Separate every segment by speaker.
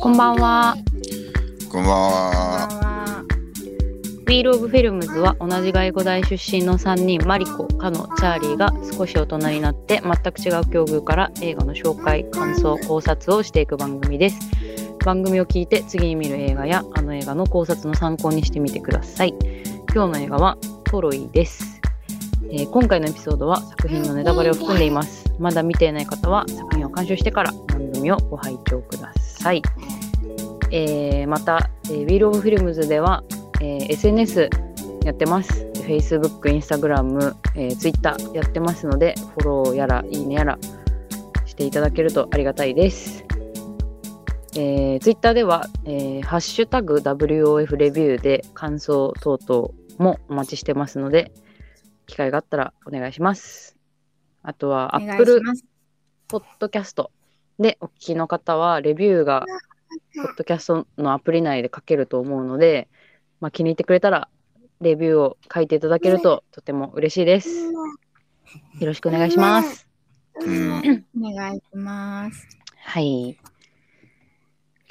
Speaker 1: こんばんは。
Speaker 2: こんばんは。
Speaker 1: ウィール・オブ・フィルムズは同じ外語大出身の3人マリコ、カノ、チャーリーが少し大人になって全く違う境遇から映画の紹介、感想、考察をしていく番組です。番組を聞いて次に見る映画やあの映画の考察の参考にしてみてください。今日の映画はトロイです、えー今回のエピソードは作品のネタバレを含んでいます。まだ見ていない方は作品を鑑賞してから番組をご拝聴ください。えーまた、えー、Wheel of Films では、えー SNS やってます。Facebook、Instagram、えー Twitter やってますので、フォローやら、いいねやらしていただけるとありがたいです。えー、Twitter では、えーハッシュタグ WOF レビューで感想等々もお待ちしてますので、機会があったらお願いします。あとは
Speaker 3: お願いし
Speaker 1: Apple
Speaker 3: ます。
Speaker 1: ポッドキャストでお聞きの方はレビューがポッドキャストのアプリ内で書けると思うので、まあ、気に入ってくれたらレビューを書いていただけるととても嬉しいです。よろしくお願いします。
Speaker 2: うん、
Speaker 3: お願いします。
Speaker 1: はい。今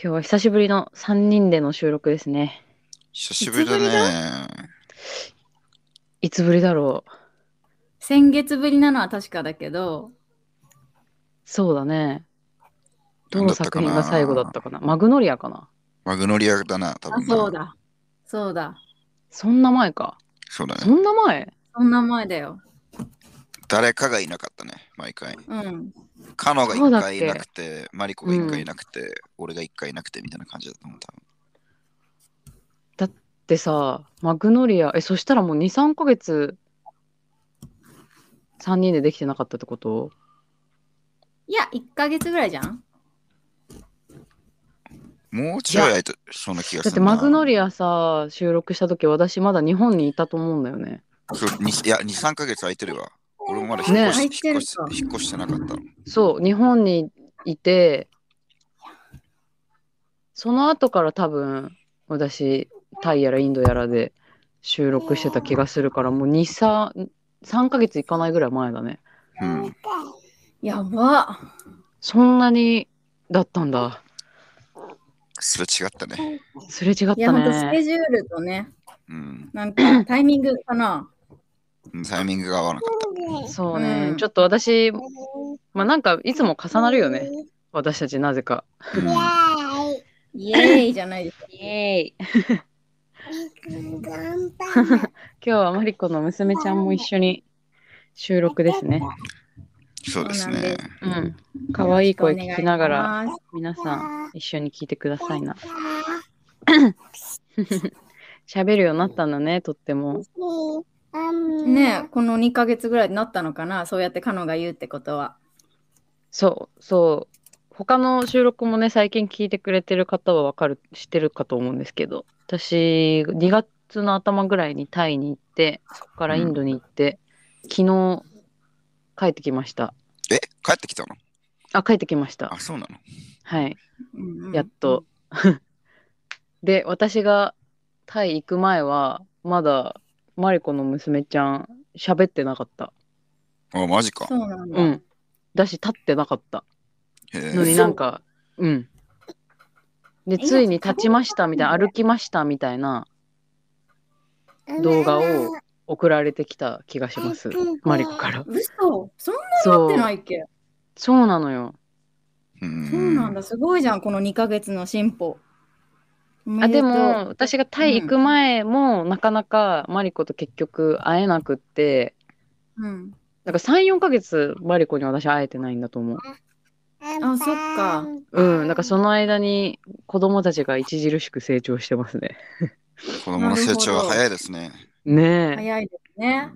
Speaker 1: 日は久しぶりの3人での収録ですね。
Speaker 2: 久しぶりだね。
Speaker 1: いつぶりだろう。
Speaker 3: 先月ぶりなのは確かだけど、
Speaker 1: そうだね。ど
Speaker 2: なん
Speaker 1: の
Speaker 2: だった
Speaker 1: 作
Speaker 2: かな
Speaker 1: 品が最後だったかなマグノリアかな
Speaker 2: マグノリアだな、多
Speaker 3: あ、
Speaker 2: 分な
Speaker 3: そう。だ。そうだ。
Speaker 1: そんな前か。
Speaker 2: そうだ
Speaker 1: そ
Speaker 2: ね。
Speaker 1: んな前
Speaker 3: そんな前だよ。
Speaker 2: 誰かがいなかったね、毎回。
Speaker 3: うん。
Speaker 2: カノが
Speaker 1: そう
Speaker 2: 一
Speaker 1: だっ
Speaker 2: 回い
Speaker 1: け
Speaker 2: なくて、マリコが一回いなくて、俺が一回いなくてみたいな感じだと思う。多分
Speaker 1: でさ、マグノリア、え、そしたらもう2、3ヶ月3人でできてなかったってこと
Speaker 3: いや、1ヶ月ぐらいじゃん。
Speaker 2: もうちょいやいと、そんな気がす
Speaker 1: だっ
Speaker 2: る
Speaker 1: て
Speaker 2: な。
Speaker 1: マグノリアさ、収録した時私まだ日本にいたと思うんだよね。
Speaker 2: そうにいや、2、3ヶ月空いてるわ。俺もまだ引っ越し,、
Speaker 3: ね
Speaker 2: 引っ越し引っ越してなかった。
Speaker 1: そう、日本にいて、その後から多分私、タイやらインドやらで収録してた気がするから、もう2、3、3ヶ月いかないぐらい前だね。
Speaker 2: うん。
Speaker 3: やば。
Speaker 1: そんなにだったんだ。
Speaker 2: それ違ったね。
Speaker 1: すれ違っ
Speaker 3: い
Speaker 1: た
Speaker 3: や、ほんとスケ
Speaker 1: ね。
Speaker 3: ジュールとね、
Speaker 2: うん。
Speaker 3: なん かタイミングかな。
Speaker 2: タイミングが合わなかった。
Speaker 1: そうね、
Speaker 3: うん
Speaker 1: ちょっと私、まあなんかいつも重なるよね。私たちなぜか。
Speaker 2: うん
Speaker 3: イエーイじゃないですか。
Speaker 1: イエーイ。今日はマリコの娘ちゃんも一緒に収録ですね。
Speaker 2: そうです
Speaker 3: そうな
Speaker 2: ね
Speaker 3: ん。
Speaker 1: うん。可愛い声
Speaker 3: お願
Speaker 1: 聞
Speaker 3: い
Speaker 1: き
Speaker 3: し
Speaker 1: ながら、
Speaker 3: ます。
Speaker 1: 皆さん一緒に聞いてくださいな。喋るようになったんだね、とっても。
Speaker 3: ねえこの2ヶ月ぐらいになったのかな。そうやってカノが言うってことは。
Speaker 1: そう、そう。他の収録もね、最近聞いてくれてる方はわかる、知ってるかと思うんですけど、私、2月の頭ぐらいにタイに行って、そこからインドに行って、昨日、帰ってきました。
Speaker 2: え、帰ってきたの
Speaker 1: あ、帰ってきました
Speaker 2: あ、。そうなの
Speaker 1: はい。
Speaker 3: うんうん
Speaker 1: やっと。。 で、私がタイ行く前は、まだマリコの娘ちゃん喋ってなかった。
Speaker 2: あ、マジか。
Speaker 3: そうなんだ。
Speaker 1: うん。だし、立ってなかった
Speaker 2: へえ
Speaker 1: のになんか、うん。で、ついに立ちましたみたいな、歩きましたみたいな動画を送られてきた気がします。マリコから。
Speaker 3: 嘘そんな
Speaker 1: そ
Speaker 3: ってな
Speaker 1: う、
Speaker 3: いっけ
Speaker 1: そうなのよ。
Speaker 2: うん
Speaker 3: そうなんだ、すごいじゃん、この2ヶ月の進歩。
Speaker 1: あで
Speaker 3: おめでと
Speaker 1: も
Speaker 3: う、
Speaker 1: 私がタイ行く前も、なかなかマリコと結局会えなくって、
Speaker 3: うん、
Speaker 1: なんか3、4ヶ月、マリコに私会えてないんだと思う。
Speaker 3: あそっか
Speaker 1: うん、なんかその間に子供たちが著しく成長してますね。
Speaker 2: 子供の成長は早いですね。
Speaker 1: ねえ、
Speaker 3: 早いですね。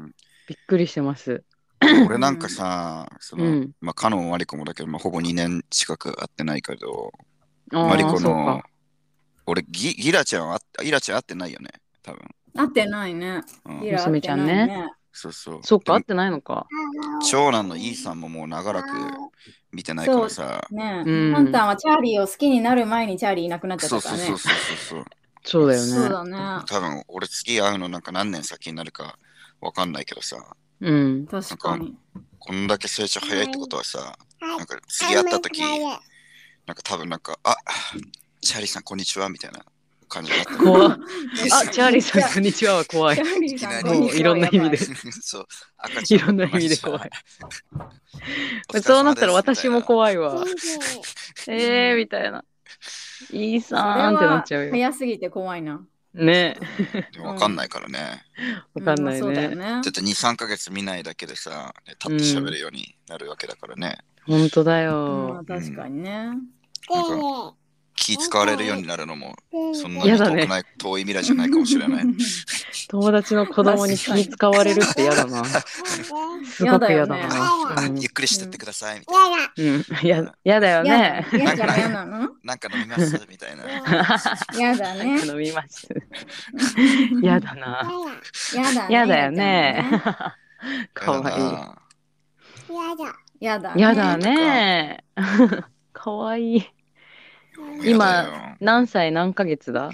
Speaker 1: びっくりしてます。
Speaker 2: 俺なんかさ、そうの、
Speaker 1: ん。
Speaker 2: まあ、カノンマリコもだけど、まあ、ほぼ2年近く会ってないけど、
Speaker 1: あー
Speaker 2: マリコ
Speaker 1: そう
Speaker 2: の
Speaker 1: か、
Speaker 2: 俺ギ、ギラちゃんは、ギラちゃん会ってないよね、多分。
Speaker 3: 会ってないね。
Speaker 2: うん
Speaker 3: ギラ
Speaker 1: 娘ちゃんね
Speaker 3: 会ってない
Speaker 2: そうそう。
Speaker 1: そうか、会
Speaker 2: で
Speaker 1: っ。てないのか。
Speaker 2: 長男のイーさんももう長らく見てないからさ。
Speaker 3: ね。
Speaker 1: う
Speaker 3: ね
Speaker 1: ん
Speaker 3: パンタンはチャーリーを好きになる前にチャーリーいなくなっちゃっ
Speaker 2: そう
Speaker 3: たか
Speaker 2: そ
Speaker 3: ら
Speaker 2: う
Speaker 3: ね。
Speaker 2: そうそうそうそう。
Speaker 1: そうだよ
Speaker 3: そう
Speaker 1: ね。
Speaker 3: だね。
Speaker 2: 多分俺次会うのなんか何年先になるかわかんないけどさ、
Speaker 1: うん。
Speaker 3: 確かに。
Speaker 2: こんだけ成長早いってことはさ、なんか次会った時、なんか多分なんか、あチャーリーさんこんにちはみたいな感じになってる
Speaker 1: 怖っ
Speaker 2: いいっす
Speaker 1: あ、
Speaker 2: ね
Speaker 1: チャーリーさん、こんにちはは怖い
Speaker 3: チ。ャーリーさんこ
Speaker 1: もう
Speaker 3: にち
Speaker 1: い
Speaker 3: は
Speaker 1: ろんな意味で。。
Speaker 2: そう、赤ちゃ
Speaker 1: いろんな意味で怖 い。
Speaker 2: お疲れ様です
Speaker 1: そうなったら私も怖いわ。
Speaker 4: う
Speaker 1: えー、みたいな。イー
Speaker 3: や
Speaker 1: さ
Speaker 3: ばい
Speaker 1: んってなっちゃうよ
Speaker 3: それ。は早すぎて怖いな。
Speaker 1: ね
Speaker 2: でもわかんないからね。
Speaker 1: わかんない
Speaker 3: うんまあそうだよ
Speaker 1: ね。
Speaker 3: ね
Speaker 2: ちょっ。と2、3ヶ月見ないだけでさ、立って喋るようになるわけだからね。
Speaker 1: 本当だ
Speaker 3: まあ
Speaker 1: よ。
Speaker 3: 確かにね。
Speaker 2: 気使われるようになるのも、
Speaker 4: ん
Speaker 2: そんな
Speaker 1: や
Speaker 2: に
Speaker 1: だ
Speaker 2: 遠
Speaker 1: ね
Speaker 2: くない、遠い未来じゃないかもしれない。
Speaker 1: 友達の子供に気に使われるって嫌だな。すごく嫌だ
Speaker 3: やだ
Speaker 1: な。
Speaker 4: よ
Speaker 2: あ
Speaker 1: うん
Speaker 2: ゆっくりしてってくださいみたい
Speaker 1: うん、や、やだよ
Speaker 3: や
Speaker 1: ね。
Speaker 3: だやじゃないやなの
Speaker 2: な。なんか飲みますみたいな。
Speaker 3: やだ
Speaker 1: なん
Speaker 3: ね
Speaker 1: か。飲みます。やだな。
Speaker 3: やだね。
Speaker 1: やだよね。 か
Speaker 2: やだ
Speaker 1: わ
Speaker 2: な
Speaker 3: やだ
Speaker 1: いい。
Speaker 3: ね。
Speaker 1: やだね。かわいい。今
Speaker 2: やだよ
Speaker 1: 何歳何ヶ月だ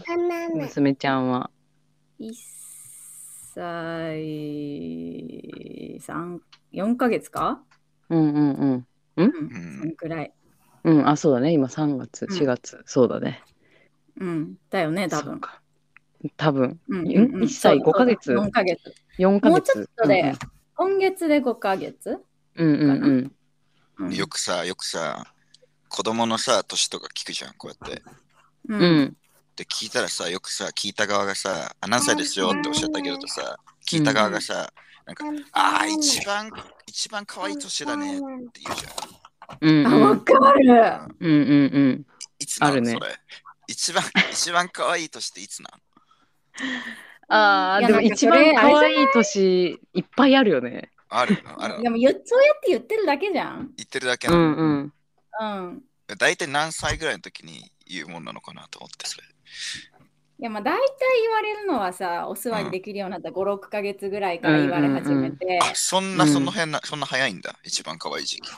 Speaker 1: 娘ちゃんは。
Speaker 3: 1歳三4ヶ月か
Speaker 1: うんうんうん。
Speaker 3: う
Speaker 2: う、
Speaker 3: ん
Speaker 2: ん
Speaker 3: そんくらい。
Speaker 1: うん、あ、そうだね。今3月、
Speaker 3: うん
Speaker 1: 4月。そうだね。
Speaker 3: うん、だよね、多
Speaker 1: そう
Speaker 3: 分。
Speaker 1: か。多分、
Speaker 3: うん
Speaker 1: ん一歳五ヶ月
Speaker 3: 4ヶ月。
Speaker 1: 4ヶ月。
Speaker 3: もうちょっとで、今月で5ヶ月
Speaker 1: うんうんうんうん。
Speaker 3: うん
Speaker 2: よくさ、よくさ、子供のさ、年とか聞くじゃん、こうやって。
Speaker 3: う。
Speaker 1: うんん。
Speaker 2: で、聞いたらさ、よくさ、聞いた側がさ、あ何歳ですよっておっしゃってあげるとさ、聞いた側がさ、ああ、一番、一番可愛い年だねって言うじゃん。
Speaker 1: うん
Speaker 3: あ、
Speaker 1: う
Speaker 3: わ
Speaker 1: ん。
Speaker 3: かる
Speaker 1: うんうんうん。
Speaker 2: いつな
Speaker 1: ある
Speaker 2: の
Speaker 1: ね
Speaker 2: それ。一番、一番可愛い年っていつなの
Speaker 1: ああ、
Speaker 3: いや
Speaker 1: でも
Speaker 3: なんか
Speaker 1: 一
Speaker 3: それ
Speaker 1: 番可愛い年いっぱいあるよね。
Speaker 2: あるのあるの
Speaker 3: でも、ゆそうやって言ってるだけじゃん。
Speaker 2: 言ってるだけ
Speaker 1: う
Speaker 2: なの。
Speaker 1: んうん。
Speaker 3: うん。
Speaker 2: 大体何歳ぐらいの時に言うもんなのかなと思って、それ。
Speaker 3: いや、まあ、大体言われるのはさ、お世話にできるようになった5、6ヶ月ぐらいから言われ始めて、
Speaker 2: あ、そんな、
Speaker 1: うん
Speaker 2: その辺な、そんな早いんだ。一番可愛い時期。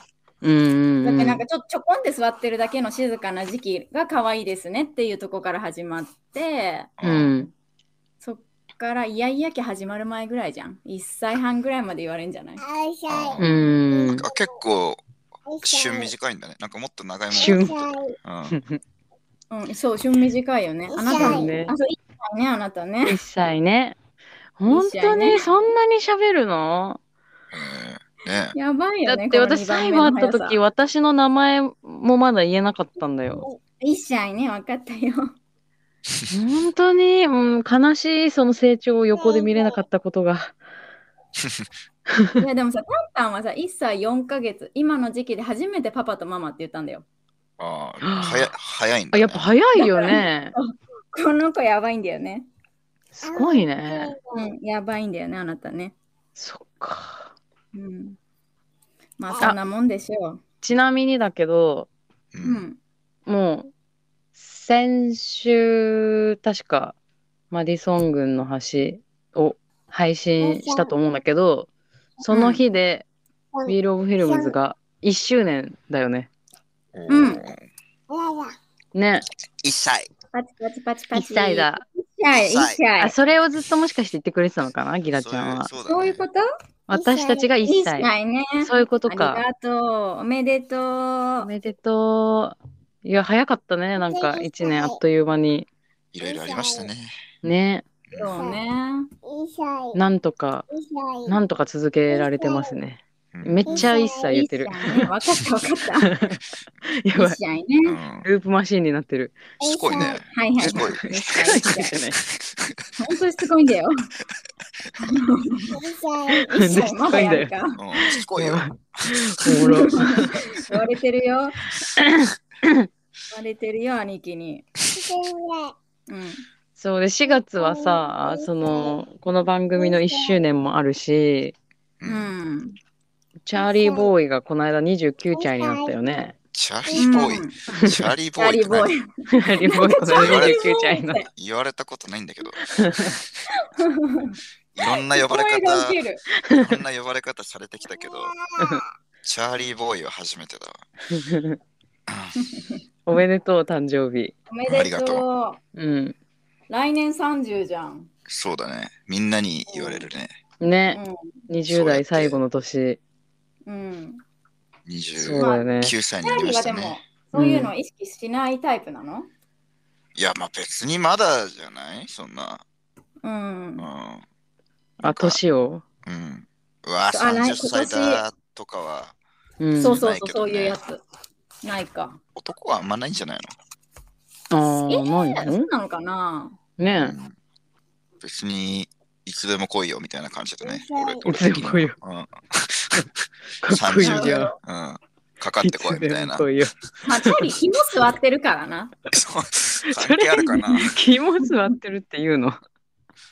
Speaker 1: うんうん
Speaker 3: だ
Speaker 1: う
Speaker 3: っ
Speaker 1: ん。
Speaker 3: てなんかちょちょこんで座ってるだけの静かな時期が可愛いですねっていうとこから始まって、
Speaker 1: う
Speaker 2: うん
Speaker 1: ん。
Speaker 3: そっからイヤイヤ期始まる前ぐらいじゃん。1歳半ぐらいまで言われるんじゃない
Speaker 1: うん。
Speaker 2: あ結構、旬短いんだね。なんかもっと長いもん。
Speaker 1: 旬
Speaker 2: うん。
Speaker 3: うん、そう、旬短いよね。あなた
Speaker 4: そう
Speaker 1: ね
Speaker 3: あ、そう、1歳ね、あな たね。
Speaker 1: 1歳ね。本当
Speaker 3: 一歳ね
Speaker 1: にそんなに喋るの
Speaker 2: えーね
Speaker 3: やばい
Speaker 1: だ
Speaker 3: よね。
Speaker 1: って私最後会った時
Speaker 3: は。
Speaker 1: 私の名前もまだ言えなかったんだよ。
Speaker 3: 1歳ね、分かったよ。
Speaker 1: 本当に、うん、悲しいその成長を横で見れなかったこと が。
Speaker 3: いや、でもさ、タンタンはさ、1歳4ヶ月、今の時期で初めてパパとママって言ったんだよ。
Speaker 2: あー早早いん
Speaker 1: あ
Speaker 2: だ、ね。
Speaker 1: やっぱ早いよね。
Speaker 3: この子やばいんだよね。
Speaker 1: すごいね。
Speaker 3: うん、やばいんだよね、あなたね。
Speaker 1: そっか。
Speaker 3: うん。まあ、そんなもんでしょう。
Speaker 1: ちなみにだけど、
Speaker 2: う。
Speaker 3: うんん。
Speaker 1: もう、先週、確か、マディソン軍の橋を配信したと思うんだけど、その日で、ウィール・オブ・フィルムズが1周年だよね。
Speaker 3: うん
Speaker 1: ね、
Speaker 2: 一歳。
Speaker 3: パチパチパチパ
Speaker 1: 1
Speaker 3: チ。
Speaker 1: 歳。だ。
Speaker 3: 1歳、1
Speaker 1: あ、
Speaker 3: 歳。
Speaker 1: それをずっともしかして言ってくれてたのかな、ギラちゃんは。
Speaker 2: そういう
Speaker 3: どういう
Speaker 2: そうだね
Speaker 3: こと ?1
Speaker 1: 私たちが1歳。
Speaker 3: 歳ね。
Speaker 1: そういうこと
Speaker 3: あり
Speaker 1: か。
Speaker 3: がとう。おめでと
Speaker 1: お
Speaker 3: う。
Speaker 1: めでとう。いや、早かったね。なんか1年あっという間に。
Speaker 2: いろいろありましたね。
Speaker 1: ね。
Speaker 3: そうね。
Speaker 1: なんとか、なんとか続けられてますね。
Speaker 2: うん
Speaker 1: めっちゃ1歳言ってる
Speaker 3: いい。じゃんねわかったわかった。
Speaker 1: やばい
Speaker 3: 一。試合ね。
Speaker 2: うん
Speaker 1: ループマシーンになってる。
Speaker 2: すごいね。
Speaker 3: はいはい。
Speaker 2: すごい
Speaker 3: 一
Speaker 1: す ごい
Speaker 3: 試合一試
Speaker 1: じゃない
Speaker 3: 合本当にすごいんだよ。一試合まだやるか。
Speaker 2: うんすごいよ。
Speaker 1: おもろ。
Speaker 3: 言われてる よ。言われてるよ、兄貴に。うん。
Speaker 1: そうで、4月はさ、その、この番組の1周年もあるし、
Speaker 2: う
Speaker 3: うんん。
Speaker 1: チャーリーボーイがこの間29歳になったよね。
Speaker 2: チャーリーボー
Speaker 3: うん
Speaker 2: イ。チャーリー
Speaker 3: チ
Speaker 2: ボ
Speaker 3: ャー
Speaker 2: ーイ
Speaker 3: リ
Speaker 2: っ
Speaker 3: ー
Speaker 2: て
Speaker 3: ボ
Speaker 1: チャーリーボ
Speaker 2: 何
Speaker 3: ーイ。
Speaker 1: ーイこの間29歳になっ
Speaker 2: 言われたことないん だけど。いろんな呼ばれ
Speaker 3: 声が
Speaker 2: 方、
Speaker 3: 受
Speaker 2: い
Speaker 3: ける。
Speaker 2: ろんな呼ばれ方されてきたけど、チャーリーボーイは初めてだわ。
Speaker 1: た。おめでとう、誕生日。
Speaker 3: おめ
Speaker 2: あ
Speaker 3: で
Speaker 2: りが
Speaker 3: とう。
Speaker 1: うん。
Speaker 3: 来年30じゃん。
Speaker 2: そうだね。みんなに言われるね。
Speaker 1: ね、
Speaker 2: そ
Speaker 1: 20
Speaker 2: うやっ
Speaker 1: 代
Speaker 2: て
Speaker 1: 最後の年、
Speaker 3: うん。
Speaker 1: そう
Speaker 2: 29
Speaker 1: だよね。
Speaker 2: 歳に
Speaker 3: チャ
Speaker 2: な
Speaker 3: ー
Speaker 2: りま
Speaker 3: リー
Speaker 2: し
Speaker 3: は
Speaker 2: た
Speaker 3: でも、
Speaker 2: ね。
Speaker 3: そういうのを意識しないタイプなの
Speaker 2: いや、まあ別にまだじゃないそんな。
Speaker 3: うん
Speaker 2: う。ん。
Speaker 1: あ、年を。
Speaker 2: うん。うわ、
Speaker 3: あない
Speaker 2: 30歳だとかは、
Speaker 1: うん、
Speaker 3: そうそう
Speaker 2: ない
Speaker 3: そう、
Speaker 2: け
Speaker 3: そ
Speaker 2: ど
Speaker 3: う
Speaker 2: ね
Speaker 3: いうやつ。ないか。
Speaker 2: 男はあんまないんじゃない
Speaker 1: あ
Speaker 3: え
Speaker 1: ー
Speaker 3: ー、
Speaker 1: ない
Speaker 3: そう
Speaker 1: の
Speaker 3: なのかな
Speaker 2: の、
Speaker 1: ね
Speaker 2: うん、別に、いつでも来いよみたいな感じだね。
Speaker 4: うん
Speaker 1: え。
Speaker 2: 俺
Speaker 1: いつでも来いよ。
Speaker 2: うん。
Speaker 1: かっこいい
Speaker 3: 30
Speaker 1: じゃん。
Speaker 2: うん。かかってこいみたいな。
Speaker 1: つでも来いよ。
Speaker 3: まあ、チャーリー、肝座ってるからな。
Speaker 2: そう
Speaker 1: そ
Speaker 2: 関係ある かな、ま
Speaker 1: れ、肝座ってるっていうの。
Speaker 2: あ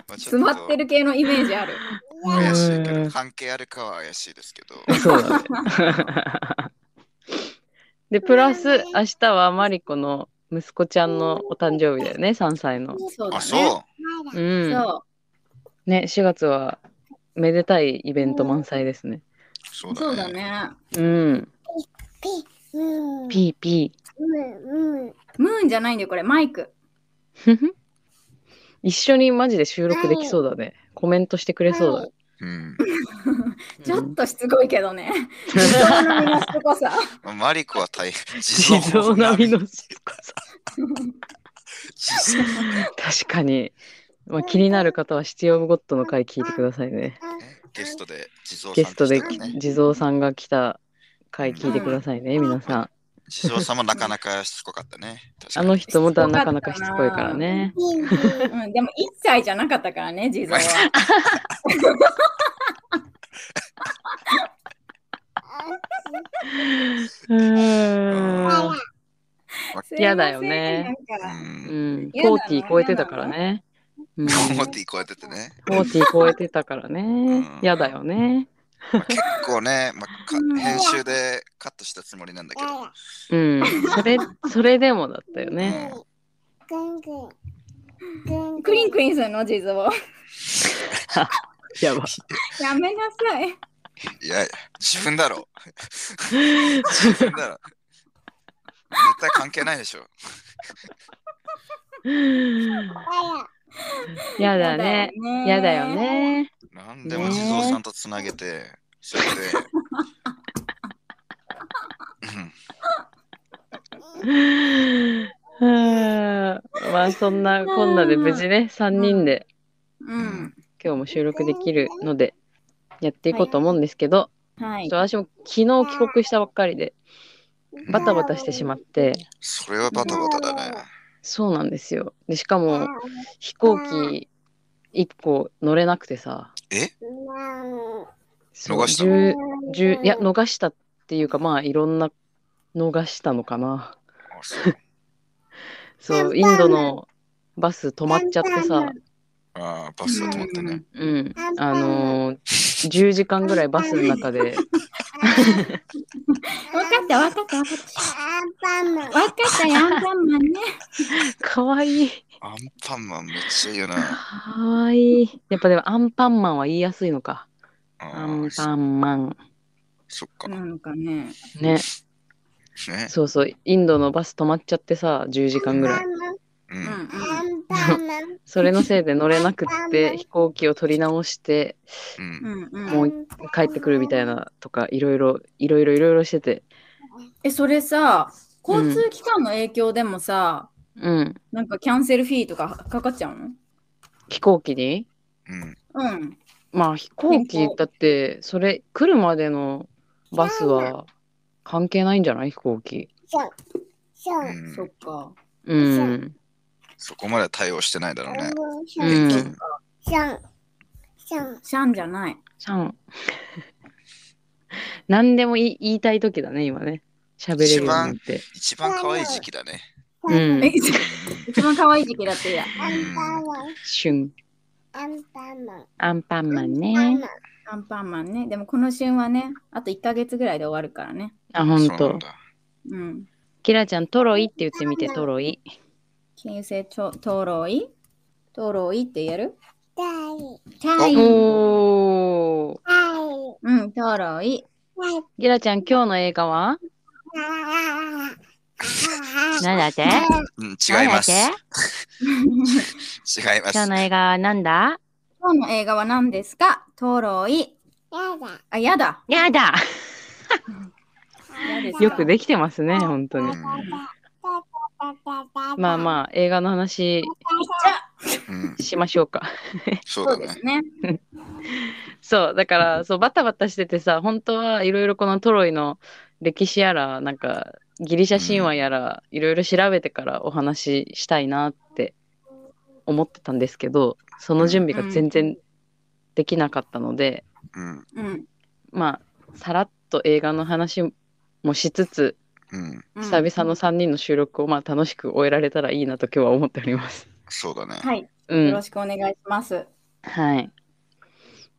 Speaker 2: ちょ
Speaker 3: 詰まって
Speaker 2: る。
Speaker 3: る系のイメージある。
Speaker 2: 怪しいけ
Speaker 1: う
Speaker 2: ど、
Speaker 1: ん
Speaker 2: 関係あるかは怪しいですけど。
Speaker 1: そうだね。で、プラス、明日はマリコの息子ちゃんのお誕生日だよね、3歳の。
Speaker 3: そうだ
Speaker 2: あ、
Speaker 3: ね。
Speaker 2: そう
Speaker 3: そ
Speaker 1: ん。
Speaker 3: う。
Speaker 1: ね、4月は、めでたいイベント満載ですね。
Speaker 2: そうだね。
Speaker 3: そうだね。
Speaker 1: うん。
Speaker 4: うん。
Speaker 1: ピーピ
Speaker 4: うん。うん。
Speaker 3: ムーンじゃないんだよ、これ、マイク。
Speaker 1: ー。 一緒にマジで収録できそうだね。コメントしてくれそうだね。
Speaker 2: うん。
Speaker 3: ちょ
Speaker 1: う
Speaker 3: っ
Speaker 1: ん
Speaker 3: としつこいけどね。 人の身のしつこさ。
Speaker 2: マリコは大変。
Speaker 1: 地蔵並みの
Speaker 2: 地
Speaker 1: しつこさ。
Speaker 2: 蔵
Speaker 1: 確かに。まあ、気になる方は、シティオブゴッドの回聞いてくださいね。
Speaker 2: ねゲストで地蔵さん
Speaker 1: ゲストで
Speaker 2: 来たからね
Speaker 1: 地蔵さんが来た回聞いてくださいね、
Speaker 3: うん
Speaker 1: 皆さん。
Speaker 2: 地蔵さんもなかなかしつこかったね。確か
Speaker 1: あ
Speaker 2: に
Speaker 1: の人もだ
Speaker 3: しつこか
Speaker 1: な
Speaker 3: った
Speaker 1: かなか
Speaker 3: な
Speaker 1: しつこいからね。
Speaker 3: うん、でも、一歳じゃなかったからね、地蔵は。
Speaker 1: うーん
Speaker 4: あ
Speaker 3: すいません
Speaker 1: 嫌だよね。
Speaker 3: なんか
Speaker 1: う
Speaker 2: うん。
Speaker 1: ん、
Speaker 3: 嫌なの
Speaker 1: 40超えてたからね。うん、
Speaker 2: 思
Speaker 1: 40
Speaker 2: ってこうやっててね。
Speaker 1: 超えてたから
Speaker 2: う
Speaker 1: ね
Speaker 2: ん。
Speaker 1: 嫌だよね。
Speaker 2: まあ結構ね、まあか
Speaker 3: うん
Speaker 2: 編集でカットしたつもりなんだけど。
Speaker 1: うん、それ、それでもだったよね。
Speaker 2: ね
Speaker 3: クリンクリンするの、地蔵。
Speaker 1: やば。
Speaker 3: やめなさい。
Speaker 2: いや、自分だろ。自分だろ。絶対関係ないでしょ。
Speaker 1: 嫌だね。嫌だよ。ね。
Speaker 2: なんでも地蔵さんとつなげて、それで。うん
Speaker 1: うーんまあそんなこんなで無事ね、3人で
Speaker 3: うん。
Speaker 1: 今日も収録できるので、やっていこうと思うんですけど、
Speaker 3: は
Speaker 1: ちょ
Speaker 3: い
Speaker 1: っと。私も昨日帰国したばっかりで、バタバタしてしまって、
Speaker 2: それはバタバタだね。
Speaker 1: そうなんですよ。で、しかも飛行機1個乗れなくてさ、そう
Speaker 2: 逃した
Speaker 1: 10 10いや、逃したっていうか、まあいろんな逃したのかな。
Speaker 2: あそう
Speaker 1: そう、インドのバス止まっちゃってさ、
Speaker 2: あー、バスだと思ってね。
Speaker 1: うん、あのー、10時間ぐらいバスの中で、
Speaker 3: わかった、わかった、わかった。
Speaker 4: アンパンマン。
Speaker 3: わかったよ、アンパンマンね。
Speaker 1: かわいい。
Speaker 2: アンパンマンめっちゃいいよな。
Speaker 1: かわいい。やっぱでもアンパンマンは言いやすいのか。
Speaker 2: あ
Speaker 1: ア
Speaker 2: ー
Speaker 1: ンパンマン。
Speaker 2: そっか。
Speaker 3: なのかね。
Speaker 1: ね、
Speaker 2: ね。
Speaker 1: そうそう、インドのバス止まっちゃってさ、10時間ぐらい。
Speaker 2: う
Speaker 3: うん
Speaker 2: ん。
Speaker 4: アンパンマン。
Speaker 1: それのせいで乗れなくって、飛行機を取り直して、
Speaker 2: う。
Speaker 3: うんん。うん
Speaker 1: も
Speaker 3: うん。
Speaker 1: う帰ってくるみたいなとか、いろいろ、いろいろいろいろしてて。
Speaker 3: え、それさ、交通機関の影響でもさ、
Speaker 1: うん。
Speaker 3: なんかキャンセルフィーとかかかっちゃうの
Speaker 1: 飛行機に
Speaker 2: うん。
Speaker 3: うん。
Speaker 1: まあ飛行機
Speaker 3: 飛行
Speaker 1: だって、それ来るまでのバスは関係ないんじゃない飛行機。
Speaker 4: そう
Speaker 2: う
Speaker 4: うん
Speaker 3: そっか。
Speaker 1: うん。
Speaker 2: そこまで対応してないだろうね。
Speaker 1: うん
Speaker 2: うん
Speaker 3: シャンじゃない。
Speaker 1: シャン。何でも言い言いたい時だね、今ね。喋れるようになって。
Speaker 2: 一番可愛い時期だね。
Speaker 1: うん
Speaker 3: え、。一番可愛い時期だってや。
Speaker 1: 旬。アンパンマンね。
Speaker 4: アンパンマン。アンパンマン。
Speaker 3: アンパンマンね。でもこの旬はね、あと1ヶ月ぐらいで終わるからね。
Speaker 1: あ、
Speaker 2: う
Speaker 1: ほ
Speaker 2: ん
Speaker 1: ん
Speaker 2: そうなん
Speaker 1: と。
Speaker 2: だ。
Speaker 3: うん。
Speaker 1: キラちゃん、トロイって言ってみて、トロイ。
Speaker 3: 金星ちょトロイトロイって言える
Speaker 4: 大
Speaker 3: チャイ。
Speaker 1: おー。
Speaker 4: 大
Speaker 3: うん、トロイ。
Speaker 4: 大
Speaker 1: キラちゃん、今日の映画は何だって
Speaker 2: うん、違います。
Speaker 1: 何だって
Speaker 2: 違いま
Speaker 1: 今日
Speaker 2: す。
Speaker 1: の映画は何だ
Speaker 3: 今日の映画は何ですかトロイ。
Speaker 4: やだ。
Speaker 3: あ、
Speaker 1: や
Speaker 3: やだ。
Speaker 1: だ
Speaker 3: 嫌ですか
Speaker 1: よくできてますね、本当
Speaker 4: だ
Speaker 1: に
Speaker 4: だ。だだだだ
Speaker 1: まあまあ、映画の話
Speaker 2: うん、
Speaker 1: しましょうか。
Speaker 2: そう
Speaker 3: そ
Speaker 2: だ
Speaker 3: うです
Speaker 2: ね。
Speaker 3: ね。
Speaker 1: そう、だから、そう、バタバタしててさ、本当はいろいろこのトロイの歴史やら、なんか、ギリシャ神話やら、いろいろ調べてからお話ししたいなって思ってたんですけど、その準備が全然できなかったので、
Speaker 2: うん、
Speaker 3: うん。
Speaker 1: まあ、さらっと映画の話もしつつ、
Speaker 2: うん、
Speaker 3: うん
Speaker 1: 久々の3人の収録をまあ楽しく終えられたらいいなと今日は思っております。
Speaker 2: そうだね。
Speaker 3: はい。
Speaker 1: う
Speaker 3: よ
Speaker 1: ん
Speaker 3: ろ。しくお願いします。
Speaker 1: はい。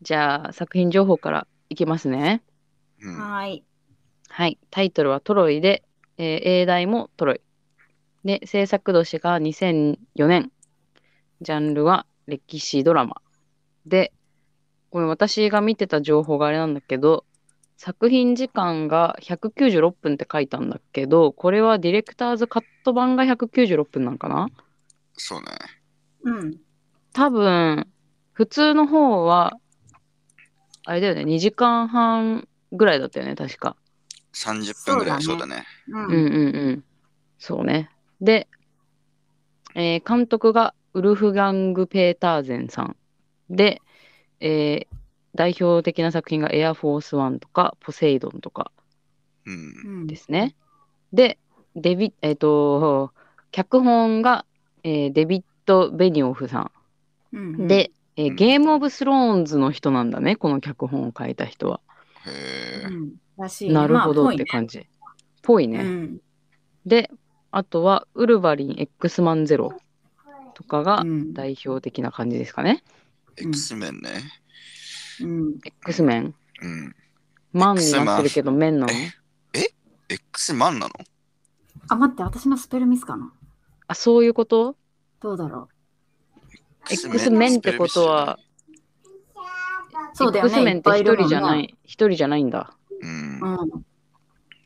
Speaker 1: じゃあ、作品情報からいきますね。
Speaker 2: うん、
Speaker 3: はい。
Speaker 1: はい、タイトルはトロイで、えー英題もトロイ。で、制作年が2004年。ジャンルは歴史ドラマ。で、これ私が見てた情報があれなんだけど、作品時間が196分って書いたんだけど、これはディレクターズカット版が196分なんかな
Speaker 2: そうね。
Speaker 3: うん。
Speaker 1: 多分、普通の方は、あれだよね、2時間半ぐらいだったよね、確か。
Speaker 2: 30分ぐらい、そ
Speaker 3: そうう
Speaker 2: だ
Speaker 3: だ
Speaker 2: ね。
Speaker 3: うん。
Speaker 1: うんうんうん。そうね。で、えー監督がウルフ・ガング・ペーターゼンさんで、えー代表的な作品がエアフォースワンとかポセイドンとか
Speaker 2: うん、
Speaker 3: うん
Speaker 1: ですね。で、デビ、えっ、と、脚本が、えーデビッド・ベニオフさ
Speaker 3: うん
Speaker 1: ん。で、えー
Speaker 2: うん
Speaker 1: ゲーム・オブ・スローンズの人なんだね、この脚本を書いた人は。
Speaker 2: へえ
Speaker 3: う、んらしいね。
Speaker 1: なるほど
Speaker 3: まあ
Speaker 1: って感じ。ぽい
Speaker 3: ぽい
Speaker 1: ね。
Speaker 3: ね
Speaker 1: で、あとは、ウルヴァリン X マンゼロとかが
Speaker 3: うん。
Speaker 1: 代表的な感じですかね。
Speaker 3: うん
Speaker 2: X メンね。
Speaker 3: うん。
Speaker 1: X メン。
Speaker 2: うん。
Speaker 1: マンになってるけど、メンなの
Speaker 2: X マンなの
Speaker 3: あ、待って、私のスペルミスかな。
Speaker 1: あ、そういうこと
Speaker 3: どうだろ
Speaker 1: ?X メンってことは、
Speaker 3: う。そうだよね。
Speaker 1: X メンって一
Speaker 3: いぱいいる
Speaker 1: 人
Speaker 3: もんね
Speaker 1: じゃない、一人じゃないんだ。
Speaker 2: うん
Speaker 3: う。ん。
Speaker 1: いっ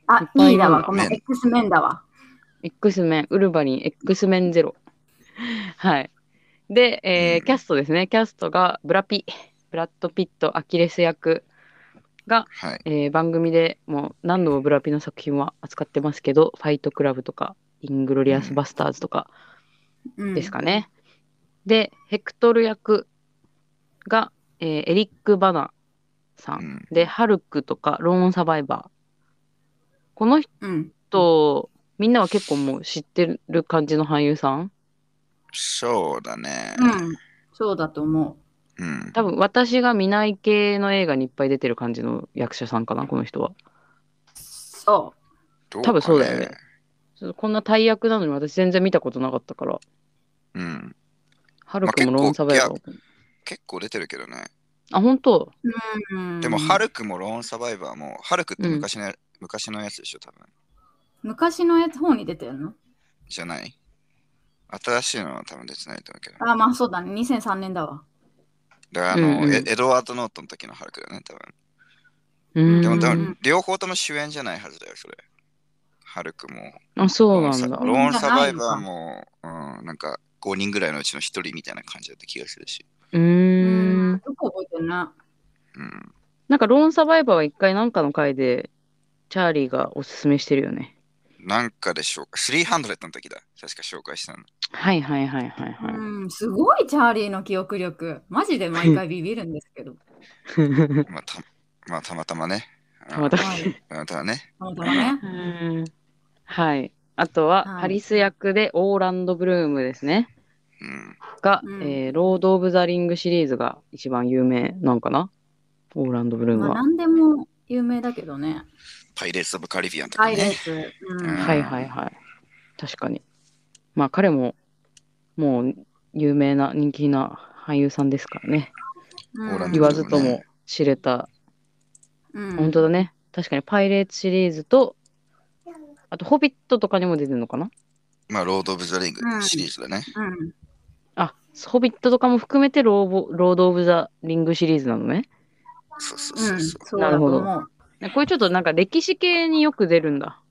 Speaker 3: あ、
Speaker 1: ぱいい
Speaker 3: 2
Speaker 1: るも
Speaker 3: 位だ
Speaker 1: んね
Speaker 3: わ。ごめん。X メンだわ。
Speaker 1: X メン、ウルヴァリン X メンゼロ。 はい。で、えー
Speaker 2: うん
Speaker 1: キャストですね。キャストが、ブラピ、ブラッド・ピット、アキレス役が、
Speaker 2: はい。
Speaker 1: えー番組でもう何度もブラピの作品は扱ってますけど、ファイトクラブとか、イングロリアス・バスターズとか、
Speaker 3: うん
Speaker 1: ですかね。で、ヘクトル役が、えーエリック・バナさ。
Speaker 2: うんん。
Speaker 1: で、ハルクとか、ローン・サバイバー。この
Speaker 3: うん。
Speaker 1: 人、みんなは結構もう知ってる感じの俳優さん。
Speaker 2: そうだね。
Speaker 3: うん。そうだと思
Speaker 2: うん。
Speaker 1: 多分私が見ない系の映画にいっぱい出てる感じの役者さんかな、この人は。
Speaker 3: う。そう。
Speaker 2: ど
Speaker 1: 多分そうだよね。そうこんな大役なのに私全然見たことなかったから、
Speaker 2: うん。
Speaker 1: ハルクもローン・サバイバーも。
Speaker 2: 結構出てるけどね。
Speaker 1: あ、本当
Speaker 3: うん
Speaker 2: でも、ハルクもローンサバイバーも、ハルクって昔のや昔のやつでしょ、多分。
Speaker 3: 昔のやつ方に出てるの
Speaker 2: じゃない新しいのは多分出てないと思うけど。
Speaker 3: あ、まあそうだね。2003年だわ。
Speaker 2: だからあの、
Speaker 1: うんうん
Speaker 2: エエドワード・ノートンの時のハルクだね、多分。
Speaker 1: う
Speaker 2: でも
Speaker 1: ん。
Speaker 2: 多分、両方とも主演じゃないはずだよ、それ。ハルクも。
Speaker 1: あ、そうなん
Speaker 2: ロ
Speaker 1: だ。
Speaker 2: ーンサバイバーも、うん、なんか5人ぐらいのうちの1人みたいな感じだった気がするし。
Speaker 1: うー。
Speaker 3: うんよく覚えてるな。
Speaker 2: うん。
Speaker 1: なんかローンサバイバーは一回なんかの回でチャーリーがおすすめしてるよね。
Speaker 2: なんかで紹介、300の時だ。確か紹介したの。
Speaker 1: はいはいはいはいは
Speaker 3: うん、すごいチャーリーの記憶力。マジで毎回ビビるんですけ ど。
Speaker 1: い。
Speaker 2: まあ、たまあ、たまたまね。う ん
Speaker 1: たまたま。
Speaker 3: はい。
Speaker 2: たまたまね。
Speaker 3: 本当だね。
Speaker 1: うんはい。あとは、
Speaker 3: はい
Speaker 1: ハリス役でオーランド・ブルームですね。
Speaker 2: うん。
Speaker 1: が、
Speaker 3: うん
Speaker 1: えーロード・オブ・ザ・リングシリーズが一番有名なんかなオーランド・ブルーム
Speaker 3: まあ
Speaker 1: は。
Speaker 3: 何でも有名だけどね。
Speaker 2: パイレーツ・オブ・カリビアンとか
Speaker 3: パイレー
Speaker 2: ね。
Speaker 3: ツ。う
Speaker 2: うん
Speaker 3: ん。
Speaker 1: はいはいはい。確かに。まあ彼ももう有名な人気な俳優さんですからね。
Speaker 2: オーランド
Speaker 1: 言
Speaker 2: ブ
Speaker 1: わ
Speaker 2: ルームね
Speaker 1: ずとも知れた
Speaker 3: うん
Speaker 1: 本当だね。確かに、パイレーツシリーズと、あと、ホビットとかにも出てるのかな
Speaker 2: まあ、ロード・オブ・ザ・リン
Speaker 3: う
Speaker 2: グ
Speaker 3: ん
Speaker 2: シリーズだね。
Speaker 3: うん。
Speaker 1: あ、ホビットとかも含めてローボ、ロード・オブ・ザ・リングシリーズなのね。
Speaker 2: そうそう
Speaker 3: う。
Speaker 2: そうんそ。
Speaker 3: そうだと思う
Speaker 1: なねこれちょっとなんか歴史系によく出るんだ。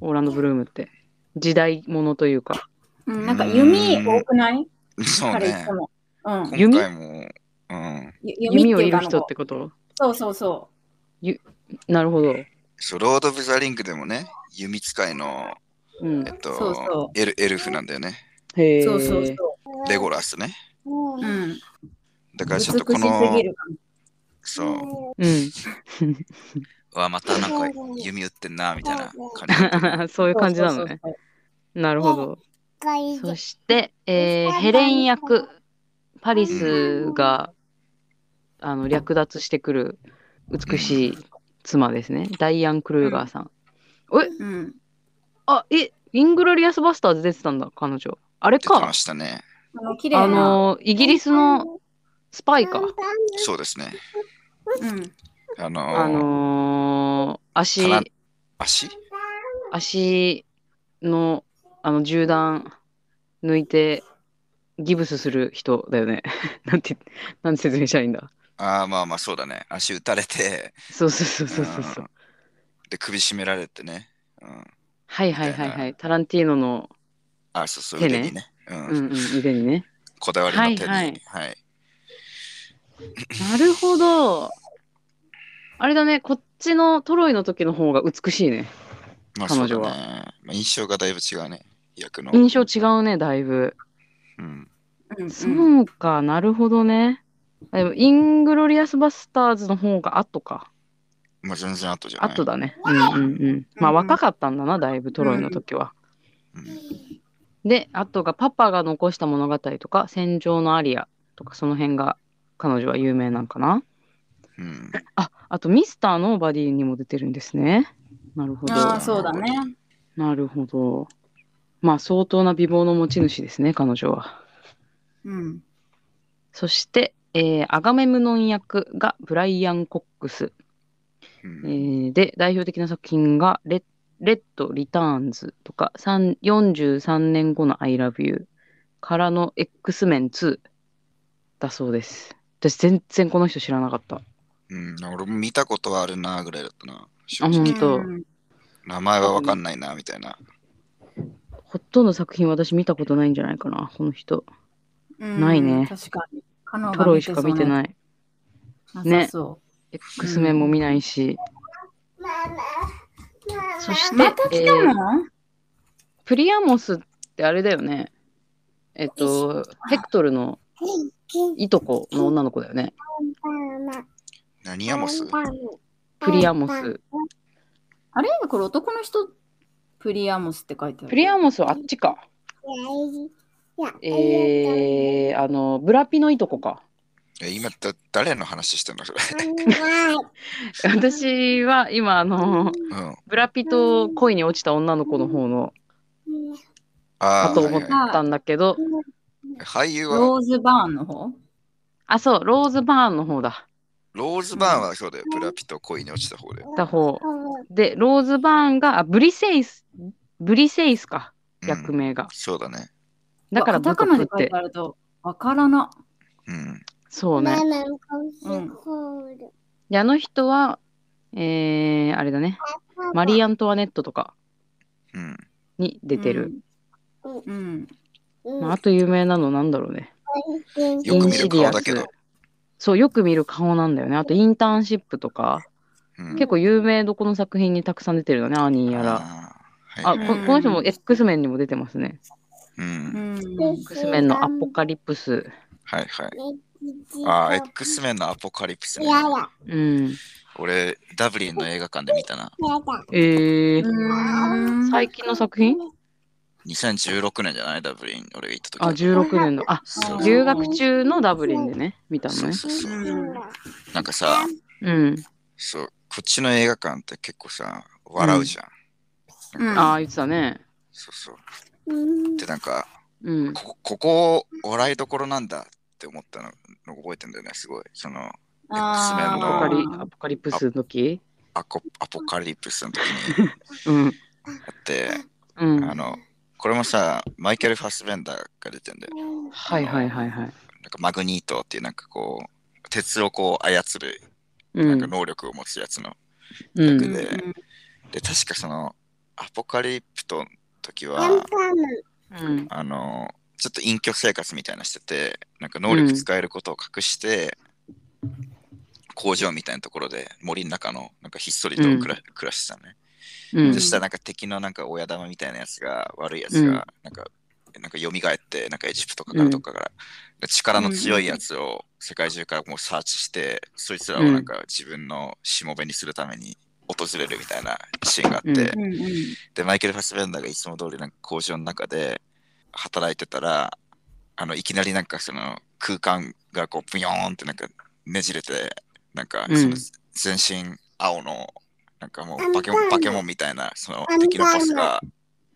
Speaker 1: オーランド・ブルームって。時代ものというか。
Speaker 3: うん。なんか弓多くないう
Speaker 2: そう
Speaker 3: 彼い
Speaker 2: ね
Speaker 3: つ。も。うん。
Speaker 1: 弓
Speaker 2: 今回も、うん。
Speaker 3: ゆ
Speaker 1: 弓
Speaker 3: 弓っ
Speaker 1: を
Speaker 3: てい
Speaker 1: いうる
Speaker 3: かあの
Speaker 1: 人ってこと
Speaker 3: そうそうそ
Speaker 1: なるほど。
Speaker 2: そう、ロード・オブ・ザ・リングでもね、弓使いの、
Speaker 1: うん
Speaker 2: え。っと、
Speaker 3: そうそ
Speaker 2: エルエルフなんだよね。
Speaker 1: へ
Speaker 3: う。
Speaker 1: え。
Speaker 3: そうそうそう。
Speaker 2: レゴラスね。
Speaker 4: うん
Speaker 3: うん。
Speaker 2: だから
Speaker 3: 美
Speaker 2: ち
Speaker 3: しす
Speaker 2: ょっとこの
Speaker 3: ぎ、る感じ。
Speaker 2: そう、
Speaker 1: うん。
Speaker 2: うわ、またなんか弓打ってんな、みたいな感 じ。
Speaker 1: そういう感じなの
Speaker 3: そう
Speaker 1: ね。
Speaker 3: そう
Speaker 1: なるほど。
Speaker 4: かいい
Speaker 1: そして、えーヘレン役、パリスが、あの略奪してくる美しい妻ですね。ダイアン・クルーガーさん。
Speaker 3: そう。うん。
Speaker 1: あ、え、イングロリアス・バスターズ出てたんだ、彼女。あれ
Speaker 2: 出て
Speaker 1: か
Speaker 2: ま。した ね。
Speaker 3: あの綺麗な。
Speaker 1: あの、イギリスのスパイか。
Speaker 2: そうですね。
Speaker 3: うん。
Speaker 2: あのー
Speaker 1: あのー足
Speaker 2: か、な足
Speaker 1: 足の、あの、銃弾抜いて、ギブスする人だよね。 なんて、なんて説明したらいいんだ。
Speaker 2: ああ、まあまあそうだね。足打たれて、
Speaker 1: そうそうそうそうそう
Speaker 2: う。んで、首絞められてね。うん、
Speaker 1: はいはいはいはい。タランティーノの、
Speaker 2: あそうそう、
Speaker 1: 手ね
Speaker 2: 腕にね。う
Speaker 1: うんんうん、腕にね。
Speaker 2: こだわりの手に。
Speaker 1: は
Speaker 2: はいい、
Speaker 1: なるほど。あれだね、こっちのトロイの時の方が美しいね。
Speaker 2: まあ
Speaker 1: 彼
Speaker 2: そう
Speaker 1: 女
Speaker 2: だね。
Speaker 1: は
Speaker 2: まあ、印象がだいぶ違うね。役の。
Speaker 1: 印象違うね、だいぶ。
Speaker 2: うん、
Speaker 3: うん。うん
Speaker 1: そうか、なるほどね。あでも、イングロリアス・バスターズの方が後か。
Speaker 2: まあ全然後じゃない。
Speaker 1: 後だね。うんうんうん。まあ、
Speaker 3: うんうん
Speaker 1: 若かったんだな、だいぶトロイの時は。
Speaker 2: うん
Speaker 1: で、あとがパパが残した物語とか、戦場のアリアとか、その辺が彼女は有名なんかな。
Speaker 2: うん、
Speaker 1: あ、あとミスターのバディにも出てるんですね。なるほど。
Speaker 3: ああ、そうだね。
Speaker 1: なるほど。まあ、相当な美貌の持ち主ですね、彼女は。
Speaker 3: うん。
Speaker 1: そして、えーアガメムノン役がブライアン・コックス。
Speaker 2: う
Speaker 1: え
Speaker 2: ん
Speaker 1: ーで、代表的な作品がレッ、レッド・リターンズとか、三43年後の I Love You からの X メン2だそうです。私、全然この人知らなかった。
Speaker 2: うん。俺も見たことはあるなぐらいだったな。正
Speaker 1: あ、
Speaker 2: 直
Speaker 1: 本当。
Speaker 3: うん
Speaker 2: 名前はわかんないなみたいな。
Speaker 1: ほとんど作品私見たことないんじゃないかな、この人。
Speaker 3: うん
Speaker 1: ないね
Speaker 3: 確かに。彼女
Speaker 1: トロイしか見て
Speaker 3: い。
Speaker 1: ない。
Speaker 3: なさそ
Speaker 1: X メンも見ないし。そし
Speaker 3: う。
Speaker 1: て、
Speaker 3: また来た
Speaker 1: えー
Speaker 3: の
Speaker 1: プリアモスってあれだよね。えっと、ヘクトルのいとこの女の子だよね。
Speaker 2: 何やもす
Speaker 1: プリアモス。
Speaker 3: あれこれ男の人、プリアモスって書いてある。
Speaker 1: プリアモスはあっちか。えー、あの、ブラピのいとこか。
Speaker 2: え今だ誰の話してんのそれ。
Speaker 1: 私は今、あの、
Speaker 2: うん。
Speaker 1: ブラピと恋に落ちた女の子の方の
Speaker 2: あ
Speaker 1: か
Speaker 2: あ、
Speaker 1: と
Speaker 2: はい
Speaker 1: 思
Speaker 2: は
Speaker 1: っ
Speaker 2: い
Speaker 1: たんだけど、
Speaker 2: 俳優は
Speaker 3: ローズバーンの方
Speaker 1: あ、そう、ローズバーンの方だ。
Speaker 2: ローズバーンはそうだよ。ブラピと恋に落ちた方で。
Speaker 1: だ方。で、ローズバーンが、あ、ブリセイス、ブリセイスか、
Speaker 2: うん
Speaker 1: 役名が。
Speaker 2: そうだね。
Speaker 1: だから、
Speaker 3: カタ
Speaker 1: ブ
Speaker 3: カ
Speaker 1: カ
Speaker 3: ナ
Speaker 1: プっ
Speaker 3: で書い
Speaker 1: て
Speaker 3: て。あると、わからな。
Speaker 2: うん。
Speaker 1: そうね。で、あの人は、えー、あれだね。マリー・アントワネットとか
Speaker 2: うん。
Speaker 1: に出てる。
Speaker 3: うん。うん。
Speaker 1: まあ、あと有名なのなんだろうね。
Speaker 2: よく見る顔だ
Speaker 1: インシ
Speaker 2: け
Speaker 1: ディ
Speaker 2: ど
Speaker 1: アス。そう、よく見る顔なんだよね。あと、インターンシップとか、
Speaker 2: うん
Speaker 1: 結構有名どこの作品にたくさん出てるよね、アニーやら。
Speaker 2: あーは
Speaker 1: あ、
Speaker 2: い
Speaker 1: こ
Speaker 2: はい
Speaker 1: この人も X メンにも出てますね。
Speaker 2: う。
Speaker 3: うんん。
Speaker 1: X メンのアポカリプス。
Speaker 2: はいはい。ああ、X メンのアポカリプスね。
Speaker 1: うん。
Speaker 2: 俺、ダブリンの映画館で見たな。
Speaker 1: えー、
Speaker 3: うん
Speaker 1: 最近の作品
Speaker 2: 2016年じゃないダブリン。俺が行った時。
Speaker 1: あ、16年の。あ、
Speaker 2: そう
Speaker 1: 留学中のダブリンでね、見たの
Speaker 2: そ
Speaker 1: ね
Speaker 2: う。そうそう。なんかさ、
Speaker 1: うん。
Speaker 2: そう、こっちの映画館って結構さ、笑うじゃん。
Speaker 3: うん
Speaker 1: ああ、言ってたね。
Speaker 2: そうそう。で、なんか、
Speaker 1: うん。
Speaker 2: こここ笑いどころなんだって思ったのの覚えてんだよね、すごい。その
Speaker 1: アポ
Speaker 2: あの
Speaker 1: カリ、アポカリプスの時
Speaker 2: アコアポカリプスの時に
Speaker 1: うん。
Speaker 2: あって、
Speaker 1: うん。
Speaker 2: あの、これもさ、マイケル・ファスベンダーが出てんだよ。
Speaker 1: はいはいはいはい。
Speaker 2: なんかマグニートっていうなんかこう、鉄をこう操る
Speaker 1: う
Speaker 2: なん
Speaker 1: ん
Speaker 2: か。能力を持つやつの。
Speaker 1: うん
Speaker 2: でで、確かその、アポカリプトの時は、
Speaker 1: うん
Speaker 2: あの、ちょっと隠居生活みたいなのしてて、なんか能力使えることを隠して、工場みたいなところで森の中のなんかひっそりと暮ら,、暮らしてたね。
Speaker 1: う
Speaker 3: うん
Speaker 1: ん
Speaker 2: そしたらなんか敵のなんか親玉みたいなやつが悪いやつがなんか、なんか蘇ってなんかエジプトかか
Speaker 1: う
Speaker 2: ら
Speaker 1: ん
Speaker 2: どっかから、で力の強いやつを世界中からもうサーチして、そいつらをなんか自分のしもべにするために訪れるみたいなシーンがあって、
Speaker 1: うん
Speaker 3: うんうん
Speaker 2: でマイケル・ファスベンダーがいつも通りなんか工場の中で働いてたらあのいきなりなんかその空間がこうブヨーンってなんかねじれてなんか
Speaker 1: うん
Speaker 2: その全身青のなんかも
Speaker 4: あ
Speaker 2: う
Speaker 4: の
Speaker 2: バケモ
Speaker 4: パン
Speaker 2: ン
Speaker 4: ダ
Speaker 2: バケモンみたいなその
Speaker 4: あの
Speaker 2: 敵のボスが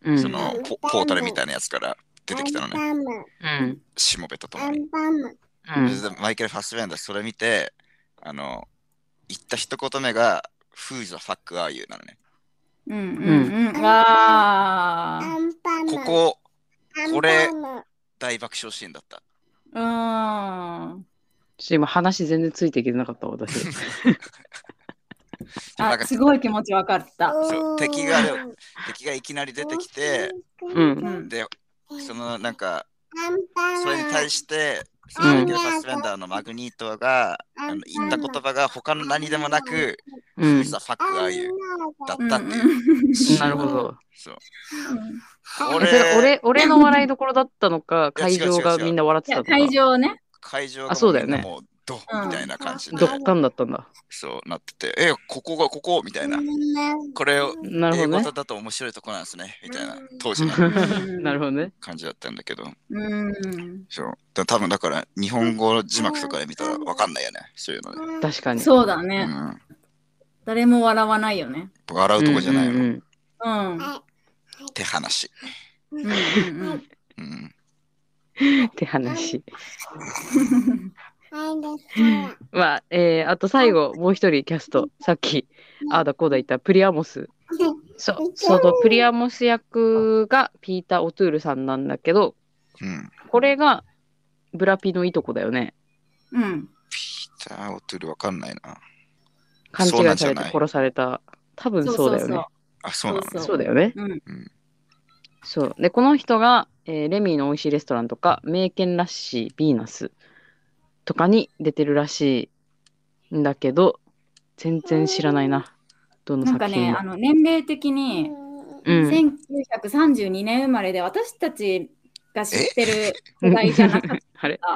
Speaker 1: うん
Speaker 2: そのポポータルみたいなやつから出てきたのね
Speaker 4: アンパンマン
Speaker 1: うん
Speaker 2: しもべとと
Speaker 4: ア
Speaker 2: もに
Speaker 4: ンパンマン
Speaker 1: うん
Speaker 2: でマイケル・ファスベンダーそれ見てあの言った一言目が「Who the fuck are you?」なのね
Speaker 3: うんうんうん。わ
Speaker 4: アンパンマ
Speaker 2: こ
Speaker 4: ン
Speaker 2: こ
Speaker 4: アンパンマン
Speaker 2: これ大爆笑シーンだった
Speaker 3: あ。うん。
Speaker 1: ちょっと今話全然ついていけてなかった 私
Speaker 2: なん
Speaker 3: あ、
Speaker 2: か
Speaker 3: すごい気持ちわかった。
Speaker 2: そう敵が敵がいきなり出てきて、
Speaker 1: うん
Speaker 2: で、そのなんか、
Speaker 4: アンパンマン
Speaker 2: それに対して、そ
Speaker 1: うん
Speaker 2: のマイケル・ファスベンダーのマグニートが、あの言った言葉が他の何でもなく、
Speaker 1: う
Speaker 2: うんん、ザ・ファック・アーユだっ
Speaker 3: うん
Speaker 2: たっていう。
Speaker 1: なるほど
Speaker 2: そう
Speaker 3: うん
Speaker 1: え
Speaker 2: 俺
Speaker 1: それ俺俺の笑いどころだったのか
Speaker 2: いや違
Speaker 1: 会場
Speaker 2: う
Speaker 1: が
Speaker 2: 違う違う
Speaker 1: みんな笑っ
Speaker 3: い
Speaker 1: てた
Speaker 3: や、
Speaker 1: のか
Speaker 3: 会場 ね。
Speaker 2: 会場が
Speaker 1: あそうだよね
Speaker 2: みんなもうド
Speaker 3: うん
Speaker 2: みたいな感じで、
Speaker 1: ドッカンだったんだ
Speaker 2: そうなってて、え、ここがここみたいな。これを
Speaker 1: なる
Speaker 2: 英
Speaker 1: ほど
Speaker 2: 語
Speaker 1: ね
Speaker 2: だと面白いとこなんですね、みたいな、当時の
Speaker 3: うん
Speaker 1: なるほどね
Speaker 2: 感じだったんだけど、
Speaker 3: うん。
Speaker 2: そう。だ多分だから、日本語字幕とかで見たらわかんないよね、そういうので。
Speaker 1: 確かに
Speaker 3: そうだ
Speaker 2: う
Speaker 3: ね。
Speaker 2: ん、
Speaker 3: 誰も笑わないよね。
Speaker 2: 笑うとこじゃないの、
Speaker 1: うんう
Speaker 2: っ
Speaker 1: ん
Speaker 3: うん。うん
Speaker 2: て話。
Speaker 3: うん
Speaker 2: う
Speaker 3: うん
Speaker 2: ん
Speaker 1: うんって話
Speaker 4: はい
Speaker 1: まあえーあと最後もう一人キャストさっきああだこうだ言ったプリアモスそうそのプリアモス役がピーター・オトゥールさんなんだけど
Speaker 2: うん。
Speaker 1: これがブラピのいとこだよね
Speaker 3: うん。
Speaker 2: じゃあ、おとるわかんないな。
Speaker 1: 勘違
Speaker 2: そうなん
Speaker 1: い
Speaker 2: じ
Speaker 1: され
Speaker 2: ゃな
Speaker 1: て
Speaker 2: い
Speaker 1: 殺された多分そうだよね
Speaker 2: あ、そうなの
Speaker 3: そう
Speaker 1: そうだよね
Speaker 3: うん。
Speaker 1: そう。で、この人が、えーレミーの美味しいレストランとか、名犬ラッシー、ヴィーナスとかに出てるらしいんだけど、全然知らないな。どの
Speaker 3: なんか
Speaker 1: 作品
Speaker 3: ね、
Speaker 1: も。
Speaker 3: あの年齢的に
Speaker 1: うん。
Speaker 3: 1932年生まれで私たちが知ってる世代じゃなかっ
Speaker 1: あれ
Speaker 3: た。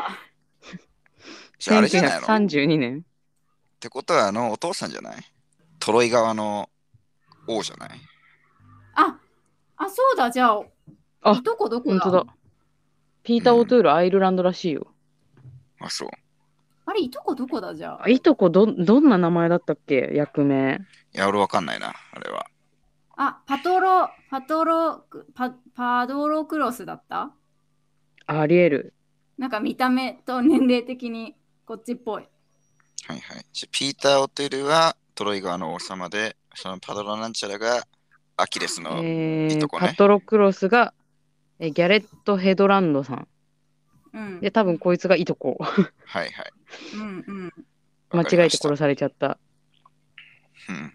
Speaker 2: じゃあ、あれじゃないのっ
Speaker 1: ?1932 年
Speaker 2: てことは、あの、お父さんじゃないトロイ側の王じゃない
Speaker 3: あ、あ、そうだ、じゃあ、
Speaker 1: あ
Speaker 3: いとこどこ
Speaker 1: 本
Speaker 3: だ
Speaker 1: 当だ。ピーター・オトゥール、アイルランドらしいよ。
Speaker 2: あ、そう。
Speaker 3: あれ、いとこどこだ、じゃあ
Speaker 1: あ。いとこど、どんな名前だったっけ役名。
Speaker 2: いや、俺わかんないな、あれは。
Speaker 3: あ、パトロ、パトロ、パパドロクロスだった
Speaker 1: ありえる。
Speaker 3: なんか見た目と年齢的にこっちっぽい。
Speaker 2: はいはい。じゃあピーター・オトゥルはトロイ側の王様で、そのパドロなんちゃらがアキレスの、
Speaker 1: え
Speaker 2: い
Speaker 1: ー
Speaker 2: とこね
Speaker 1: パトロクロスが、えーギャレット・ヘドランドさん。
Speaker 3: うん。
Speaker 1: で、多分こいつがいとこ。
Speaker 2: はいはい。
Speaker 3: うんうん。
Speaker 1: 間
Speaker 2: わかり
Speaker 1: 違えて
Speaker 2: ました
Speaker 1: 殺されちゃった。
Speaker 2: うん。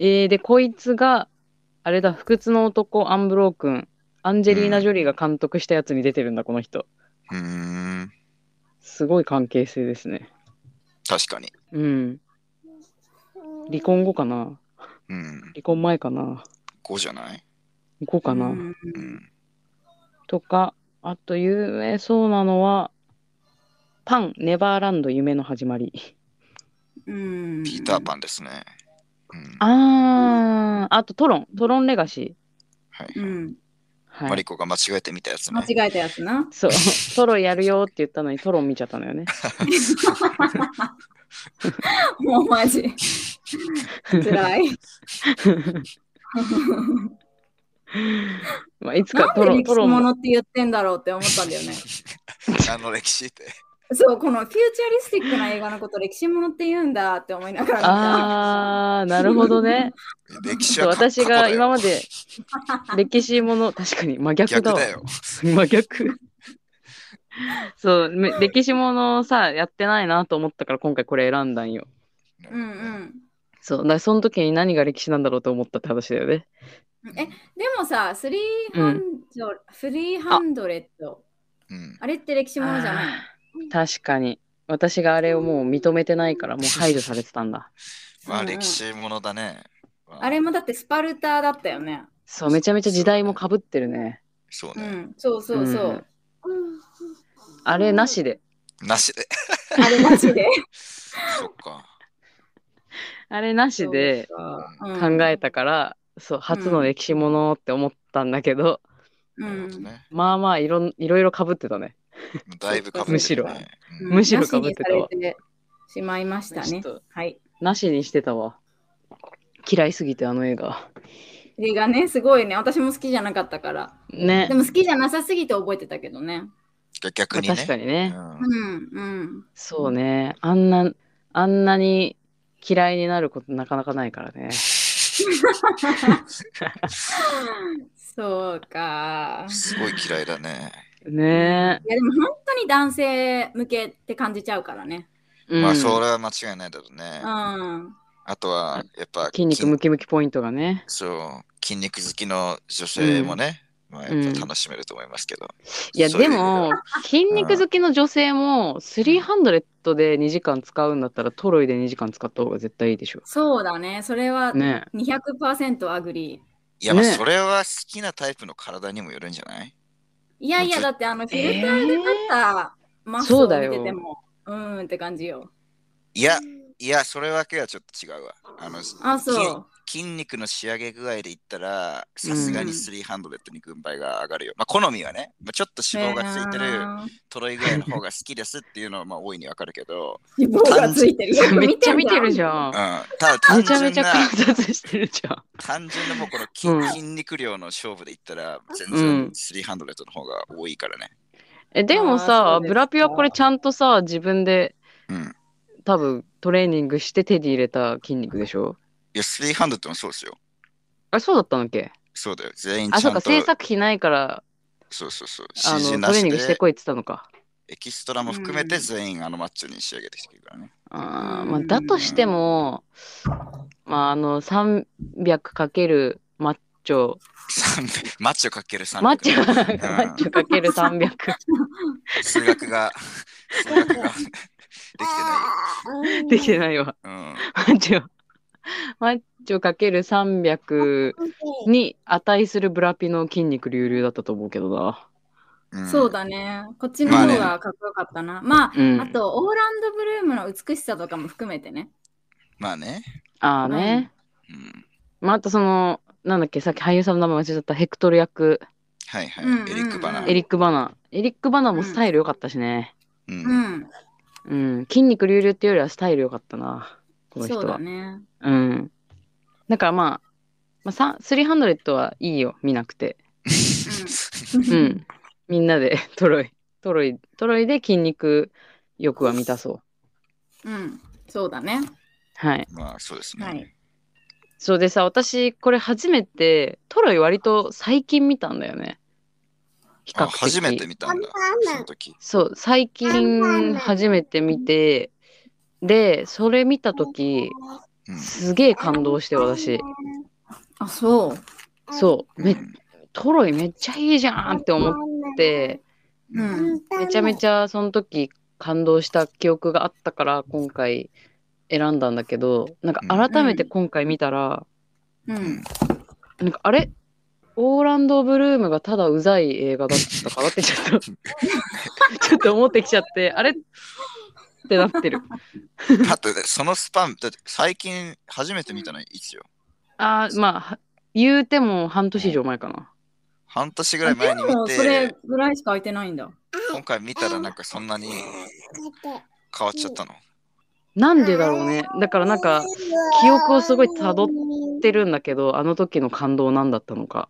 Speaker 1: えー、で、こいつが、あれだ、不屈の男、アンブロー君、アンジェリーナ・ジョリーが監督したやつに出てるんだ、この人。
Speaker 2: うーん、
Speaker 1: すごい関係性ですね。
Speaker 2: 確かに。
Speaker 1: うん。離婚後かな
Speaker 2: うん。
Speaker 1: 離婚前かな
Speaker 2: 5じゃない
Speaker 1: 後かな、
Speaker 3: うん
Speaker 2: うん。
Speaker 1: とか、あと有名そうなのは、パン、ネバーランド、夢の始まり。
Speaker 3: うん。
Speaker 2: ピーター・パンですね。うん。
Speaker 1: あー、あとトロン、トロンレガシ
Speaker 2: はい。
Speaker 3: うん。
Speaker 1: ー。は
Speaker 2: マ
Speaker 1: い
Speaker 2: リ。コが間違えてみたやつね。
Speaker 3: 間違えたやつ な。
Speaker 1: そう、 トロやるよって言ったのにトロン見ちゃったのよね。
Speaker 3: もうマジ。辛 い。
Speaker 1: まあ、いつ
Speaker 3: な
Speaker 1: か
Speaker 3: ん
Speaker 1: ト
Speaker 3: で
Speaker 1: ロ、
Speaker 3: 歴
Speaker 1: ト
Speaker 3: 史
Speaker 1: ロ
Speaker 3: も
Speaker 1: も
Speaker 3: のって言ってんだろうって思ったんだよね。
Speaker 2: あの歴史って。
Speaker 3: そう、このフューチャリスティックな映画のこと歴史ものって言うんだって思いながら見た。
Speaker 1: あー、なるほど ね。
Speaker 2: 歴史
Speaker 1: そう
Speaker 2: はか
Speaker 1: 私
Speaker 2: 過去
Speaker 1: が
Speaker 2: だよ
Speaker 1: 今まで歴史もの、 確かに真逆
Speaker 2: 逆
Speaker 1: だわ。
Speaker 2: だよ。
Speaker 1: 真逆。 そう、め歴史ものさ、やってないなと思ったから今回これ選んだんよ。
Speaker 3: うんうん。
Speaker 1: そう、だからその時に何が歴史なんだろうと思ったって話だよね。
Speaker 3: え、でもさ、300、300、
Speaker 2: うん
Speaker 3: あれって歴史ものじゃない
Speaker 1: 確かに。私があれをもう認めてないからもう排除されてたんだ。
Speaker 2: まあ
Speaker 3: うんうん
Speaker 2: 歴史ものだね。ま
Speaker 3: あれもだってスパルタだったよね。
Speaker 1: そう、めちゃめちゃ時代もかぶってるね。
Speaker 2: そう
Speaker 3: う
Speaker 2: ね。
Speaker 3: ん、そうそうそう。
Speaker 1: あれなしで。
Speaker 2: なしで。
Speaker 3: あれマジで。
Speaker 2: そっか。
Speaker 1: あれなしで
Speaker 3: うん
Speaker 1: 考えたから、そう、初の歴史ものって思ったんだけど、
Speaker 3: う
Speaker 2: なるほど
Speaker 3: ん。
Speaker 2: ね。
Speaker 1: まあまあいろんいろいろかぶってたね。
Speaker 2: だいぶかぶ
Speaker 1: むしろ
Speaker 3: うん
Speaker 1: むしろ被ってたわ
Speaker 3: なしにされてしまいましたね
Speaker 1: ちょっと。
Speaker 3: はい。
Speaker 1: なしにしてたわ。嫌いすぎてあの映画。
Speaker 3: 映画ね、すごいね。私も好きじゃなかったから。
Speaker 1: ね
Speaker 3: で。も好きじゃなさすぎて覚えてたけどね。
Speaker 2: 逆
Speaker 1: まあ
Speaker 2: にね。
Speaker 1: 確かに
Speaker 2: う
Speaker 1: ね。
Speaker 2: ん
Speaker 3: うんうん。
Speaker 1: そうね。あんな、あんなに嫌いになることなかなかないからね。
Speaker 3: そうか。
Speaker 2: すごい嫌いだね。
Speaker 1: ね
Speaker 3: いやでも本当に男性向けって感じちゃうからね。
Speaker 1: え。うん
Speaker 2: まあそれは間違いないだろう
Speaker 3: う
Speaker 2: ね。
Speaker 3: ん。
Speaker 2: あとはやっぱ
Speaker 1: 筋肉ムキムキポイントがね。
Speaker 2: そう筋肉好きの女性もね、まあ、やっぱ楽しめると思いますけど。
Speaker 1: いや、
Speaker 2: そうい
Speaker 1: で
Speaker 2: う
Speaker 1: も、筋肉好きの女性も、300で2時間使うんだったら、トロイで2時間使った方が絶対いいでしょ。
Speaker 3: そうだね。それは
Speaker 1: ね
Speaker 3: 200%アグリー。
Speaker 2: いやまあ
Speaker 1: ね
Speaker 2: それは好きなタイプの体にもよるんじゃない
Speaker 3: いやいや、
Speaker 2: ま
Speaker 3: だ
Speaker 2: あ
Speaker 3: ってあのフ
Speaker 1: え
Speaker 3: ィルターでなったマッスル
Speaker 1: そ
Speaker 3: を
Speaker 1: うだ
Speaker 3: 見
Speaker 1: よ
Speaker 3: てても、うーんって感じよ。
Speaker 2: いや、いや、それだけはちょっと違うわ。あの、
Speaker 3: あ、そう。
Speaker 2: 筋肉の仕上げ具合で言ったら、さすがに
Speaker 3: うん
Speaker 2: 300に軍配が上がるよ。まあ、好みはね、まあ、ちょっと脂肪がついてる、トロイぐらいの方が好きですっていうのは、まあ、大いにわかるけ ど、
Speaker 3: えー。脂肪がついてる。よく
Speaker 1: めっちゃ見てる
Speaker 3: ん。
Speaker 1: じ
Speaker 2: う
Speaker 1: ゃ
Speaker 2: ん、
Speaker 1: ん。
Speaker 2: ただ単
Speaker 1: めちゃめ
Speaker 2: 純
Speaker 1: ちゃ
Speaker 2: な、
Speaker 1: 観察してるじゃん。
Speaker 2: 単純なもうこの筋,、
Speaker 1: うん
Speaker 2: 筋肉量の勝負で言ったら、全
Speaker 1: うん
Speaker 2: 然300の方が多いからね。
Speaker 1: え、でも
Speaker 3: あーそ
Speaker 1: さ
Speaker 3: う、ですか
Speaker 1: ブラピはこれちゃんとさ、自分で
Speaker 2: うん。
Speaker 1: 多分トレーニングして手に入れた筋肉でしょ
Speaker 2: いや、300ってもそうですよ。
Speaker 1: あ、そうだったんだっけ
Speaker 2: そうだよ。全員
Speaker 1: あ、
Speaker 2: ち
Speaker 1: そ
Speaker 2: ゃ
Speaker 1: うんか、
Speaker 2: と、
Speaker 1: 制作費ないから、
Speaker 2: そうそうそう。
Speaker 1: あ
Speaker 2: CG
Speaker 1: の、
Speaker 2: な
Speaker 1: トレー
Speaker 2: し
Speaker 1: ニングして
Speaker 2: で、
Speaker 1: こいって言ったのか。
Speaker 2: エキストラも含めて
Speaker 3: うん
Speaker 2: 全員あのマッチョに仕上げてきてるからね。
Speaker 1: あー
Speaker 3: うん
Speaker 1: まあ、だとしても、まあ、あの、300× マッチョ、
Speaker 2: 300マッチョかける300。
Speaker 1: マッチョ、マ
Speaker 2: うん
Speaker 1: ッチョかける300。
Speaker 2: 数学 が、数学ができてない。
Speaker 1: できてないわ。
Speaker 2: うん。
Speaker 1: マッチョ。マッチョかける300に値するブラピの筋肉隆々だったと思うけどな。
Speaker 2: ん
Speaker 3: そう。だね。こっちの方がかっこよかったな。まあ、
Speaker 1: うん
Speaker 3: あと、オーランド・ブルームの美しさとかも含めてね。
Speaker 2: まあね。
Speaker 1: ああね。
Speaker 2: うん。
Speaker 1: まあ、あとその、なんだっけ、さっき俳優さんの名前忘れちゃった、ヘクトル役、
Speaker 2: はいはい。
Speaker 3: うん
Speaker 2: エリック・バナ
Speaker 3: う
Speaker 2: ナ。
Speaker 3: ん
Speaker 1: エリック・バナ。エリック・バナもスタイル良かったしね。
Speaker 2: う。
Speaker 3: うんん。
Speaker 1: うん。筋肉隆々っていうよりはスタイル良かったな。この人
Speaker 3: そうだ
Speaker 1: は。
Speaker 3: ね。
Speaker 1: うん。だからまあ、まあ、さ300はいいよ、見なくて。うん。みんなで トロイ、トロイ、トロイで筋肉欲は満たそう。
Speaker 3: うん。そうだね。
Speaker 1: はい。
Speaker 2: まあそうです
Speaker 3: は
Speaker 2: ね
Speaker 3: い。
Speaker 1: そうでさ、私、これ初めて、トロイ割と最近見たんだよね。比較
Speaker 2: あ、
Speaker 1: 的。
Speaker 2: 初めて見たんだ。その時。
Speaker 1: そう、最近初めて見て、で、それ見たとき、
Speaker 2: うん。
Speaker 1: すげえ感動して、私。
Speaker 3: あ、そう。
Speaker 1: そう、め
Speaker 2: うん
Speaker 1: トロイめっちゃいいじゃんって思っ、
Speaker 4: って
Speaker 3: うん。
Speaker 1: めちゃめちゃその時感動した記憶があったから今回選んだんだけどなんか改めて今回見たら、
Speaker 3: うん。
Speaker 1: なんかあれオーランド・ブルームがただうざい映画だったからってちょっと ちょっと思ってきちゃってあれってなってる
Speaker 2: だってそのスパン、だって最近初めて見たのいつよ。
Speaker 1: あーまあ言うても半年以上前かな
Speaker 2: 半年ぐら
Speaker 3: あ
Speaker 2: い前
Speaker 3: で
Speaker 2: に
Speaker 3: も、
Speaker 2: 見
Speaker 3: それ
Speaker 2: て、
Speaker 3: ぐらいしか空いてないんだ。
Speaker 2: 今回見たらなんかそんなに変わっちゃったの。
Speaker 1: なんでだろうねだからなんか記憶をすごい辿知
Speaker 4: っ
Speaker 1: ってるんだけどあの時の感動なんだったのか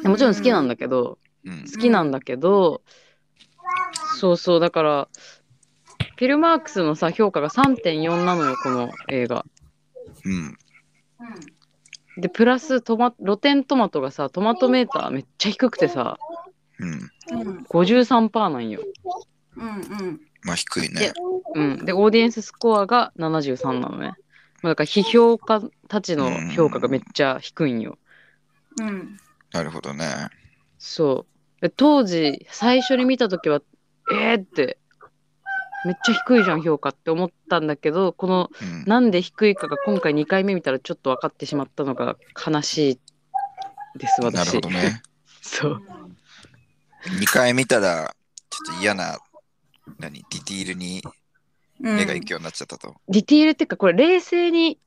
Speaker 2: うん
Speaker 1: もちろん好きなんだけど、
Speaker 2: うん。
Speaker 1: 好きなんだけど、そうそうだからフィルマークスのさ評価が3.4なのよこの映画
Speaker 2: うん。
Speaker 1: でプラストマ露天トマトがさトマトメーターめっちゃ低くてさ
Speaker 2: うん。
Speaker 3: うん。
Speaker 1: 53%なんよ、
Speaker 3: うん。うん。
Speaker 2: まあ低い
Speaker 1: い
Speaker 2: ね
Speaker 1: や。うん、でオーディエンススコアが73なのねまあだから批評家たちの評価がめっちゃ低いんよ
Speaker 3: うん。
Speaker 2: なるほどね。
Speaker 1: そうで当時最初に見た時はえーってめっちゃ低いじゃん評価って思ったんだけどこの
Speaker 2: うん
Speaker 1: なんで低いかが今回2回目見たらちょっと分かってしまったのが悲しいです
Speaker 2: なる
Speaker 1: 私
Speaker 2: ほどね。
Speaker 1: そう
Speaker 2: 2回見たら、ちょっと嫌な、何、ディティールに
Speaker 3: うん
Speaker 2: 目が行くようになっちゃったと。
Speaker 1: ディティールっていうかこれ冷静に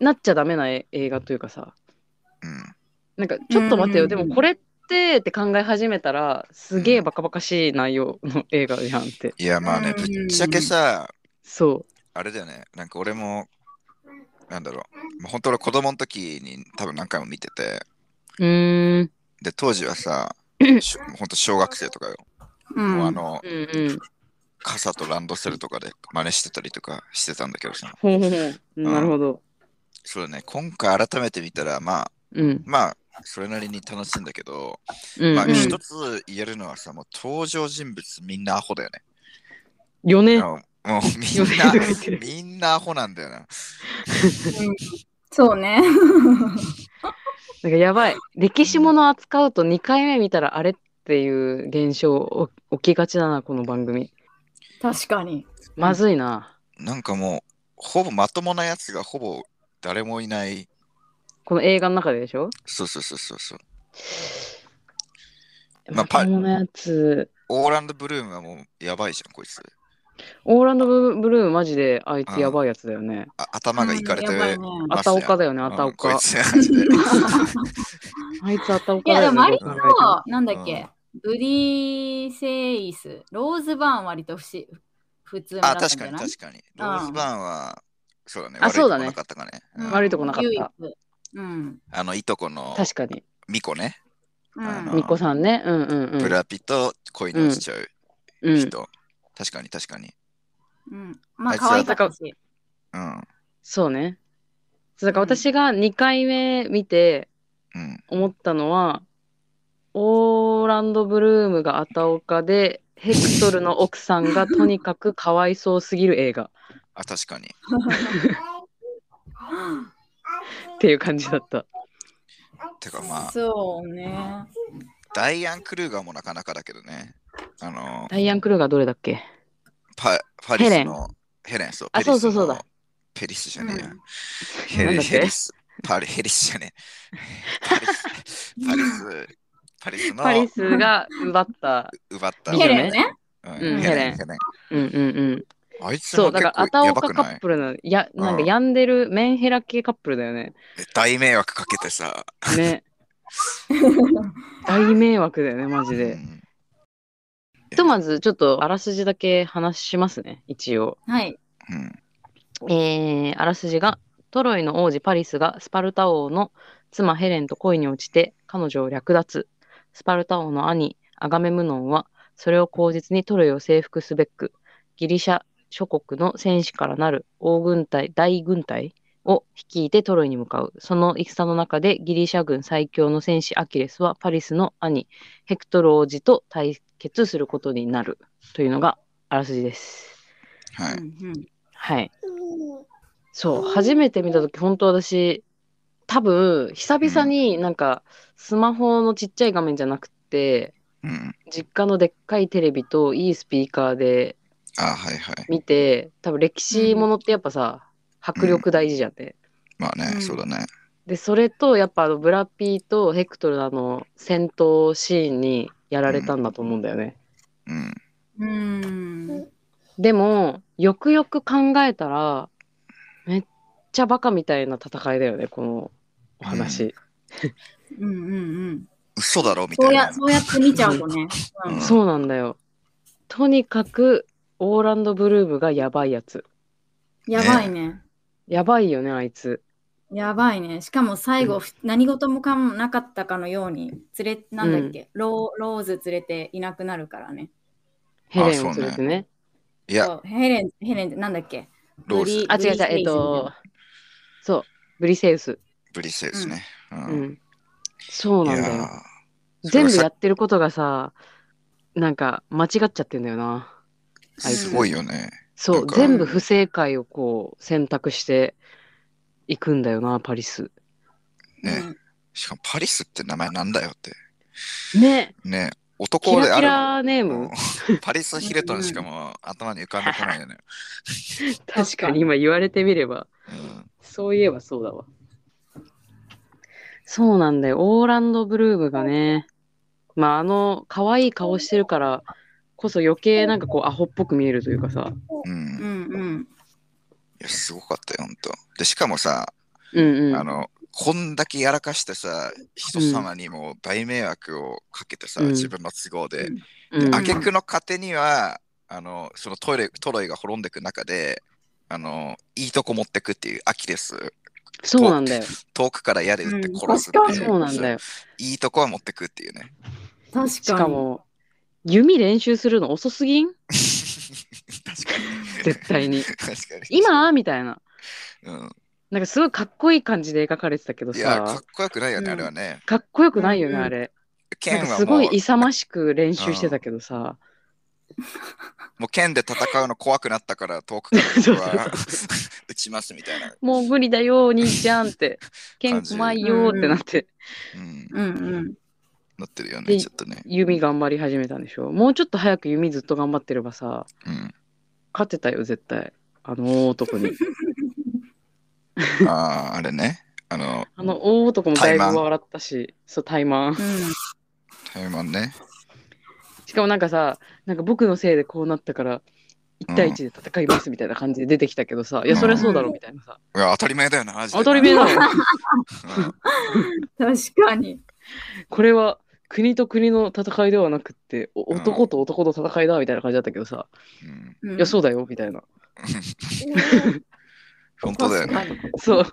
Speaker 1: なっちゃダメな映画というかさ
Speaker 2: うん。
Speaker 1: なんかちょっと待てよ、
Speaker 3: うんうんうん
Speaker 1: でもこれってって考え始めたらすげえバカバカしい内容の映画じゃんって
Speaker 2: いや、まあね、ぶっちゃけさ、
Speaker 1: そう
Speaker 2: あれだよね、なんか俺も、なんだろう、まあ本当は子供の時に多分何回も見てて、
Speaker 1: うーん
Speaker 2: で、当時はさ、しょ本当小学生とかよ、
Speaker 3: うん
Speaker 2: もうあの
Speaker 1: う、んうん
Speaker 2: 傘とランドセルとかで真似してたりとかしてたんだけどさ、
Speaker 1: ほうほうほうなるほど
Speaker 2: そうだね、今回改めて見たら、まあ、
Speaker 1: うん
Speaker 2: まあ、それなりに楽しいんだけど、
Speaker 1: うん、
Speaker 2: まあ、
Speaker 1: うん
Speaker 2: 一つ言えるのはさ、もう登場人物みんなアホだよね。
Speaker 1: よね
Speaker 2: あのもうみ
Speaker 1: よね
Speaker 2: ん な
Speaker 1: とか言って、る
Speaker 2: みんなアホなんだよな。
Speaker 3: そうね。
Speaker 1: なんかやばい歴史もの扱うと2回目見たらあれっていう現象起きがちだなこの番組
Speaker 3: 確かに。
Speaker 1: まずいな
Speaker 2: なんかもう、ほぼまともなやつがほぼ誰もいない。
Speaker 1: この映画の中ででしょ
Speaker 2: そうそうそうそうそう。ま
Speaker 1: ま
Speaker 2: あパ
Speaker 1: ともなやつ
Speaker 2: オーランド・ブルームはもうやばいじゃん、こいつ。
Speaker 1: オーランドブ・ブルーマジであいつやばいやつだよね
Speaker 2: あ頭がいかれて
Speaker 3: うん
Speaker 2: る。
Speaker 3: やばいね
Speaker 1: あたおかだよね
Speaker 2: う
Speaker 1: あ
Speaker 2: ん
Speaker 1: たお
Speaker 2: こい
Speaker 1: か
Speaker 2: つマジで
Speaker 1: あいつあたお
Speaker 3: い
Speaker 1: かだ
Speaker 3: や、で
Speaker 1: よ
Speaker 3: も
Speaker 1: ね
Speaker 3: 割
Speaker 1: どう考
Speaker 3: と、なんだっけ、ブリーセイス、ローズバーン割と不思普通だ
Speaker 2: あ、
Speaker 3: ったん
Speaker 2: 確
Speaker 3: じ
Speaker 2: か
Speaker 3: ゃ
Speaker 2: に
Speaker 3: ない
Speaker 2: 確かに。ローズ・バーンは、そうだね。
Speaker 1: あそうだね
Speaker 2: 悪いとこなかったかね。
Speaker 1: え
Speaker 2: う
Speaker 1: て
Speaker 2: ん
Speaker 1: も悪いとこなかっ
Speaker 3: 唯一
Speaker 1: た
Speaker 3: うん。
Speaker 2: あの、いとこの
Speaker 1: 確かに
Speaker 2: ミコね。
Speaker 3: う
Speaker 2: あの
Speaker 3: ん
Speaker 1: みこさんねうんうんうん
Speaker 2: ブラピと恋に落ちちゃう
Speaker 1: うん
Speaker 2: 人。確かに確かに。
Speaker 3: うん。ま
Speaker 2: あ
Speaker 3: あ、
Speaker 2: いつ
Speaker 3: 可愛かったし。
Speaker 2: うん。
Speaker 1: そうねそうだから
Speaker 3: うん
Speaker 1: 私が2回目見て、
Speaker 2: うん。
Speaker 1: 思ったのはオーランド・ブルームがアタオカでヘクトルの奥さん がとにかくかわいそうすぎる映画
Speaker 2: あ、確かに。
Speaker 1: っていう感じだった。
Speaker 2: てかまあ、
Speaker 3: そうね。
Speaker 2: ダイアン・クルーガーもなかなかだけどね。あの、
Speaker 1: ダイアン・クルーがどれだっけ
Speaker 2: パパリスのヘレン、そう。
Speaker 1: あ
Speaker 2: ペリス
Speaker 1: そ
Speaker 2: の
Speaker 1: うそうそうだ。
Speaker 2: ペリスじゃねえや。
Speaker 3: うん
Speaker 2: ヘ
Speaker 1: なん
Speaker 2: リ
Speaker 1: だっけ
Speaker 2: ヘリス。パリ、ヘリスじゃね え。パリス、パリス、パリス
Speaker 1: パリ
Speaker 2: の
Speaker 1: スが奪った。
Speaker 2: 奪った。
Speaker 1: いい
Speaker 3: ヘ
Speaker 1: よ
Speaker 3: レ
Speaker 1: ね
Speaker 3: ンね。
Speaker 2: うん
Speaker 1: うん
Speaker 2: ヘレン、
Speaker 1: ヘレン
Speaker 2: ヘレン。
Speaker 1: うんうんうん。
Speaker 2: あいつ
Speaker 1: そ
Speaker 2: も
Speaker 1: う、だか
Speaker 2: 結
Speaker 1: らア
Speaker 2: 構
Speaker 1: タ
Speaker 2: や
Speaker 1: オ
Speaker 2: ば
Speaker 1: カ
Speaker 2: く
Speaker 1: カ
Speaker 2: ない
Speaker 1: ップルの、や、なんか
Speaker 2: うん
Speaker 1: 病んでるメンヘラ系カップルだよ ね。
Speaker 2: 大迷惑かけてさ。
Speaker 1: ね。大迷惑だよね、マジ
Speaker 2: う
Speaker 1: で。
Speaker 2: ん
Speaker 1: ひとまずちょっとあらすじだけ話しますね、一応。
Speaker 3: はい。
Speaker 2: うん
Speaker 1: えーあらすじがトロイの王子パリスがスパルタ王の妻ヘレンと恋に落ちて彼女を略奪スパルタ王の兄アガメムノンはそれを口実にトロイを征服すべくギリシャ諸国の戦士からなる大軍隊大軍隊を率いてトロイに向かうその戦の中でギリシャ軍最強の戦士アキレスはパリスの兄ヘクトル王子と対決することになるというのがあらすじです
Speaker 2: は
Speaker 3: う
Speaker 2: い。
Speaker 3: んうん
Speaker 1: はい
Speaker 4: うん
Speaker 1: そう、初めて見たとき、本当私、多分、久々になんか、スマホのちっちゃい画面じゃなくて、
Speaker 2: うん。
Speaker 1: 実家のでっかいテレビといいスピーカーで
Speaker 2: あ、はいはい。
Speaker 1: 見て、多分歴史ものってやっぱさ、迫力大事じゃんね。
Speaker 2: まあ
Speaker 3: う
Speaker 2: ね、
Speaker 3: ん
Speaker 2: そうだね。
Speaker 1: で、それと、やっぱあの、ブラピーとヘクトルのあの、戦闘シーンにやられたんだと思うんだよね。
Speaker 2: うん。
Speaker 3: うん。
Speaker 1: でも、よくよく考えたら、めっちゃバカみたいな戦いだよね、このお話。
Speaker 3: うんうんうん。
Speaker 2: 嘘だろみ
Speaker 3: そ
Speaker 2: た
Speaker 3: う
Speaker 2: い
Speaker 3: や
Speaker 2: な。
Speaker 3: そうやって見ちゃうとね。
Speaker 2: う
Speaker 3: うんん
Speaker 1: そうなんだよ。とにかく、オーランド・ブルームがやばいやつ。
Speaker 3: やばいね。
Speaker 1: やばいよね、あいつ。
Speaker 3: やばいね。しかも最後、何事もかもなかったかのように、連れ、なんだっけ、ローローズ連れていなくなるからね。
Speaker 1: ヘレン
Speaker 2: そう
Speaker 1: を
Speaker 2: ね
Speaker 1: 連れてね。
Speaker 2: いや、
Speaker 3: そうヘレン、ヘレンってなんだっけ
Speaker 2: ローズ
Speaker 1: あ、
Speaker 3: ブリ
Speaker 1: 違う違う、えっと、そう、ブリセウス。
Speaker 2: ブリセですね。う。
Speaker 1: うんん。そう
Speaker 2: い
Speaker 1: なんだよ。
Speaker 2: やー
Speaker 1: 全部
Speaker 2: それ
Speaker 1: や
Speaker 2: は
Speaker 1: ってることがさ、なんか間違っちゃってんだよな。あ
Speaker 2: さ
Speaker 1: いつ
Speaker 2: すごいよね。
Speaker 1: そ
Speaker 2: な
Speaker 1: う、
Speaker 2: んか
Speaker 1: 全部不正解をこう選択していくんだよな、パリス。
Speaker 2: ねしかもパリスって名前なんだよって。
Speaker 1: ね、
Speaker 2: ね男
Speaker 1: キ
Speaker 2: で
Speaker 1: ラ
Speaker 2: あ
Speaker 1: キ
Speaker 2: る
Speaker 1: ラネーム。
Speaker 2: パリス・ヒルトンしかもう頭に浮かんでこないよね。
Speaker 1: 確かに今言われてみれば、
Speaker 2: うん
Speaker 1: そういえばそうだわ。そうなんだよ。オーランド・ブルームがね、まああの、可愛い顔してるからこそ余計なんかこうアホっぽく見えるというかさ。
Speaker 2: うん
Speaker 3: う。んうん。
Speaker 2: いや、すごかったよ、ほんと。で、しかもさ、
Speaker 1: うんうん。
Speaker 2: あの、こんだけやらかしてさ、人様にもう大迷惑をかけてさ、
Speaker 1: うん
Speaker 2: 自分の都合で。
Speaker 1: うん、
Speaker 2: あげくの果てには、あの、そのトイレ、トロイが滅んでく中で、あの、いいとこ持ってくっていうアキレス、
Speaker 1: そうなんだよ。
Speaker 2: 遠くから矢で撃って殺す
Speaker 3: うん
Speaker 2: って
Speaker 3: 確か
Speaker 2: い
Speaker 3: に
Speaker 1: そうなん だよ。
Speaker 2: いいとこは持ってくっていうね。
Speaker 3: 確かに。し
Speaker 1: しかも、弓練習するの遅すぎん
Speaker 2: 確かに。
Speaker 1: 絶対 に
Speaker 2: 確かに。
Speaker 1: 今みたいな。
Speaker 2: うん
Speaker 1: なんかすごいかっこいい感じで描かれてたけど
Speaker 2: いや、か
Speaker 1: さ
Speaker 2: っ。こよくないよね、
Speaker 3: うん
Speaker 2: あれはね。
Speaker 1: かっこよくないよね、
Speaker 3: うんうん
Speaker 1: あれ。
Speaker 2: 剣
Speaker 1: なんか
Speaker 2: は
Speaker 1: す
Speaker 2: も
Speaker 1: ご
Speaker 2: う
Speaker 1: い、勇ましく練習してたけどさ。
Speaker 2: もう剣で戦うの怖くなったから、遠くから僕は 撃ちますみたいな。
Speaker 1: もう無理だよ、お兄ちゃん って。剣怖いよってなって、
Speaker 2: うん、
Speaker 3: うんうん。
Speaker 2: なってるよね、
Speaker 1: で
Speaker 2: ちょっとね。
Speaker 1: 弓頑張り始めたんでしょ。もうちょっと早く弓ずっと頑張ってればさ、
Speaker 2: うん、
Speaker 1: 勝てたよ、絶対。あの大男 に。
Speaker 2: ああ、あれね。あの、
Speaker 1: あの大男もだいぶ
Speaker 2: 怠慢
Speaker 1: 笑ったし、そう、怠慢。
Speaker 2: タイマンね。
Speaker 1: しかもなんかさ、なんか僕のせいでこうなったから、1対1で戦いますみたいな感じで出てきたけどさ、いや、そりゃそうだろみたいなさ、
Speaker 2: いや、当たり前だよな、マジで
Speaker 1: 当たり前だろ。
Speaker 2: うん
Speaker 3: うん、 確かに。
Speaker 1: これは国と国の戦いではなくって、お
Speaker 2: うん
Speaker 1: 男と男の戦いだみたいな感じだったけどさ、
Speaker 2: うん、
Speaker 3: い
Speaker 1: いや、そうだよみたいな。
Speaker 2: 本当だよね。
Speaker 3: ね。
Speaker 1: そう。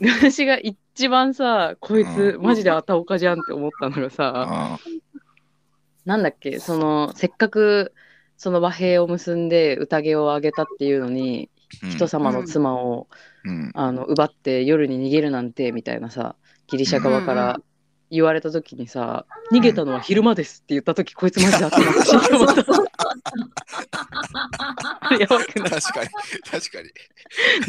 Speaker 1: で私が一番さ、こいつ、
Speaker 2: う
Speaker 1: マジであたおかじゃんって思ったのがさ、
Speaker 2: あ
Speaker 1: なんだっけ、その、せっかく、その和平を結んで宴をあげたっていうのに、
Speaker 2: うん
Speaker 1: 人様の妻を、
Speaker 2: うん
Speaker 1: あの奪って夜に逃げるなんてみたいなさギリシャ側か
Speaker 3: うんうん
Speaker 1: ら言われた時にさ、逃げたのは昼間ですって言った時こいつマジで頭おかしいと思ったやばくな
Speaker 2: 確
Speaker 1: い
Speaker 2: かに、確かに。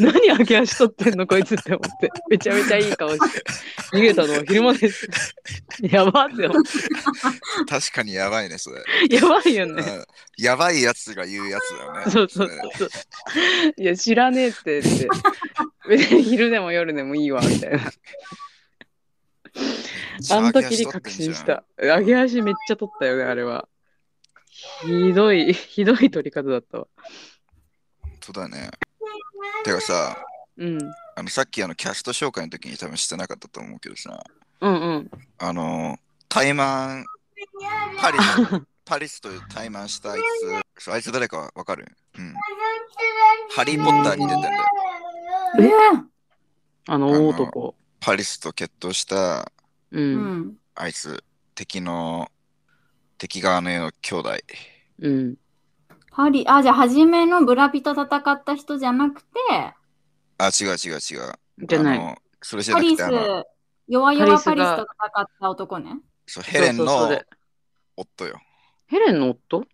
Speaker 1: 何揚げ足取ってんのこいつって思ってめちゃめちゃいい顔して逃げたのは昼間ですやばって思っ
Speaker 2: 確かにやばいね、それ。
Speaker 1: てやばいよ
Speaker 2: う
Speaker 1: ね
Speaker 2: んやばいやつが言うやつだよね。
Speaker 1: そうそうそういや知らねえってって 別に昼でも夜でもいいわみたいなあの時に確信した。。揚げ足めっちゃ取ったよね、あれは。ひどい、ひどい取り方だったわ。
Speaker 2: そうだね。てかさ、
Speaker 1: うん。うん
Speaker 2: あのさっきあのキャスト紹介の時に多分してなかったと思うけどさ、
Speaker 1: うん。
Speaker 2: あの、怠慢、パリ の、パリスという怠慢したあいつ、そうあいつ誰かわかるうん。ハリー・ポッターに出てんだよ。
Speaker 3: え
Speaker 1: あの、
Speaker 2: あの
Speaker 1: 大男。
Speaker 2: パリスと決闘した
Speaker 1: う。
Speaker 3: えうんん。
Speaker 2: あいつ、敵の、敵側の兄弟。
Speaker 1: うん。
Speaker 3: パリ、あ、じゃあ、初めのブラピと戦った人じゃなくて、
Speaker 2: あ、違う違う違う。
Speaker 1: じゃな
Speaker 2: あ
Speaker 1: い。
Speaker 2: の。それじゃ
Speaker 3: パ
Speaker 2: なく
Speaker 3: リス
Speaker 2: て、あの、、
Speaker 3: 弱々パリ
Speaker 1: パ
Speaker 3: ス
Speaker 1: リス
Speaker 3: と戦った男ね。
Speaker 2: そうヘレン
Speaker 1: そうそうそ
Speaker 2: の
Speaker 1: れ
Speaker 2: 夫よ。
Speaker 1: ヘレンの夫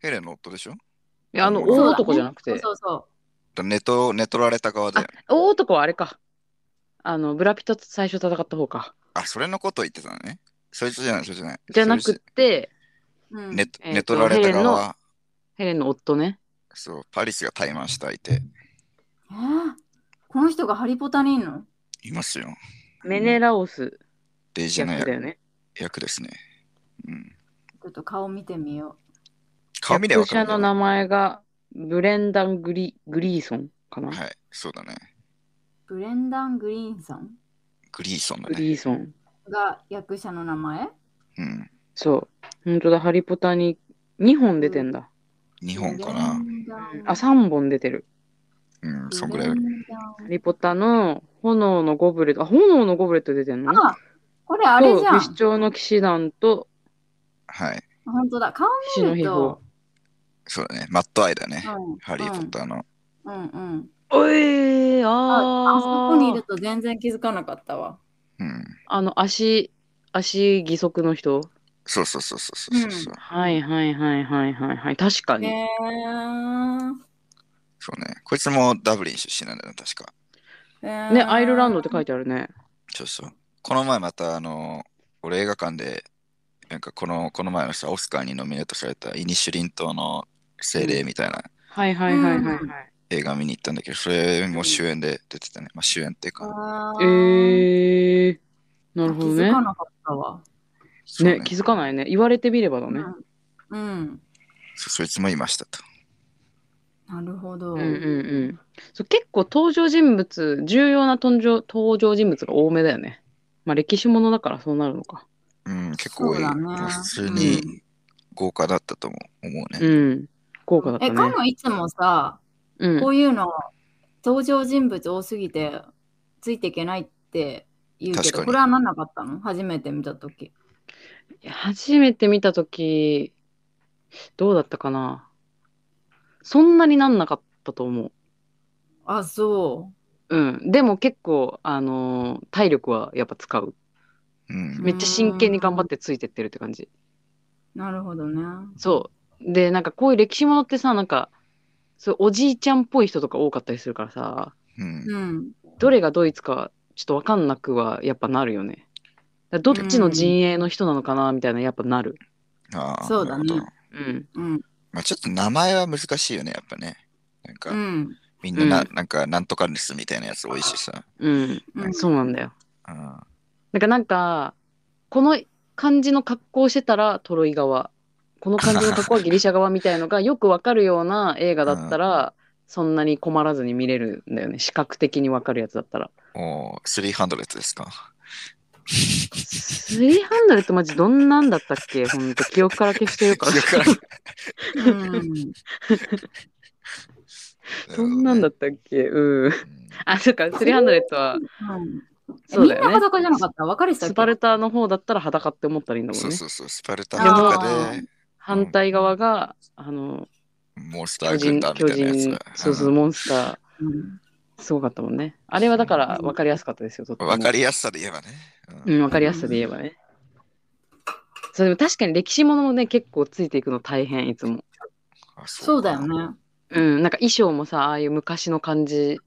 Speaker 2: ヘレンの夫でしょ
Speaker 1: いや、あの、
Speaker 2: そうだ
Speaker 1: 大男じゃなく
Speaker 3: そう
Speaker 1: て。
Speaker 3: そうそ
Speaker 2: 寝と、寝取られた側で。
Speaker 1: 大男はあれか。あの、ブラピと最初戦った方か。
Speaker 2: あ、それのこと言ってたのね。そいつじゃない、そいつじゃない。
Speaker 1: じゃなくて、
Speaker 3: う。うん
Speaker 2: 寝、
Speaker 1: えーと
Speaker 2: 寝取られた側、
Speaker 1: ヘレンの夫ね。
Speaker 2: そう、パリスが怠慢した相手、
Speaker 3: えーこの人がハリポタにいんの
Speaker 2: いますよ。
Speaker 1: メネラオス
Speaker 2: デイジー
Speaker 1: 役
Speaker 2: の
Speaker 1: だよ
Speaker 2: 役
Speaker 1: ね。
Speaker 2: 役ですね。うん。
Speaker 3: ちょっと顔見てみよ
Speaker 2: 顔見ればわか
Speaker 1: 役者の
Speaker 2: る
Speaker 1: 名
Speaker 2: よ。
Speaker 1: 前が、ブレンダン・グリグリーソンかな、
Speaker 2: はい、そうだね。
Speaker 3: う。ブレンダン・グリーンさん
Speaker 2: グリーソンだ
Speaker 1: グ
Speaker 2: ね。
Speaker 1: リーソン。
Speaker 3: が役者の名前
Speaker 2: うん。
Speaker 1: そう。本当だ、ハリポタに2本出てんだ。
Speaker 2: 日本かな。。
Speaker 1: あ、3本出てる。
Speaker 2: うん、そんぐらい。う
Speaker 3: ブ
Speaker 2: ん。
Speaker 3: レンダン
Speaker 1: ハリポタの炎のゴブレット、あ、炎のゴブレット出てんの
Speaker 3: あ、これあれじゃ
Speaker 1: と
Speaker 3: ん。
Speaker 1: 不死鳥の騎士団と
Speaker 2: はい。
Speaker 3: 本当だ。顔
Speaker 1: 騎士
Speaker 3: 見
Speaker 1: の
Speaker 3: る
Speaker 1: 秘宝
Speaker 3: と。。
Speaker 2: そうだね。マットアイだね。
Speaker 3: うん
Speaker 2: ハリー・ポッターの。
Speaker 3: うんうん。
Speaker 1: おいー、あ
Speaker 3: ああそこにい
Speaker 1: ー
Speaker 3: ると全然気づかなかったわ。
Speaker 2: うん。
Speaker 1: あの、足、足義足の人
Speaker 2: そうそうそうそうそうそう。
Speaker 1: はいはいはいはいはいはい。確かに。
Speaker 3: ねえ
Speaker 2: そうね。こいつもダブリン出身なんだよね、確か。
Speaker 3: ー。
Speaker 1: ね、アイルランドって書いてあるね。
Speaker 2: そうそう。この前また、あの、俺映画館で、なんかこのこの前のさ、オスカーにノミネートされたイニシュリン島の精霊みたいな
Speaker 1: はいはいはいはいはい。
Speaker 2: 映画見に行ったんだけど、それも主演で出てたね。まあ、主演っていうか、
Speaker 3: あー
Speaker 1: えー、なるほど
Speaker 3: 気づ
Speaker 1: ね。
Speaker 3: かなかったわ。
Speaker 2: そう
Speaker 1: ね、気づかないね。言われてみればだね。
Speaker 3: うん。
Speaker 2: そそいつもいましたと。
Speaker 3: なるほど。
Speaker 1: うんうんうん。そう結構登場人物、重要な登場登場人物が多めだよね。まあ歴史ものだからそうなるのか。
Speaker 2: うん、結構多い。
Speaker 3: そうだね
Speaker 2: もう普通
Speaker 3: う
Speaker 2: に豪華だったと思う,、思う
Speaker 1: う
Speaker 2: ね。
Speaker 1: ん。豪華だっ
Speaker 3: え、
Speaker 1: た
Speaker 3: か
Speaker 1: ね。
Speaker 3: もいつもさ、
Speaker 1: うん
Speaker 3: こ。ういうの、登場人物多すぎて、ついていけないって言うけ
Speaker 2: 確か
Speaker 3: ど、
Speaker 2: に
Speaker 3: これはなんなかったの初めて見たとき。
Speaker 1: 初めて見た時どうだったかなそんなになんなかったと思う。
Speaker 3: あ、そ
Speaker 1: うん、でも結構、あのー体力はやっぱ使う
Speaker 2: うん。
Speaker 1: めっちゃ真剣に頑張ってついてってるって感じ
Speaker 3: う。なるほどね。
Speaker 1: そうでなんかこういう歴史ものってさなんかそうおじいちゃんっぽい人とか多かったりするからさ
Speaker 2: うん。
Speaker 3: うん。
Speaker 1: どれがドイツかちょっと分かんなくはやっぱなるよねだからどっちの陣営の人なのかなみたいなやっぱなる
Speaker 2: ああ、
Speaker 3: そうだね
Speaker 2: なるほど
Speaker 1: うん
Speaker 3: うん。
Speaker 2: まあ、ちょっと名前は難しいよね、やっぱね。なんか、
Speaker 3: うん。
Speaker 2: みんなな、
Speaker 1: うん
Speaker 2: なんか、なんとかですみたいなやつ多いしさ。
Speaker 1: うん、
Speaker 3: うん
Speaker 1: そうなんだよ
Speaker 2: うん。
Speaker 1: なんかなんか、この感じの格好をしてたらトロイ側、この感じの格好はギリシャ側みたいの がよくわかるような映画だったら、そんなに困らずに見れるんだよね。視覚的にわかるやつだったら。
Speaker 2: おー、300で すか。
Speaker 1: 300ってマジどんなんだったっけほんと記憶から消してるから。
Speaker 2: 記憶か ら
Speaker 3: うん
Speaker 1: どんなんだ
Speaker 2: っ
Speaker 1: ったっけうん。
Speaker 2: た、
Speaker 1: あ、そっか、300は、
Speaker 3: え
Speaker 1: そう
Speaker 3: みん
Speaker 1: だ
Speaker 3: な
Speaker 1: よね。
Speaker 3: 裸じゃなかった別れてたっ
Speaker 1: ス
Speaker 3: け
Speaker 1: パルタの方だったら裸って思ったらいいんだもん
Speaker 2: そう
Speaker 1: ね。
Speaker 2: そうそう、スパルタの中で、
Speaker 1: 反対側が、あの、
Speaker 2: モンスタ
Speaker 1: 巨人、
Speaker 2: ー軍団み
Speaker 1: 巨
Speaker 2: たいなやつ
Speaker 1: 人
Speaker 2: だ。、
Speaker 1: そうそう、モンスター。
Speaker 3: うん
Speaker 1: すごかったもんね。あれはだから分かりやすかったですよ、とって
Speaker 2: うん
Speaker 1: も
Speaker 2: わかりやすさで言えばね。う
Speaker 1: うん、分かりやすさで言えばね。そうでも確かに歴史ものもね、結構ついていくの大変、いつも。
Speaker 2: あ
Speaker 3: そうだよ
Speaker 2: か
Speaker 3: ね。
Speaker 1: うん、なんか衣装もさ、ああいう昔の感じ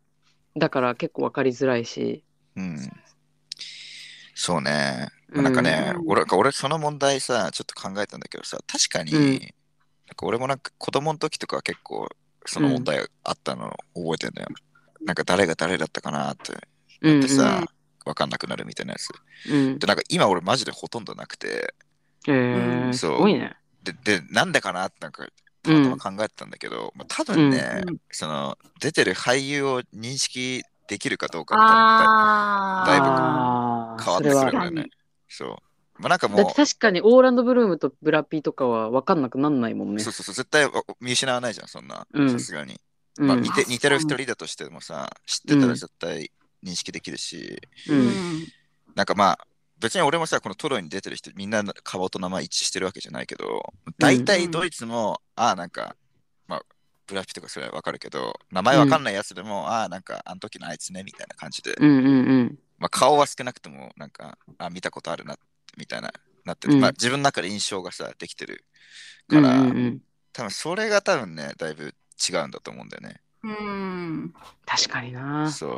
Speaker 1: だから結構分かりづらいし。
Speaker 2: うん。そうね。
Speaker 1: う
Speaker 2: なんかね、
Speaker 3: うん
Speaker 2: 俺、俺その問題さ、ちょっと考えたんだけどさ、確かに、
Speaker 1: うん
Speaker 2: なんか俺もなんか子供の時とかは結構その問題あったの覚えてんだよ。なんか誰が誰だったかなって、
Speaker 1: うん、
Speaker 2: で
Speaker 1: う
Speaker 2: さ、わかんなくなるみたいなやつ。
Speaker 1: ん。
Speaker 2: で、なんか今俺マジでほとんどなくて、
Speaker 1: えー、す
Speaker 2: そう
Speaker 1: ごいね。
Speaker 2: で、で、なんでかなってなんか、た
Speaker 1: うん
Speaker 2: またま考えてたんだけど、まあ、多分ね、
Speaker 3: うん
Speaker 2: その、出てる俳優を認識できるかどうかみたいな
Speaker 3: あー
Speaker 2: だいぶ
Speaker 1: ああー、
Speaker 2: 変わ
Speaker 1: そ
Speaker 2: って
Speaker 1: れ
Speaker 2: く
Speaker 1: はある。だ
Speaker 2: るから
Speaker 3: 確か
Speaker 2: ね
Speaker 3: に。
Speaker 2: そう。まあ、なんかもう
Speaker 1: って、確かにオーランド・ブルームとブラピーとかは分かんなくなんないもんね
Speaker 2: そう。そうそう、絶対お見失わないじゃん、そんな。
Speaker 1: うん
Speaker 2: さすがに。
Speaker 1: うん
Speaker 2: まあ、似て
Speaker 3: うん
Speaker 2: 似てる一人だとしてもさ、知ってたら絶対認識できるし、
Speaker 1: う
Speaker 3: うんん
Speaker 2: なんかまあ、別に俺もさ、このトロイに出てる人、みんな顔と名前一致してるわけじゃないけど、大体ドイツも、ああ、なんか、まあ、ブラピとかそれはわかるけど、名前わかんないやつでも、ああ、なんか、あの時のあいつね、みたいな感じで、
Speaker 1: うんうんうん。
Speaker 2: まあ、顔は少なくとも、なんか、あ見たことあるな、みたいな、なってて、
Speaker 1: うん
Speaker 2: まあ、自分の中で印象がさ、できてる
Speaker 1: う
Speaker 2: か
Speaker 1: ん
Speaker 2: ら、
Speaker 1: うんうん。
Speaker 2: 多分それが多分ね、だいぶ違うんだと思うんだよね。
Speaker 3: うん
Speaker 1: 確かにな。
Speaker 2: そう。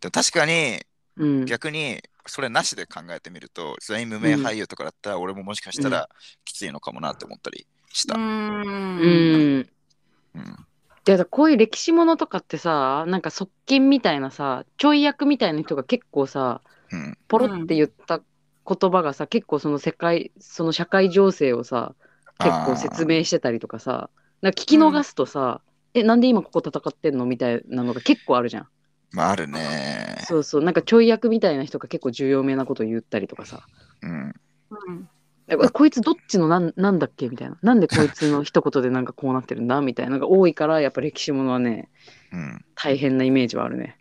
Speaker 2: でも確かに、
Speaker 1: うん。
Speaker 2: 逆に、それなしで考えてみると、全員無名俳優とかだったら、俺ももしかしたらきついのかもなって思ったりした。
Speaker 1: う
Speaker 3: うん
Speaker 1: ん。
Speaker 2: うん。
Speaker 1: でさこういう歴史ものとかってさなんか側近みたいなさちょい役みたいな人が結構さ
Speaker 2: うん。
Speaker 1: ポロって言った言葉がさ、結構その世界その社会情勢をさ結構説明してたりとかさなんか聞き逃すとさ、えなんで今ここ戦ってんのみたいなのが結構あるじゃん
Speaker 2: まあ、あるね。
Speaker 1: そうそうなんかちょい役みたいな人が結構重要めなこと言ったりとかさ
Speaker 2: うん。
Speaker 1: えこいつどっちのなんなんだっけみたいななんでこいつの一言でなんかこうなってるんだみたいなのが多いからやっぱ歴史ものはね
Speaker 2: うん。
Speaker 1: 大変なイメージはあるね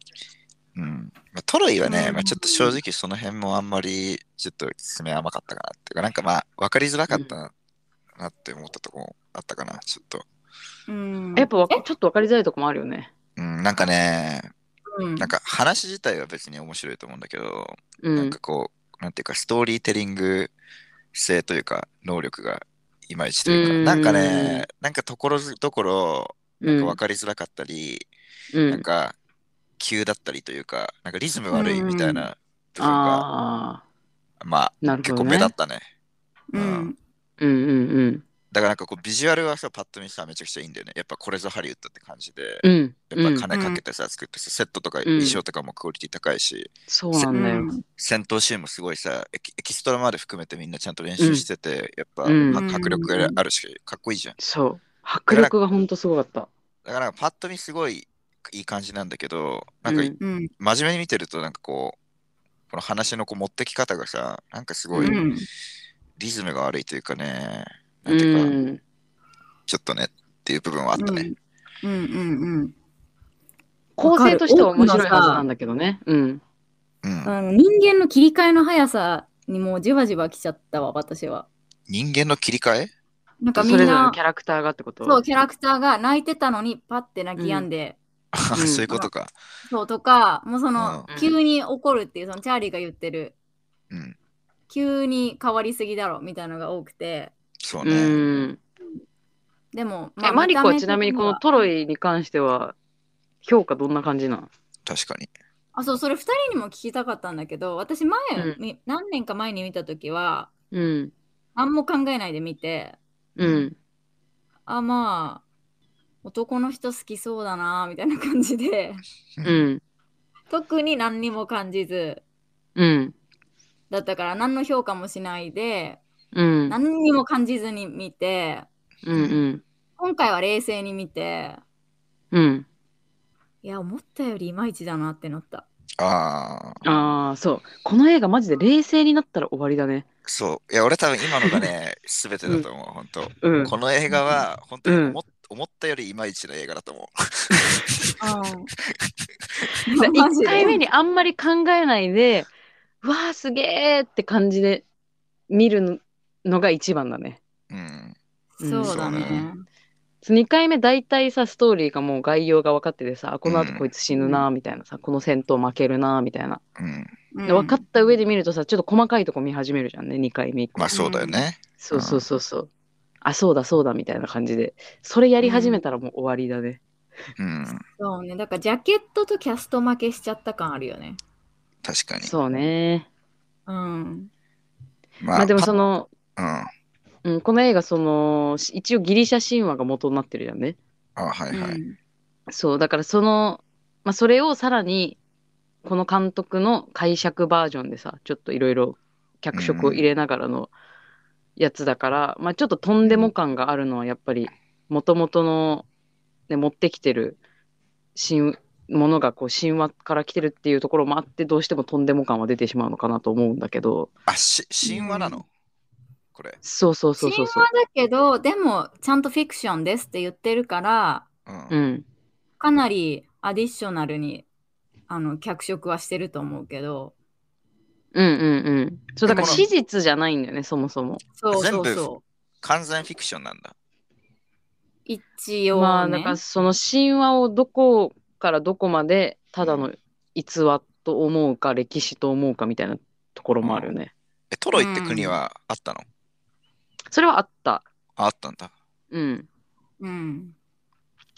Speaker 2: うん。まあ、トロイはね、
Speaker 3: うん
Speaker 2: まあ、ちょっと正直その辺もあんまり、ちょっと詰め甘かったかなっていうか、なんかまあ、わかりづらかったなって思ったとこあったかな、ちょっと。
Speaker 3: うん
Speaker 1: やっぱわちょっと分かりづらいとこもあるよね。
Speaker 2: うん、なんかね、
Speaker 3: うん
Speaker 2: なんか話自体は別に面白いと思うんだけど、
Speaker 1: う
Speaker 2: なん
Speaker 1: ん
Speaker 2: か。こう、なんていうか、ストーリーテリング性というか、能力がいまいちというか、
Speaker 1: うん
Speaker 2: なんかね、なんかところどころ、
Speaker 1: う
Speaker 2: なん
Speaker 1: ん
Speaker 2: か分かりづらかったり、
Speaker 1: う
Speaker 2: なん
Speaker 1: ん。
Speaker 2: か急だったりというか、なんかリズム悪いみたいな部分が、
Speaker 1: ああ
Speaker 2: まあ、
Speaker 1: ー、なる
Speaker 2: 結
Speaker 1: ほ
Speaker 2: 構
Speaker 1: ど
Speaker 2: 目
Speaker 1: ね
Speaker 2: 立っ。たね。
Speaker 3: うん。
Speaker 1: うんうん
Speaker 2: だからなんかこうビジュアルはさ、パッと見さ、めちゃくちゃいいんだよね。やっぱこれぞハリウッドって感じで、
Speaker 1: うん。うん。う
Speaker 2: やっ
Speaker 1: ん
Speaker 2: ぱ金かけてさ、作ってさ、セットとか衣装とかもクオリティ高いし、
Speaker 1: そうなんだよ。
Speaker 2: 戦闘シーンもすごいさエキ、エキストラまで含めてみんなちゃんと練習してて、やっぱ、
Speaker 1: うん
Speaker 2: は迫力があるし、かっこいいじゃん。
Speaker 1: そう。迫力がほんとすごかった。
Speaker 2: だからなんかパッと見すごいいい感じなんだけど、な
Speaker 1: うん
Speaker 2: か
Speaker 1: ん
Speaker 3: うん。
Speaker 2: 真面目に見てるとなんかこう、この話のこう持ってき方がさ、なんかす
Speaker 3: う
Speaker 2: ごい
Speaker 3: ん。
Speaker 2: リズムが悪いというかね、
Speaker 1: う
Speaker 2: なんていうか、
Speaker 1: ん。
Speaker 2: ちょっとねっていう部分はあったね。
Speaker 3: うんうん
Speaker 1: 構成としては面白いはずなんだけどね。うん。
Speaker 2: うん
Speaker 3: うん。あの人間の切り替えの速さにもうじわじわ来ちゃったわ、私は。
Speaker 2: 人間の切り替え
Speaker 3: なんかみ
Speaker 1: それ
Speaker 3: ん
Speaker 1: ぞれの
Speaker 3: な
Speaker 1: キ、ャラクターがってこと
Speaker 3: そう、キャラクターが泣いてたのにパッて泣き止んで、
Speaker 1: うん
Speaker 2: あ そういうことか。
Speaker 3: そうとか、もうその
Speaker 1: うん、
Speaker 3: 急に怒るっていう、そのチャーリーが言ってる、
Speaker 2: うん、
Speaker 3: 急に変わりすぎだろみたいなのが多くて、
Speaker 2: そう
Speaker 1: う
Speaker 2: ね。
Speaker 1: ん。
Speaker 3: でも、
Speaker 1: え、マリコはちなみにこの
Speaker 3: 見た目的
Speaker 1: トロイに関しては、評価どんな感じなん
Speaker 2: 確かに。
Speaker 3: はあ、そう、それ2人にも聞きたかったんだけど、私前、
Speaker 1: うん
Speaker 3: み何年か前に見たときは、
Speaker 1: うん。
Speaker 3: 何も考えないで見て、
Speaker 1: うん。
Speaker 3: あ、まあ、男の人好きそうだな、みたいな感 じで、
Speaker 1: うん。
Speaker 3: 特に何にも感じず、
Speaker 1: うん。
Speaker 3: だったから何の評価もしないで、
Speaker 1: うん。
Speaker 3: 何にも感じずに見て、
Speaker 1: うん。
Speaker 3: 今回は冷静に見て、
Speaker 1: うん。
Speaker 3: いや、思ったよりいまいちだなってなった。
Speaker 2: ああ、
Speaker 1: ああ、そう。この映画マジで冷静になったら終わりだね。
Speaker 2: そう。いや、俺多分今のが ね、すべてだと思う、本当。
Speaker 1: うん。
Speaker 2: この映画は、本当に
Speaker 1: うん
Speaker 2: 思っ思ったよりいまいちな映画だと思う。
Speaker 3: マジ
Speaker 1: 1
Speaker 3: で
Speaker 1: 回目にあんまり考えないで、うわーすげーって感じで見るのが一番だね。
Speaker 2: うん。
Speaker 3: そうだ
Speaker 2: うんそうね
Speaker 3: ね。
Speaker 1: 2回目大体さストーリーがもう概要が分かっててさあこの後
Speaker 2: うん
Speaker 1: こいつ死ぬなみたいなさ、この戦闘負けるなみたいな、
Speaker 2: うん。
Speaker 1: で分かった上で見るとさちょっと細かいとこ見始めるじゃんね2回目以降
Speaker 2: まあそうだよね。
Speaker 1: そうそうそうそうあそうだそうだみたいな感じでそれやり始めたらもう終わりだね、
Speaker 2: うん。
Speaker 3: そうね。だからジャケットとキャスト負けしちゃった感あるよね。
Speaker 2: 確かに。
Speaker 1: そうね
Speaker 3: うん。
Speaker 2: ま
Speaker 1: まあでもそ
Speaker 2: の、
Speaker 1: の、
Speaker 2: うん。あ
Speaker 1: うん、この映画そのし一応ギリシャ神話が元になってるじゃんね
Speaker 2: はいはい。
Speaker 1: そうだからその、まあ、それをさらにこの監督の解釈バージョンでさちょっといろいろ脚色を入れながらのやつだから、まあ、ちょっととんでも感があるのはやっぱりもともとの、ね、持ってきてる神ものがこう神話から来てるっていうところもあってどうしてもとんでも感は出てしまうのかなと思うんだけど
Speaker 2: あ、し神話なのこれ。
Speaker 1: そうそうそう
Speaker 3: 神
Speaker 1: そう
Speaker 3: 話
Speaker 1: そう。
Speaker 3: だけど、でもちゃんとフィクションですって言ってるから、
Speaker 2: うん。
Speaker 1: うん、
Speaker 3: かなりアディショナルにあの脚色はしてると思うけど、
Speaker 1: うんうんうんそうだから
Speaker 2: でも
Speaker 1: 史実じゃないんだよねそもそも
Speaker 3: そう
Speaker 2: 全
Speaker 3: そ
Speaker 2: 部
Speaker 3: うそう。
Speaker 2: 完全フィクションなんだ。
Speaker 3: 一応、ね。
Speaker 1: まあなんかその神話をどこからどこまでただの逸話と思うか歴史と思うかみたいなところもあるよね。
Speaker 2: え、トロイって国はあったの
Speaker 1: それはあった。
Speaker 2: ああったんだ。
Speaker 1: うん。
Speaker 3: うん。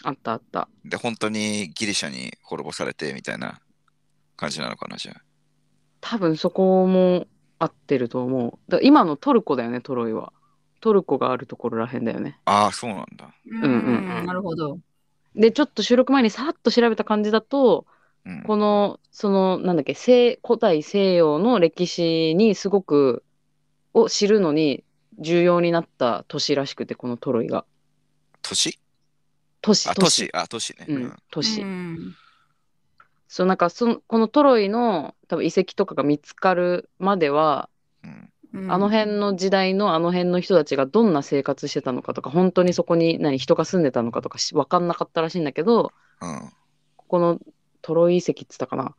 Speaker 1: あったあった。
Speaker 2: で、本当にギリシャに滅ぼされてみたいな感じなのかな、じゃあ。
Speaker 1: 多分そこも合ってると思う。だ今のトルコだよね、トロイは。トルコがあるところらへんだよね。
Speaker 2: ああ、そうなんだ。
Speaker 3: うん
Speaker 1: うんうん
Speaker 3: なるほど。
Speaker 1: で、ちょっと収録前にさらっと調べた感じだと、
Speaker 2: うん。
Speaker 1: この、その、なんだっけ、西古代西洋の歴史にすごく、を知るのに重要になった都市らしくて、このトロイが。
Speaker 2: 年
Speaker 1: 都市
Speaker 2: あ、
Speaker 1: 都市
Speaker 2: 年。あ、年ね。
Speaker 1: う
Speaker 2: うん
Speaker 1: ん、都市、
Speaker 3: うん
Speaker 1: そうなんかそのこのトロイの多分遺跡とかが見つかるまでは、
Speaker 2: うん。
Speaker 3: うん
Speaker 1: あの辺の時代のあの辺の人たちがどんな生活してたのかとか本当にそこに何人が住んでたのかとかし分かんなかったらしいんだけど
Speaker 2: うん。
Speaker 1: ここのトロイ遺跡っつったかな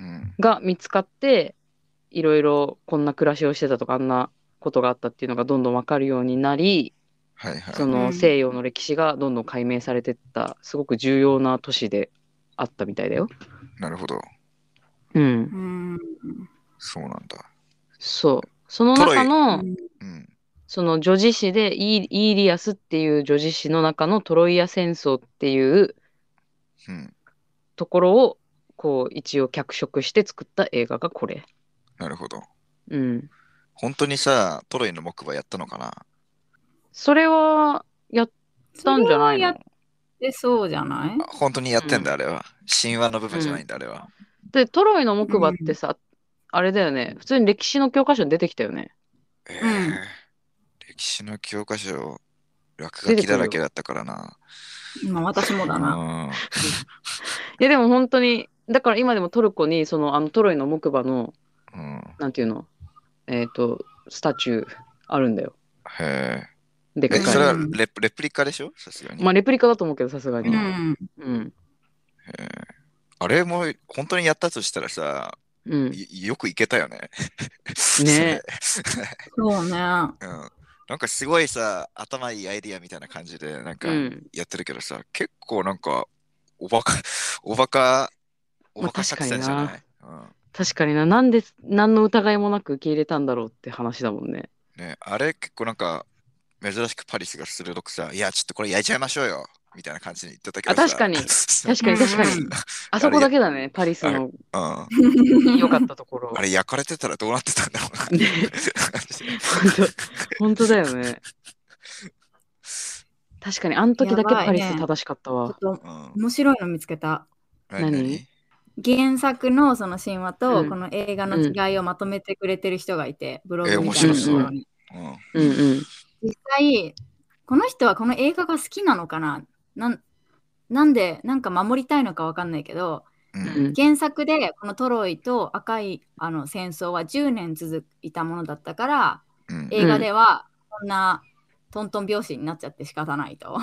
Speaker 2: うん。
Speaker 1: が見つかっていろいろこんな暮らしをしてたとかあんなことがあったっていうのがどんどん分かるようになり
Speaker 2: はいはい。
Speaker 1: そうの
Speaker 3: ん
Speaker 1: 西洋の歴史がどんどん解明されてったすごく重要な都市であったみたいだよ。
Speaker 2: なるほど。
Speaker 1: うん、
Speaker 3: うん
Speaker 2: そうなんだ。
Speaker 1: そうその中
Speaker 3: う
Speaker 1: の
Speaker 3: ん
Speaker 2: うん。
Speaker 1: その叙事詩でイーイーリアスっていう叙事詩の中のトロイア戦争っていう
Speaker 2: うん。
Speaker 1: ところをこう一応脚色して作った映画がこれ。
Speaker 2: なるほど。
Speaker 1: うん、
Speaker 2: 本当にさ、トロイの木馬やったのかな
Speaker 1: それはやったんじゃない
Speaker 3: それはや
Speaker 1: の
Speaker 3: で、そうじゃない
Speaker 2: あ本当にやってんだ、
Speaker 1: う
Speaker 2: あれは。神話の部分じゃないんだ、あれは。
Speaker 1: でトロイの木馬ってさ、あれだよね普通に歴史の教科書に出てきたよね
Speaker 2: え
Speaker 3: ん
Speaker 2: ー歴史の教科書、落書きだらけだったからな。
Speaker 3: まあ、私もだな。
Speaker 2: う
Speaker 1: い
Speaker 2: ん
Speaker 1: やでも本当にだから今でもトルコにそのあのトロイの木馬の
Speaker 2: うん。
Speaker 1: なんていうのえっ、とスタチューあるんだよ
Speaker 2: へえ。
Speaker 1: でっか
Speaker 2: え、
Speaker 1: い
Speaker 2: それは
Speaker 3: う
Speaker 2: レプレプリカでしょさすがに。
Speaker 1: まあレプリカだと思うけどさすが
Speaker 3: う
Speaker 1: に
Speaker 3: ん。
Speaker 1: うん
Speaker 2: へえあれも本当にやったとしたらさ、
Speaker 1: うん
Speaker 2: いよくいけたよね。
Speaker 1: ね
Speaker 2: それ
Speaker 3: そうね。
Speaker 2: うん。なんかすごいさ、頭いいアイディアみたいな感じで、なんか
Speaker 1: うん
Speaker 2: やってるけどさ、結構なんか、おバカ、 おバカ、おバカ作戦じゃない、
Speaker 1: 確かにななんで何の疑いもなく受け入れたんだろうって話だもんね
Speaker 2: うん。ね、あれ結構なんか、珍しくパリスが鋭くさ、いや、ちょっとこれ焼いちゃいましょうよみたいな感じに言ってたけどさ。
Speaker 1: あ確か に確かに確かに
Speaker 2: うん
Speaker 1: あそこだけだねパリスの
Speaker 2: うん。
Speaker 1: 良かったところ
Speaker 2: あれ焼かれてたらどうなってたんだろうな。
Speaker 1: ね本当だよね確かにあの時だけ
Speaker 3: やばいね
Speaker 1: パリス正しかった
Speaker 3: ち
Speaker 1: わ、
Speaker 3: ょっと
Speaker 2: うん
Speaker 3: 面白いの見つけた。
Speaker 1: 何
Speaker 3: 原作のその神話
Speaker 1: う
Speaker 3: と
Speaker 1: ん
Speaker 3: この映画の違いをまとめてくれてる人がいて、ブログみたい
Speaker 1: え面白
Speaker 3: な
Speaker 1: そう
Speaker 3: ところに。
Speaker 2: うん
Speaker 1: うんうん
Speaker 3: 実際、この人はこの映画が好きなのかななんなんで、なんか守りたいのかわかんないけど、
Speaker 2: うん
Speaker 1: うん
Speaker 3: 原作でこのトロイと赤いあの戦争は10年続いたものだったから、
Speaker 2: うん
Speaker 3: 映画ではこんなトントン拍子になっちゃって仕方ないと。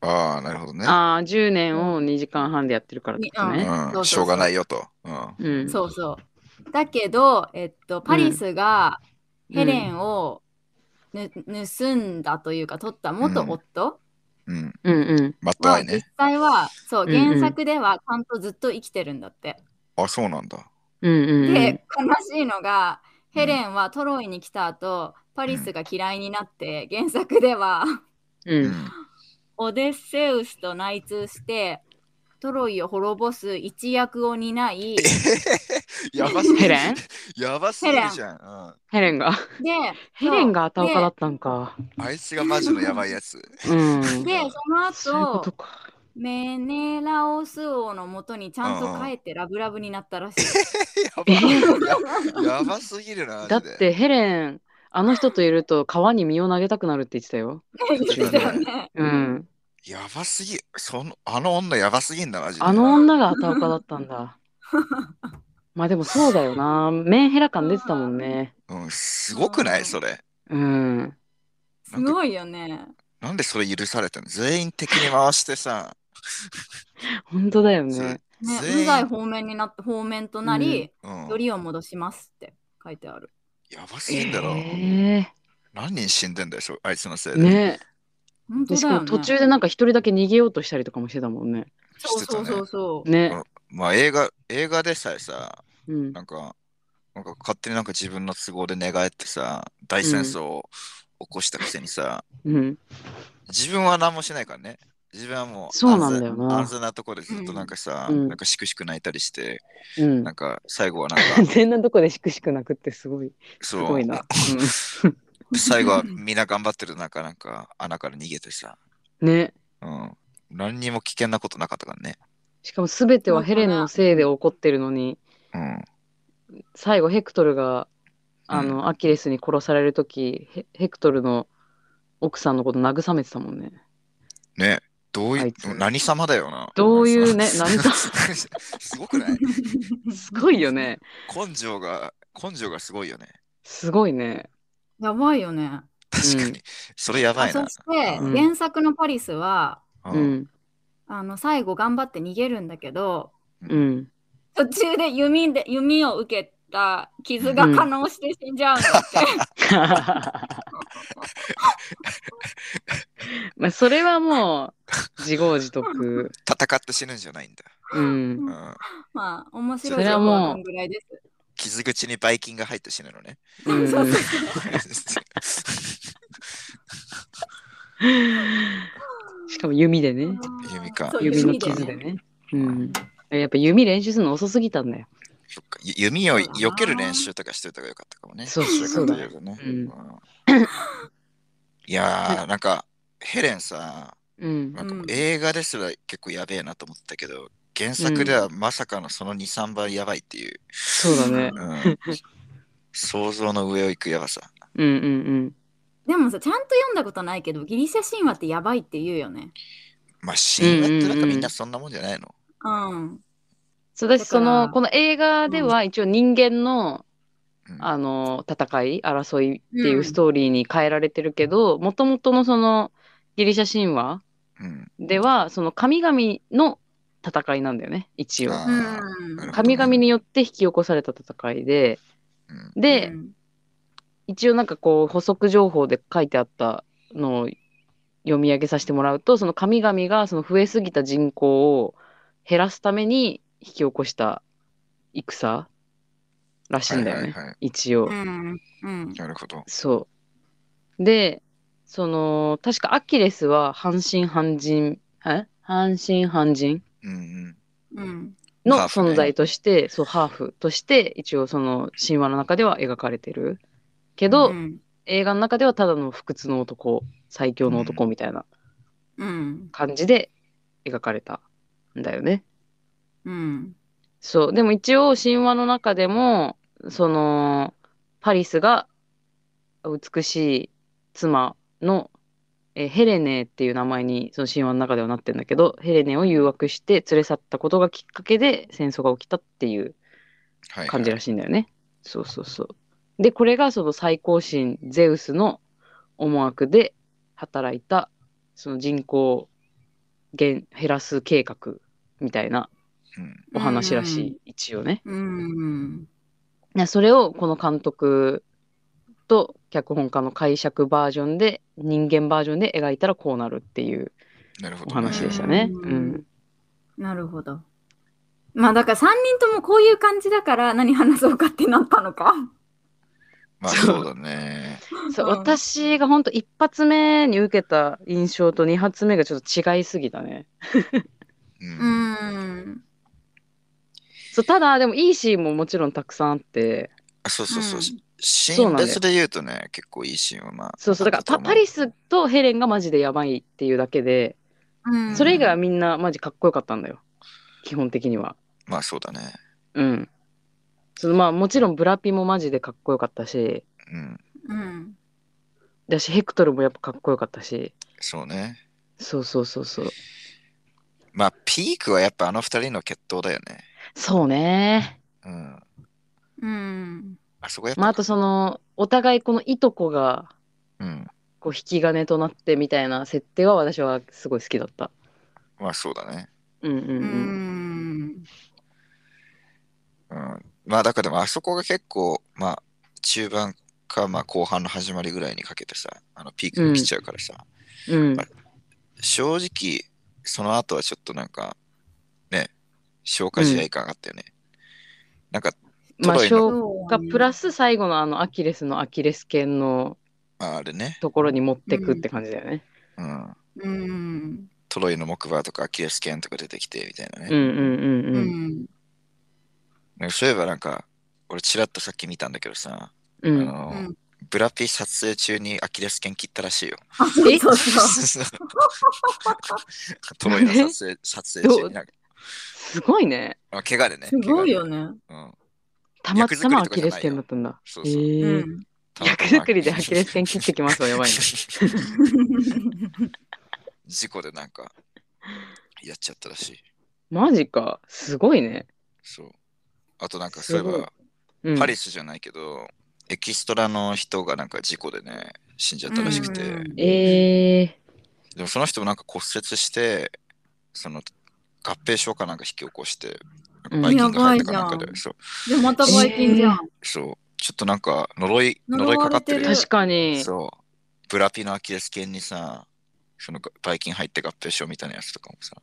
Speaker 2: ああ、なるほどね。
Speaker 1: ああ10年を2時間半でやってるからってことね
Speaker 2: うん
Speaker 3: そうそうそう
Speaker 2: しょうがないよと。うん
Speaker 1: うん
Speaker 3: そうそう。だけど、えっと、パリスがヘレンをぬ、盗んだというか、取った元夫
Speaker 2: うん。
Speaker 1: うんうん
Speaker 2: まった
Speaker 3: は、
Speaker 2: い
Speaker 3: 実
Speaker 2: ね。
Speaker 3: 際は、そう、
Speaker 1: うんうん
Speaker 3: 原作ではちゃんとずっと生きてるんだって。
Speaker 2: あ、そうなんだ。
Speaker 1: うんうんうん
Speaker 3: で、悲しいのが、ヘレンはトロイに来た後、パリスが嫌いになって、原作では、
Speaker 1: う
Speaker 2: うんん。
Speaker 3: オデッセウスと内通して、トロイを滅ぼす一役を担
Speaker 2: えへへ
Speaker 3: い、
Speaker 2: へやばすぎ
Speaker 1: ヘ
Speaker 2: る
Speaker 1: レン。
Speaker 2: やばすぎるじゃん。
Speaker 1: ヘレンが
Speaker 3: で、
Speaker 1: ヘレン
Speaker 3: が
Speaker 1: が頭かだったんか
Speaker 2: うんあいつがマジのやばいやつ。
Speaker 1: うん
Speaker 3: で、そ
Speaker 1: そう
Speaker 3: の
Speaker 1: いうこ
Speaker 3: 後
Speaker 1: と、か
Speaker 3: メネラオス王のもとにちゃんと帰ってラブラブになったらしい。
Speaker 1: え
Speaker 2: やばやばすぎるな。
Speaker 1: だっ
Speaker 2: マジで。
Speaker 1: てヘレンあの人といると川に身を投げたくなるって言ってたよ
Speaker 3: 言ってたよね
Speaker 1: うん
Speaker 2: やばすぎ。その、あの女やばすぎんだ、マジで。
Speaker 1: あの女が頭かだったん だまあでもそうだよなメンヘラ感出てたもんね
Speaker 2: うん、すごくないそれ。
Speaker 1: うん
Speaker 3: すごいよね。
Speaker 2: なんでそれ許されたの全員敵に回してさ。
Speaker 1: 本当だよ
Speaker 2: そ
Speaker 1: ね
Speaker 2: れ
Speaker 3: ね
Speaker 2: 全員
Speaker 3: 無罪方面になって方面となり、
Speaker 2: うん
Speaker 3: よりを戻しますって書いてある。
Speaker 2: やばすぎんだろ。
Speaker 1: え
Speaker 2: 何人死んでんだよ、そあいつのせい
Speaker 1: え
Speaker 2: で。
Speaker 1: ね
Speaker 3: 本当
Speaker 1: でし
Speaker 3: だ
Speaker 1: か
Speaker 3: よ
Speaker 1: も
Speaker 3: ね。
Speaker 1: 途中でなんか一人だけ逃げようとしたりとかもしてたもんね
Speaker 3: そうそうそうそう。
Speaker 1: ね
Speaker 2: まあ映画、映画でさえさ、
Speaker 1: うん
Speaker 2: なんか、なんか勝手になんか自分の都合で寝返ってさ、大戦争を起こしたくせにさ、
Speaker 1: うん
Speaker 2: 自分は何もしないからね。自分はもう
Speaker 1: そうなんだよな
Speaker 2: 安全なところでずっとなんかさ、
Speaker 1: うん
Speaker 2: なんかしくしく泣いたりして、
Speaker 1: うん
Speaker 2: なんか最後はなんか、
Speaker 1: 全然とこでしくしく泣くってすごい す
Speaker 2: そ
Speaker 1: ごいな
Speaker 2: う、 最後はみんな頑張ってる中、なんか穴から逃げてさ、
Speaker 1: うんね
Speaker 2: うん。何にも危険なことなかったからね。
Speaker 1: しかも全てはヘレンのせいで起こってるのに
Speaker 2: うん。
Speaker 1: 最後ヘクトルが
Speaker 2: うん
Speaker 1: あの、アキレスに殺される時ヘヘクトルの奥さんのこと慰めてたもんね
Speaker 2: ねどう
Speaker 1: あ
Speaker 2: い
Speaker 1: いうつ、
Speaker 2: 何様だよな。
Speaker 1: どういうね何様
Speaker 2: すごくない
Speaker 1: すごいよね
Speaker 2: 根性が、根性がすごいよね。
Speaker 1: すごいね
Speaker 3: やばいよね。
Speaker 2: 確かに。
Speaker 1: うん
Speaker 2: それやば
Speaker 3: あ
Speaker 2: い
Speaker 3: そ
Speaker 2: な。
Speaker 3: して、
Speaker 1: うん
Speaker 3: 原作のパリスは、
Speaker 2: う
Speaker 1: う。ん
Speaker 3: あの最後頑張って逃げるんだけど、
Speaker 1: うん
Speaker 3: 途中で弓で弓を受けた傷が可能して死んじゃうんだって。
Speaker 1: まあそれはもう自業自得
Speaker 2: 戦って死ぬんじゃないんだ。
Speaker 1: うん
Speaker 2: うん。
Speaker 3: まあ、面白
Speaker 1: そ
Speaker 3: い
Speaker 1: れ
Speaker 3: 情
Speaker 1: は
Speaker 3: 報
Speaker 1: もう
Speaker 3: はこんぐらいです。
Speaker 2: 傷口にばい菌が入って死ぬのね。
Speaker 1: うん
Speaker 3: そうそう
Speaker 1: しかも 弓でね
Speaker 2: 弓か
Speaker 3: そう
Speaker 1: 指の
Speaker 3: 弓で
Speaker 1: 傷で
Speaker 3: ね
Speaker 1: ね。うん。やっぱ弓練習するの遅すぎたんだよ。
Speaker 2: そっかゆ弓を
Speaker 3: そうだな
Speaker 2: 避ける練習とかしておいた方がよかったかもね。
Speaker 1: そうそう
Speaker 2: 習慣といかね
Speaker 1: そうだね
Speaker 2: うんいやー、なんか、ヘレンさ、
Speaker 1: うん
Speaker 2: なんかもううん映画ですら結構やべえなと思ったけど、原作ではまさかのその2、3倍やばいっていう、
Speaker 1: そうだね
Speaker 2: うん 想像の上を行くやばさ。
Speaker 1: うんうん
Speaker 3: でもさ、ちゃんと読んだことないけど、ギリシャ神話ってやばいって言うよね。
Speaker 2: まあ、神話ってなん
Speaker 1: うんうんう
Speaker 2: か
Speaker 1: ん
Speaker 2: みんなそんなもんじゃないの
Speaker 3: うん。
Speaker 1: そうだし
Speaker 3: だ
Speaker 1: そ
Speaker 3: から
Speaker 1: のこの映画では一応人間の、
Speaker 2: うん
Speaker 1: あの戦い争いっていううんストーリーに変えられてるけどもともとのそのギリシャ神話
Speaker 2: うん。
Speaker 1: ではその神々の戦いなんだよね一応
Speaker 2: あ
Speaker 3: う
Speaker 2: ー
Speaker 3: ん。
Speaker 2: なるほどね
Speaker 1: 神々によって引き起こされた戦いで
Speaker 2: うん
Speaker 1: で、
Speaker 3: うん
Speaker 1: 一応なんかこう補足情報で書いてあったのを読み上げさせてもらうとその神々がその増えすぎた人口を減らすために引き起こした戦らしいんだよね、
Speaker 2: はいはいはい
Speaker 1: 一応、
Speaker 3: うん。うん。
Speaker 2: なるほど。
Speaker 1: そうでその確かアキレスは半身半人え半身半人
Speaker 2: うんうん。
Speaker 3: うん。
Speaker 1: の
Speaker 2: ハーフね
Speaker 1: 存在として、そうハーフとして一応その神話の中では描かれてるけど、
Speaker 3: うん。
Speaker 1: 映画の中ではただの不屈の男最強の男みたいな
Speaker 3: うん。
Speaker 1: 感じで描かれたんだよね。
Speaker 3: うん。
Speaker 1: そうでも一応神話の中でもそのパリスが美しい妻のえーヘレネっていう名前にその神話の中ではなってんだけどヘレネを誘惑して連れ去ったことがきっかけで戦争が起きたっていう
Speaker 2: はい、はい。
Speaker 1: 感じらしいんだよね。そうそうそう。で、これがその最高神ゼウスの思惑で働いたその人口を減減らす計画みたいな
Speaker 2: うん
Speaker 1: お話らしい、一応ね。
Speaker 3: うん。
Speaker 1: いやそれをこの監督と脚本家の解釈バージョンで人間バージョンで描いたらこうなるっていう
Speaker 2: なるほど、
Speaker 1: お話でしたね。
Speaker 3: う
Speaker 1: うんん。
Speaker 3: なるほど。まあだから3人ともこういう感じだから何話そうかってなったのか。
Speaker 2: まあそうだね。
Speaker 1: そう
Speaker 3: うん
Speaker 1: 私が本当一発目に受けた印象と二発目がちょっと違いすぎたね。
Speaker 2: うん
Speaker 3: うん。
Speaker 1: そうただでもいいシーンももちろんたくさんあって
Speaker 2: あそうそうそう。
Speaker 3: うん
Speaker 2: しシ
Speaker 1: そう
Speaker 2: ー
Speaker 1: な
Speaker 2: ン
Speaker 1: んだよ
Speaker 2: 別で言うとね、結構いいシーンはまあ。
Speaker 1: そうそうだからパパリスとヘレンがマジでやばいっていうだけで
Speaker 3: うん
Speaker 1: それ以外はみんなマジかっこよかったんだよ基本的には
Speaker 2: まあそうだね。
Speaker 1: うんそのまあもちろんブラピもマジでかっこよかったし
Speaker 2: うん。
Speaker 3: うん。
Speaker 1: だしヘクトルもやっぱかっこよかったし
Speaker 2: そうね。
Speaker 1: そうそうそうそう
Speaker 2: まあピークはやっぱあの二人の決闘だよね。
Speaker 1: そうね
Speaker 2: うん。
Speaker 3: うん。
Speaker 2: あそこやっぱ。
Speaker 1: まああとそのお互いこのいとこが
Speaker 2: うん。
Speaker 1: こう引き金となってみたいな設定は私はすごい好きだった
Speaker 2: まあそうだね。
Speaker 1: うんうんう
Speaker 3: うんん。
Speaker 2: うん。まあだからでもあそこが結構、まあ中盤かまあ後半の始まりぐらいにかけてさ、あのピークが来ちゃうからさ。
Speaker 1: うん
Speaker 2: 正直、その後はちょっとなんか、ね、消化試合感あったよね。なんか、
Speaker 1: まあ
Speaker 2: トロイの
Speaker 1: がプラス最後のあのアキレスのアキレス腱の
Speaker 2: まああれね。
Speaker 1: ところに持ってくって感じだよね。
Speaker 2: うん。
Speaker 3: うん。
Speaker 2: トロイの木馬とかアキレス腱とか出てきてみたいなね。
Speaker 1: うんうんうん
Speaker 3: う
Speaker 1: うん。
Speaker 3: ん。
Speaker 2: なんかそういえばなんか、俺ちらっとさっき見たんだけどさ、
Speaker 1: う
Speaker 2: あ
Speaker 1: ん、
Speaker 2: の、
Speaker 3: うん
Speaker 2: ブラピ撮影中にアキレス腱切ったらしいよ。
Speaker 3: あ、そうそうそう。
Speaker 2: トロイの撮影撮影中になんか、
Speaker 1: すごいね。
Speaker 2: あ怪我でね。
Speaker 3: すごいよ
Speaker 2: ね。
Speaker 3: ね。
Speaker 2: うん。
Speaker 1: たま
Speaker 2: 役
Speaker 1: た
Speaker 2: 作り
Speaker 1: まア
Speaker 2: とか
Speaker 1: キ
Speaker 2: じゃ
Speaker 1: レス
Speaker 2: ないよ
Speaker 1: 腱だったんだ。
Speaker 2: そう
Speaker 1: え
Speaker 2: そう。
Speaker 1: え
Speaker 3: う
Speaker 1: ー
Speaker 3: ん。
Speaker 1: 役作りでアキレス腱切ってきますわ、やばいね。
Speaker 2: 事故でなんか、やっちゃったらしい。
Speaker 1: マジか。すごいね。
Speaker 2: そう。あとなんかそういえ
Speaker 1: すごい
Speaker 2: ば、
Speaker 1: うん、
Speaker 2: パリスじゃないけど、エキストラの人がなんか事故でね、死んじゃったらしくて、
Speaker 3: うん
Speaker 1: ええ
Speaker 2: でもその人もなんか骨折して、その合併症かなんか引き起こして、
Speaker 1: うん
Speaker 2: バイキング入ったかなんかで、
Speaker 3: やばい
Speaker 2: そう、
Speaker 3: で、またバイキンじゃん。
Speaker 2: そう、ちょっとなんか呪い、
Speaker 3: 呪
Speaker 2: 呪いか
Speaker 3: わ
Speaker 2: か
Speaker 3: れ
Speaker 2: ってて
Speaker 3: る
Speaker 2: るよ。
Speaker 1: 確かに。
Speaker 2: そう、ブラピのアキレス腱にさ、そのバイキン入って合併症みたいなやつとかもさ、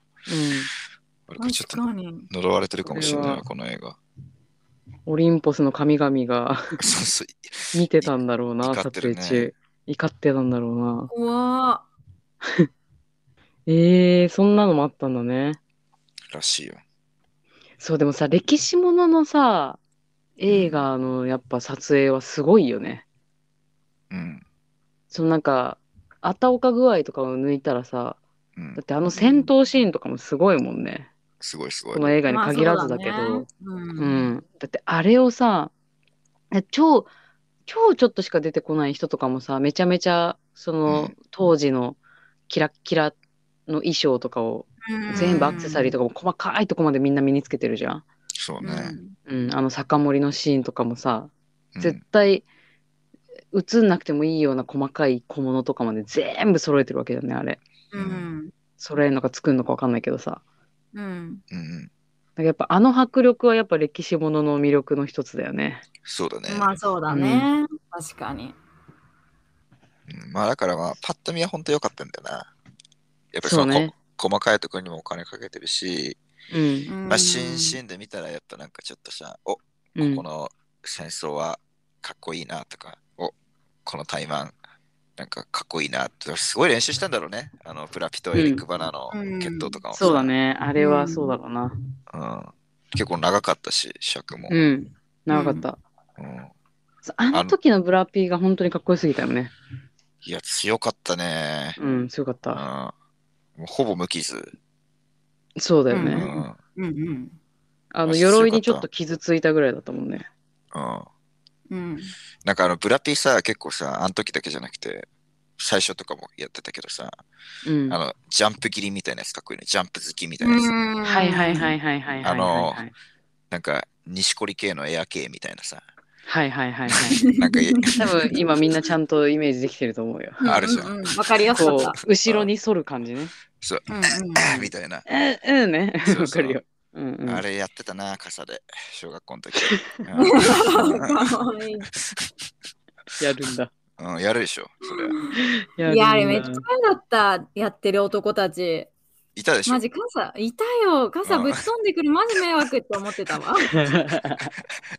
Speaker 2: あれこれちょっ
Speaker 3: 確
Speaker 2: と
Speaker 3: かに。
Speaker 2: 呪われてるかもしれ
Speaker 1: こ
Speaker 2: ない
Speaker 1: れ
Speaker 2: わ、
Speaker 1: は
Speaker 2: この映画。
Speaker 1: うん、オリンポスの神々 が
Speaker 2: そうそう、
Speaker 1: 見てたんだろうな、
Speaker 2: 怒
Speaker 1: 撮
Speaker 2: ってる
Speaker 1: 影
Speaker 2: ね
Speaker 1: 中。怒ってたんだろうな。
Speaker 3: 怖っ
Speaker 1: ええそんなのもあったんだね。
Speaker 2: らしいよ。
Speaker 1: そうでもさ歴史もののさ映画のやっぱ撮影はすごいよね。
Speaker 2: うん。
Speaker 1: そのなんかあたおか具合とかを抜いたらさ
Speaker 2: うん
Speaker 1: だっ。てあの戦闘シーンとかもすごいもんね
Speaker 2: すごいすごい
Speaker 1: こ。の映画に
Speaker 3: まあ
Speaker 1: 限らずだけど、
Speaker 3: そうだね
Speaker 1: う
Speaker 3: うん
Speaker 1: ん、だってあれをさ超超ちょっとしか出てこない人とかもさめちゃめちゃその、
Speaker 2: うん
Speaker 1: 当時のキラッキラの衣装とかを全部アクセサリーとかも細かいとこまでみんな身につけてるじゃん、
Speaker 2: そう
Speaker 3: うん
Speaker 2: ね。
Speaker 1: うん、あの酒盛りのシーンとかもさ
Speaker 2: うん
Speaker 1: 絶対映んなくてもいいような細かい小物とかまで全部揃えてるわけだよねあれ
Speaker 3: うん
Speaker 1: 揃えるのか作るのか分かんないけどさ
Speaker 3: うん
Speaker 2: うんうん。
Speaker 1: だからやっぱあの迫力はやっぱ歴史ものの魅力の一つだよね
Speaker 2: そうだね。
Speaker 3: まあそうだね、確かに。
Speaker 2: うんまあだからまあ、パッと見は本当良かったんだよな。やっぱり
Speaker 1: そ
Speaker 2: そうのこ、
Speaker 1: ね
Speaker 2: 細かいところにもお金かけてるし、
Speaker 1: うん
Speaker 3: うん
Speaker 2: まあ新シーンで見たらやっぱなんかちょっとさ、お、こ
Speaker 1: うん
Speaker 2: この戦争はかっこいいなとか、お、この対マン、なんかかっこいいなって、すごい練習したんだろうね。あの、プラピとエリック・バナの
Speaker 3: うん
Speaker 2: 決闘とかも、
Speaker 1: そうだ。ね。あれはそうだろうな。
Speaker 2: うん。結構長かったし、尺も。
Speaker 1: うん。長かった、
Speaker 2: うん
Speaker 1: そうあの時のブラピーが本当にかっこよすぎたよね。
Speaker 2: いや、強かったね。
Speaker 1: うん、強かっ
Speaker 2: うん。
Speaker 1: た。
Speaker 2: もうほぼ無傷。
Speaker 1: そうだよ
Speaker 2: う
Speaker 1: ね。
Speaker 2: ん。
Speaker 3: う
Speaker 2: うん。
Speaker 3: うん
Speaker 1: あの、
Speaker 2: あ
Speaker 1: 鎧にちょっと傷ついたぐらいだったもんね。
Speaker 3: うん
Speaker 2: なんかあの、ブラピさ、結構さ、あの時だけじゃなくて、最初とかもやってたけどさ、
Speaker 1: うん。
Speaker 2: あ
Speaker 1: は
Speaker 2: の、ジャンプ切りみたいなやつかっこいいね。ジャンプ好きみた
Speaker 3: う
Speaker 2: いなやつ。
Speaker 3: ん。
Speaker 1: いはいはい
Speaker 3: い。
Speaker 1: はいはいはいはいはい。
Speaker 2: あのなんか、錦織系のエア系みたいなさ。
Speaker 1: はいはいはいはい。
Speaker 2: なんか、
Speaker 1: 多分今みんなちゃんとイメージできてると思うよ。
Speaker 2: あるじゃん
Speaker 3: うううわかりやすか
Speaker 1: こ
Speaker 3: っ
Speaker 1: う
Speaker 3: た。、
Speaker 1: 後ろに反る感じね。
Speaker 2: そう、
Speaker 3: うん
Speaker 2: みたいな。
Speaker 1: うん、うんね。
Speaker 2: そうそう
Speaker 1: わかるよ。うんうん。
Speaker 2: あれやってたな、傘で。小学校の 時。
Speaker 3: うんうん
Speaker 1: やるんだ。
Speaker 2: うん、うんやるでしょ、それ。
Speaker 1: やるんだ
Speaker 3: いやあれめっちゃ良かったやってる男たち
Speaker 2: いたでしょ
Speaker 3: マ。ジ傘いたよ傘ぶっ飛んでくるマジ迷惑って思ってたわ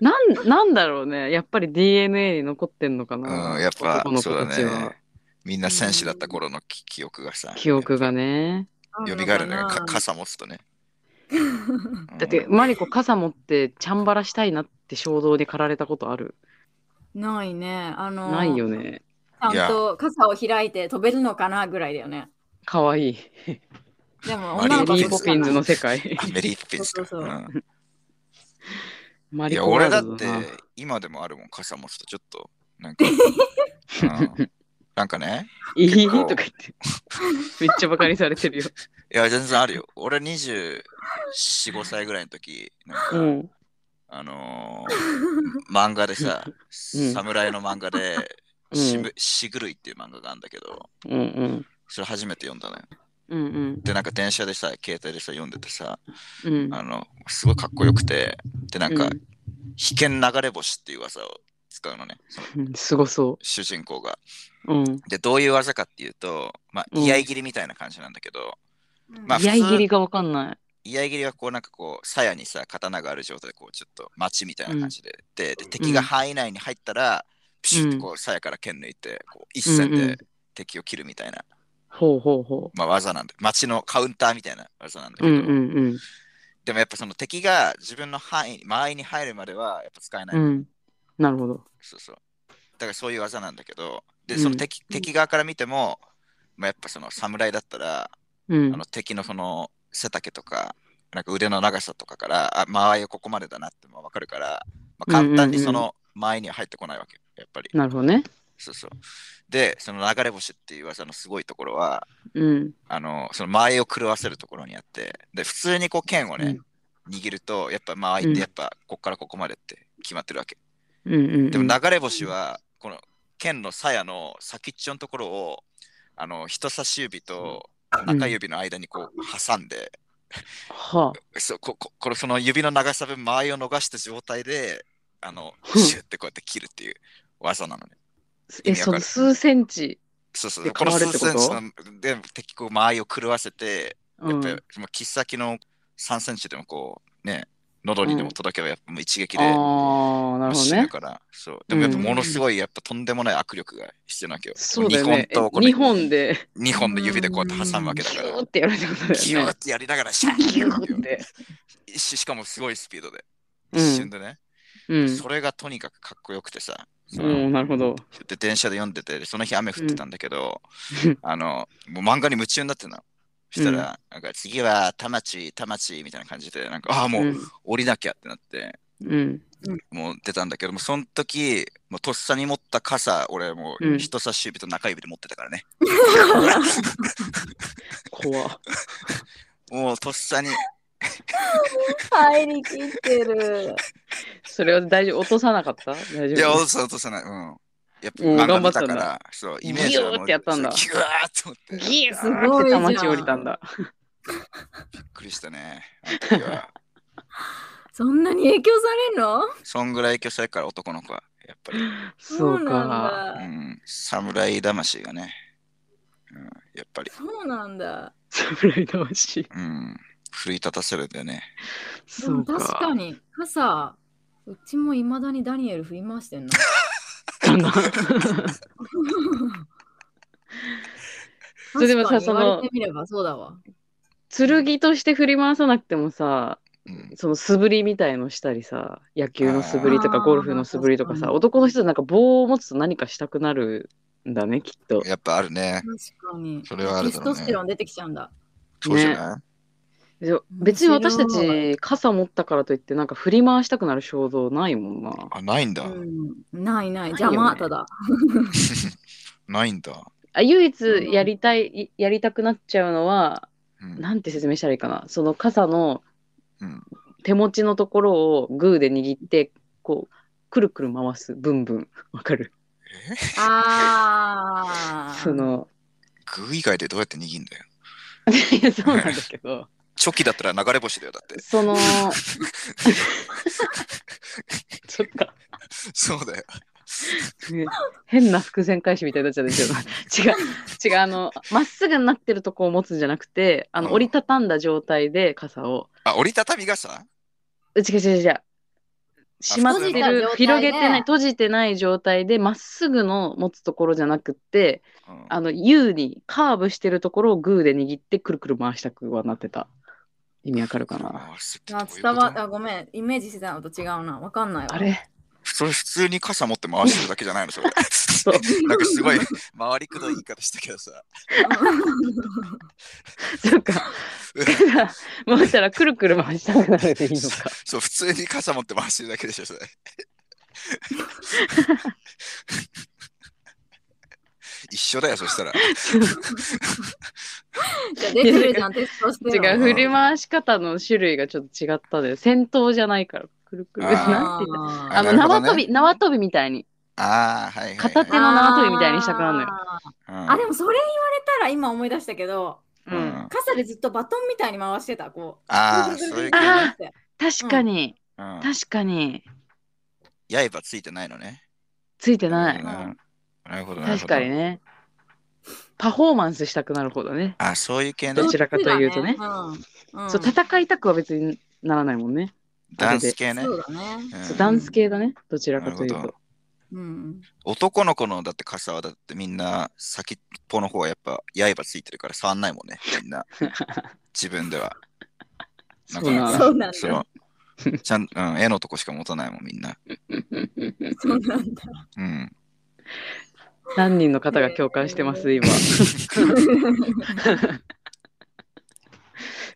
Speaker 1: なんなんだろうねやっぱり DNA に残ってんのかな、
Speaker 2: うん、やっぱ
Speaker 1: 男、の
Speaker 2: そ
Speaker 1: 子
Speaker 2: うだ
Speaker 1: たちは、
Speaker 2: ね。みんな戦士だった頃のき記憶がさ。
Speaker 1: 記憶がね
Speaker 2: よみがえるね。
Speaker 3: あんの
Speaker 2: か
Speaker 3: かな
Speaker 2: 傘持つ とね。うん
Speaker 1: だってマリコ傘持ってチャンバラしたいなって衝動に駆られたことある
Speaker 3: ないねあの
Speaker 1: ないよね
Speaker 3: ちゃんと傘を開いて飛べるのかなぐらいだよね
Speaker 1: かわいい
Speaker 3: でも
Speaker 2: マリ
Speaker 1: メ
Speaker 3: 女の子
Speaker 1: リー・
Speaker 2: オ
Speaker 1: ポピンズの世界
Speaker 2: あメリー・ポピンズか。
Speaker 3: そうそうそう
Speaker 2: うん
Speaker 1: マ
Speaker 2: い
Speaker 1: リ
Speaker 2: や、
Speaker 1: コ
Speaker 2: 俺
Speaker 1: ワ
Speaker 2: だ
Speaker 1: ー
Speaker 2: っ
Speaker 1: ル
Speaker 2: て
Speaker 1: ドな
Speaker 2: 今でもあるもん、傘持つとちょっと、なんか。 うんなんかね、
Speaker 1: いい
Speaker 2: 結構
Speaker 1: とか言ってめっちゃバカにされてるよ、
Speaker 2: いや、全然あるよ。俺24、5歳ぐらいの時、なんか、
Speaker 1: うん、
Speaker 2: あのー漫画でさ、侍の漫画で、
Speaker 1: うん
Speaker 2: しむしぐるいっていう漫画があるんだけど、
Speaker 1: うんうん
Speaker 2: それ初めて読んだね。
Speaker 1: うんうん
Speaker 2: で、なんか電車でさ、携帯でさ、読んでてさ、
Speaker 1: うん
Speaker 2: あの、すごいかっこよくて、で、なんか
Speaker 1: う、ん
Speaker 2: 危険流れ星っていう技を使うのね、その
Speaker 1: うん、すごそ
Speaker 2: 主人公が。
Speaker 1: う、うん、
Speaker 2: で、どういう技かっていうと、まあ、
Speaker 1: うん
Speaker 2: 居合切りみたいな感じなんだけど、まあ
Speaker 1: 居合切りがわかんない
Speaker 2: 居合切りはこう、なんかこう、鞘にさ、刀がある状態で、こう、ちょっと待ちみたいな感じで、で、で敵が範囲内に入ったら、ピシュッとこう、鞘から剣抜いて、こう、一戦
Speaker 1: うんう
Speaker 2: で
Speaker 1: ん
Speaker 2: 敵を切るみたいな、
Speaker 1: ほうほうほ
Speaker 2: まあ、技なんで、待ちのカウンターみたいな技なんだけ
Speaker 1: ううん
Speaker 2: ど、
Speaker 1: うんうん
Speaker 2: でもやっぱその敵が自分の範囲、間合いに入るまでは、やっぱ使えない。
Speaker 1: うん、なるほど。
Speaker 2: そうそう。だからそういう技なんだけど、で、
Speaker 1: うん
Speaker 2: その敵,、敵側から見ても、まあ、やっぱその侍だったら、
Speaker 1: うん
Speaker 2: あの敵のその背丈とか、なんか腕の長さとかから、あ、間合いはここまでだなってもわかるから、まあ、簡単にその間合いには入ってこないわけよ、やっぱり。
Speaker 1: なるほどね。
Speaker 2: そうそう。で、その流れ星っていう技のすごいところは、
Speaker 1: うん。
Speaker 2: あの、その間合いを狂わせるところにあって、で、普通にこう剣をね、握ると、やっぱ間合いってやっぱこっからここまでって決まってるわけ。
Speaker 1: うんうんうん、
Speaker 2: でも流れ星は、この剣の鞘の先っちょのところを、あの人差し指と中指の間にこう挟んで、
Speaker 1: は
Speaker 2: そうこここのその指の長さ分間合いを逃した状態で、あの、
Speaker 1: うん
Speaker 2: シュッてこうやって切るっていう技なのね。
Speaker 1: あ、
Speaker 2: 意
Speaker 1: え、
Speaker 2: 味わか
Speaker 1: そ
Speaker 2: る
Speaker 1: の数センチ。
Speaker 2: そうそう、
Speaker 1: で
Speaker 2: この
Speaker 1: 変わるってこと
Speaker 2: 数センチので敵こう間合いを狂わせて、
Speaker 1: うん、
Speaker 2: やっぱりもう切っ先の3センチでもこうね、喉にでも届けばやっぱもう一撃
Speaker 1: あ
Speaker 2: で
Speaker 1: あ、なるほ
Speaker 2: 死
Speaker 1: ど
Speaker 2: ぬ
Speaker 1: ね。
Speaker 2: から、そう。でもやっぱ
Speaker 1: うん
Speaker 2: ものすごいやっぱとんでもない握力が必要なわけよ。
Speaker 1: そうだよ
Speaker 2: もう
Speaker 1: ね。
Speaker 2: 二本とこの
Speaker 1: 2本で、
Speaker 2: 2本の指でこうやって挟むわけだ
Speaker 1: キ
Speaker 2: か
Speaker 1: ュ
Speaker 2: ら
Speaker 1: ー。ってやられたことだ
Speaker 2: ギュ
Speaker 1: よ
Speaker 2: ー
Speaker 1: ね
Speaker 2: っ。てやりながらシャー
Speaker 1: ギュ
Speaker 2: ッ
Speaker 1: ーって。
Speaker 2: ししかもすごいスピードで。
Speaker 1: うん
Speaker 2: 一瞬でね。
Speaker 1: うん。
Speaker 2: それがとにかくかっこよくてさ。その
Speaker 1: うん、なるほど。
Speaker 2: で電車で読んでて、その日雨降ってたんだけど、
Speaker 1: うん
Speaker 2: あの、もう漫画に夢中になってたの。そしたら、なんか次は田町、田町みたいな感じで、なんか、ああ、もう降りなきゃってなって、
Speaker 1: うん。うん。
Speaker 2: もう出たんだけども、その時、もうとっさに持った傘、俺も
Speaker 1: うん
Speaker 2: う人差し指と中指で持ってたからね。
Speaker 1: 怖っ。
Speaker 2: もうとっさに、
Speaker 3: 入りきってる。
Speaker 1: それは大丈夫。落とさなかった大
Speaker 2: いや、
Speaker 1: 丈夫。
Speaker 2: 落とさ落とさない。うん。や
Speaker 1: お
Speaker 2: っ
Speaker 1: ー
Speaker 2: ぱ
Speaker 1: 頑張ったん
Speaker 2: だ
Speaker 1: だ
Speaker 2: から、そう、イメージはも
Speaker 1: ギュー
Speaker 2: う
Speaker 1: ってやったんだ
Speaker 2: そうギューって思って、びっ
Speaker 1: ギュー
Speaker 3: すごいじゃん
Speaker 1: って降りたんだ。
Speaker 2: くりしたね。あの時は。
Speaker 3: そんなに影響されるの
Speaker 2: そんぐらい巨さから男の子は、やっぱり。
Speaker 1: そう
Speaker 3: なん
Speaker 1: か。
Speaker 2: う
Speaker 3: だ。
Speaker 2: ん、侍魂がね、うん、やっぱり、
Speaker 3: そうなんだ。
Speaker 1: 侍魂。
Speaker 2: うん、奮い立たせるんだよね。
Speaker 3: で
Speaker 1: そ
Speaker 3: も
Speaker 1: うか。
Speaker 3: 確かに傘、うちもいまだにダニエル振り回してんの。
Speaker 1: ガンガン それでもさ
Speaker 3: 確
Speaker 1: そ
Speaker 3: かに言わ
Speaker 1: の
Speaker 3: れてみればそうだわ。
Speaker 1: 剣として振り回さなくてもさ、
Speaker 2: うん、
Speaker 1: その素振りみたいのしたりさ、野球の素振りとか
Speaker 3: あー
Speaker 1: ゴルフの素振りとか
Speaker 3: 確か
Speaker 1: さ、
Speaker 3: に
Speaker 1: 男の人はなんか棒を持つと何かしたくなるんだね、きっと。
Speaker 2: やっぱあるね。
Speaker 3: 確かに。
Speaker 2: それはある
Speaker 3: テ
Speaker 2: だ
Speaker 3: ス
Speaker 2: ろう
Speaker 3: ト
Speaker 2: ね
Speaker 3: ステロン出てきちゃうんだ。
Speaker 2: そうじゃな
Speaker 1: で別に私た
Speaker 3: 面白
Speaker 1: ち傘持ったからといってなんか振り回したくなる衝動ないもんな。
Speaker 2: いあ、ないんだ。
Speaker 3: うん、ないない。
Speaker 1: ないよ
Speaker 3: 邪
Speaker 1: ね
Speaker 3: 魔、ただ。
Speaker 2: ないんだ。
Speaker 1: あ唯一やりたい、いやりたくなっちゃうのは、
Speaker 2: うん、
Speaker 1: なんて説明したらいいかな。その傘の
Speaker 2: うん
Speaker 1: 手持ちのところをグーで握って、こう、くるくる回す、ブンブン。わかる
Speaker 3: ああ。
Speaker 1: その、
Speaker 2: グー以外でどうやって握んだよ。
Speaker 1: いや、そうなんだけど、
Speaker 2: チョキだったら流れ星だよ、だって。
Speaker 1: その、 そっか。
Speaker 2: そうだよ。
Speaker 1: ね変な伏線回収みたいになっちゃうんですよ。違う、違う、あの、まっすぐになってるとこを持つんじゃなくて、あ
Speaker 2: う
Speaker 1: の、
Speaker 2: ん
Speaker 1: 折りたたんだ状態で傘を、
Speaker 2: あ、折りたたみ傘
Speaker 1: うち違う違う違う。しまって
Speaker 2: 閉じ
Speaker 3: た状
Speaker 1: る
Speaker 3: 態、で
Speaker 1: 広げてない、閉じてない状態で、まっすぐの持つところじゃなくって、
Speaker 2: うん、
Speaker 1: あの、優にカーブしてるところをグーで握って、くるくる回したくはなってた。意味わかるかな。
Speaker 2: あすどうい
Speaker 3: あ
Speaker 2: うこと
Speaker 3: 伝わったごめんイメージしてたのと違うなわかんないわ
Speaker 1: あれ
Speaker 2: それ普通に傘持って回してるだけじゃないのそれ。
Speaker 1: う
Speaker 2: なんか すごい回りくどい言い方したけどさ。
Speaker 1: そっか。回したらくるくる回したくなるでいいの か。
Speaker 2: そう、普通に傘持って回してるだけでしょ、それ。 一緒だよ、そしたら。
Speaker 3: じゃあ出てるじ ゃんテストステ
Speaker 1: 違
Speaker 3: ロ
Speaker 1: う、
Speaker 3: ン
Speaker 1: 振り回し方の種類がちょっと違ったで、戦闘じゃないから、くるくる。
Speaker 2: あー
Speaker 1: なんて言った
Speaker 3: あー
Speaker 1: あの、
Speaker 2: なるほ
Speaker 1: 縄
Speaker 2: どね
Speaker 1: 跳び、縄跳びみたいに。
Speaker 2: ああ、はいはい、はい。
Speaker 1: 片手の縄跳びみたいにしたくなるのよ
Speaker 2: うん
Speaker 3: あでもそれ言われたら今思い出したけど
Speaker 1: う
Speaker 2: うん
Speaker 1: ん。
Speaker 3: 傘でずっとバトンみたいに回してたこう
Speaker 2: ああ、
Speaker 3: ぐ
Speaker 2: そ
Speaker 3: る
Speaker 2: う
Speaker 3: ぐる
Speaker 2: い
Speaker 3: ぐ
Speaker 2: う
Speaker 3: るぐ
Speaker 2: 系
Speaker 3: る
Speaker 2: ね
Speaker 1: あ
Speaker 3: って
Speaker 1: 確かに、
Speaker 2: うん
Speaker 1: 確かに。
Speaker 2: 刃ついてないのね。
Speaker 1: ついてな
Speaker 2: う
Speaker 1: い
Speaker 2: ん。なるほど、なるほ
Speaker 1: 確
Speaker 2: ど。
Speaker 1: かにね。パフォーマンスしたくなるほどね。
Speaker 2: あそういう系ね
Speaker 1: ど。ちらかというとね
Speaker 3: そっちだねうんうん
Speaker 1: そう、戦いたくは別にならないもんね。
Speaker 2: ダンス系ね
Speaker 3: そ。うだね
Speaker 2: うん
Speaker 1: そうダンス系だね、どちらかという
Speaker 2: なるほ
Speaker 1: と。
Speaker 3: うん
Speaker 2: 男の子のだって傘はだってみんな先っぽの方はやっぱ刃ついてるから触んないもんね、みんな。自分では。
Speaker 1: そ
Speaker 2: んか
Speaker 1: うな
Speaker 3: そ
Speaker 1: ん
Speaker 3: うなんだ
Speaker 2: そのちゃん、うん、絵のとこしか持たないもん、みんな。
Speaker 3: そうなんだ
Speaker 2: うん。
Speaker 1: 何人の方が共感してます、 今。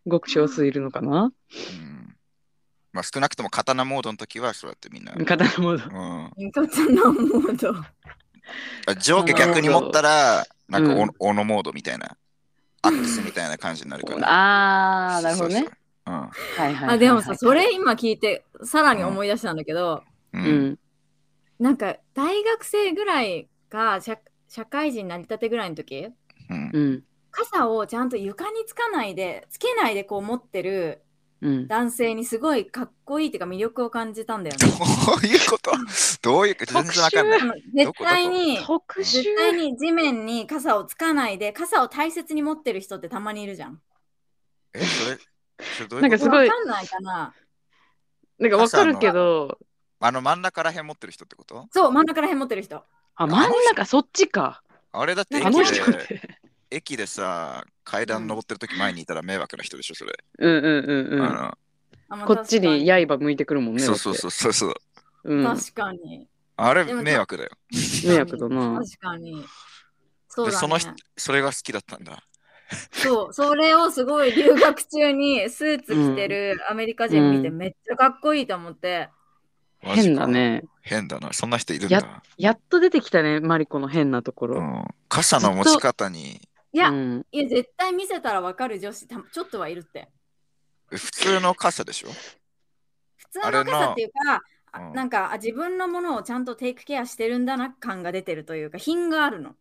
Speaker 1: ごく少数いるのかな
Speaker 2: うん、まあ少なくとも刀モードの時はそうやってみんな。う
Speaker 1: 方のもの。
Speaker 2: ん、
Speaker 3: 刀モード
Speaker 2: あ上下逆に持ったら、
Speaker 1: な
Speaker 2: な
Speaker 1: る
Speaker 2: ん
Speaker 1: ほ
Speaker 2: か
Speaker 1: ど
Speaker 2: お、おのモードみたいな、アックスみたいな感じになるから。
Speaker 1: あー、なるほどね
Speaker 2: そう。そうそう
Speaker 1: はいはいはいはい
Speaker 3: あでもさそれ今聞いてさらに思い出したんだけど
Speaker 2: う。
Speaker 1: うん
Speaker 2: うん。
Speaker 1: ん。
Speaker 3: なんか大学生ぐらいか社社会人になりたてぐらいの時
Speaker 2: うん。
Speaker 1: うん。
Speaker 3: 傘をちゃんと床につかないでつけないでこう持ってる
Speaker 1: うん。
Speaker 3: 男性にすごいかっこいいっていうか魅力を感じたんだよ
Speaker 2: ど
Speaker 3: ね。
Speaker 2: ういう ことどういうこと全然わかんない。
Speaker 3: あの絶対に
Speaker 1: 特殊
Speaker 3: 絶対に地面に傘をつかないで傘を大切に持ってる人ってたまにいるじゃん。
Speaker 2: え、それ、それどういうこと
Speaker 1: なんかすごい
Speaker 3: わかんないかな。
Speaker 1: なんかわかるけど、
Speaker 2: あの真ん中らへん持ってる人ってこと
Speaker 3: そう、真ん中らへん持ってる人。
Speaker 1: あ、真ん中そっちか。
Speaker 2: あれだって
Speaker 3: あ
Speaker 1: あ
Speaker 2: 駅
Speaker 1: の人っ
Speaker 2: で
Speaker 1: て。
Speaker 2: 駅でさ、階段登ってる時前にいたら迷惑な人でしょ、それ。
Speaker 1: うんうんうんうん。
Speaker 2: あ
Speaker 3: あまあ
Speaker 1: こっちに
Speaker 3: 確か
Speaker 1: 刃向いてくるもん
Speaker 2: の
Speaker 1: ね。
Speaker 2: そうそうそうそうそう。
Speaker 1: う。う
Speaker 3: に
Speaker 1: ん。
Speaker 3: 確かに。
Speaker 2: あれ
Speaker 3: でも
Speaker 2: 迷惑だよ。
Speaker 1: 迷惑だな
Speaker 3: 確かに。そう
Speaker 2: で
Speaker 3: だね、
Speaker 2: その人、それが好きだったんだ。
Speaker 3: そう、それをすごい留学中にスーツ着てるアメリカ人見て
Speaker 1: うん
Speaker 3: めっちゃかっこいいと思って。
Speaker 2: マジか
Speaker 1: 変だ。ね。
Speaker 2: 変だな。そんな人いるんだ。
Speaker 1: やっと出てきたね、マリコの変なところ。
Speaker 2: うん、傘の持ち方に、
Speaker 3: いや、
Speaker 1: うん
Speaker 3: いや絶対見せたらわかる女子たちょっとはいるって。
Speaker 2: 普通の傘でしょ
Speaker 3: 普通の傘っていうか、
Speaker 2: あれな
Speaker 3: あ
Speaker 2: うん
Speaker 3: なんかあ自分のものをちゃんとテイクケアしてるんだな感が出てるというか、品があるの。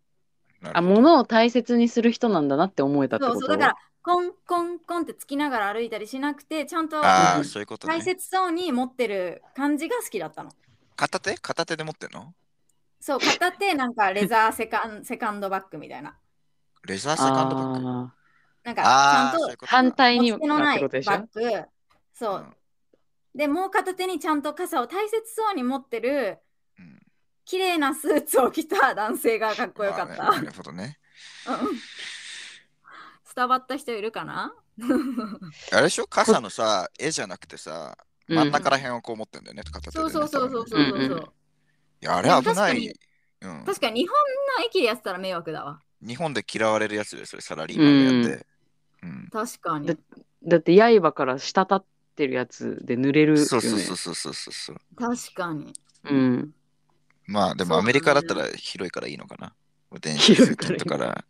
Speaker 2: なる
Speaker 1: あ、
Speaker 2: ほど
Speaker 1: 物を大切にする人なんだなって思えたって
Speaker 3: そ
Speaker 1: こ
Speaker 3: う
Speaker 1: と
Speaker 3: そう、だから、コンコンコンってつきながら歩いたりしなくて、ちゃんと
Speaker 2: あ
Speaker 1: う
Speaker 2: あ、
Speaker 1: ん
Speaker 2: そういうこと
Speaker 3: 大
Speaker 2: ね。
Speaker 3: 切そうに持ってる感じが好きだったの。
Speaker 2: 片手片手で持ってんの
Speaker 3: そう、片手なん かレザーセカンセカンドバッグみたいな。
Speaker 2: レザーセカンドバッグ。
Speaker 1: あ
Speaker 3: なんかちゃん
Speaker 2: ああー、
Speaker 3: と
Speaker 2: そういう
Speaker 1: ー
Speaker 2: こと
Speaker 1: 反対に
Speaker 3: 持
Speaker 1: は
Speaker 3: ち手のな
Speaker 1: って
Speaker 3: い
Speaker 1: こ
Speaker 3: バ
Speaker 1: とでしょ
Speaker 3: ッグ。そ
Speaker 2: う
Speaker 3: う、
Speaker 2: ん
Speaker 3: で、もう片手にちゃんと傘を大切そうに持ってる、
Speaker 2: うん
Speaker 3: 綺麗なスーツを着た男性がかっこよかっ
Speaker 2: まあねな
Speaker 3: た。
Speaker 2: るほどね。
Speaker 3: うん伝わった人いるかな
Speaker 2: あれでしょ傘のさ、絵じゃなくてさ、
Speaker 1: うん
Speaker 2: 真ん中らへんをこう持ってんだよね、片手で
Speaker 3: そ
Speaker 2: ね、
Speaker 3: うそうそうそうそうそう、
Speaker 1: うんうん
Speaker 2: 多分ねいや、あれ危な
Speaker 3: でも
Speaker 2: い。うん、
Speaker 3: 確かに日本の駅でやってたら迷惑だわ。
Speaker 2: 日本で嫌われるやつで、それサラリーマンでやって。うん
Speaker 3: 確かに
Speaker 1: だ。だって刃から滴ってるやつで濡れるよね。
Speaker 2: そうそうそうそうそうそう。
Speaker 3: 確かに。
Speaker 1: うん。
Speaker 2: まあで
Speaker 3: そう
Speaker 2: も
Speaker 3: だ
Speaker 2: ア
Speaker 3: ね
Speaker 2: メリカだったら広いからいいのかな。電子
Speaker 1: 広いからいい
Speaker 2: とから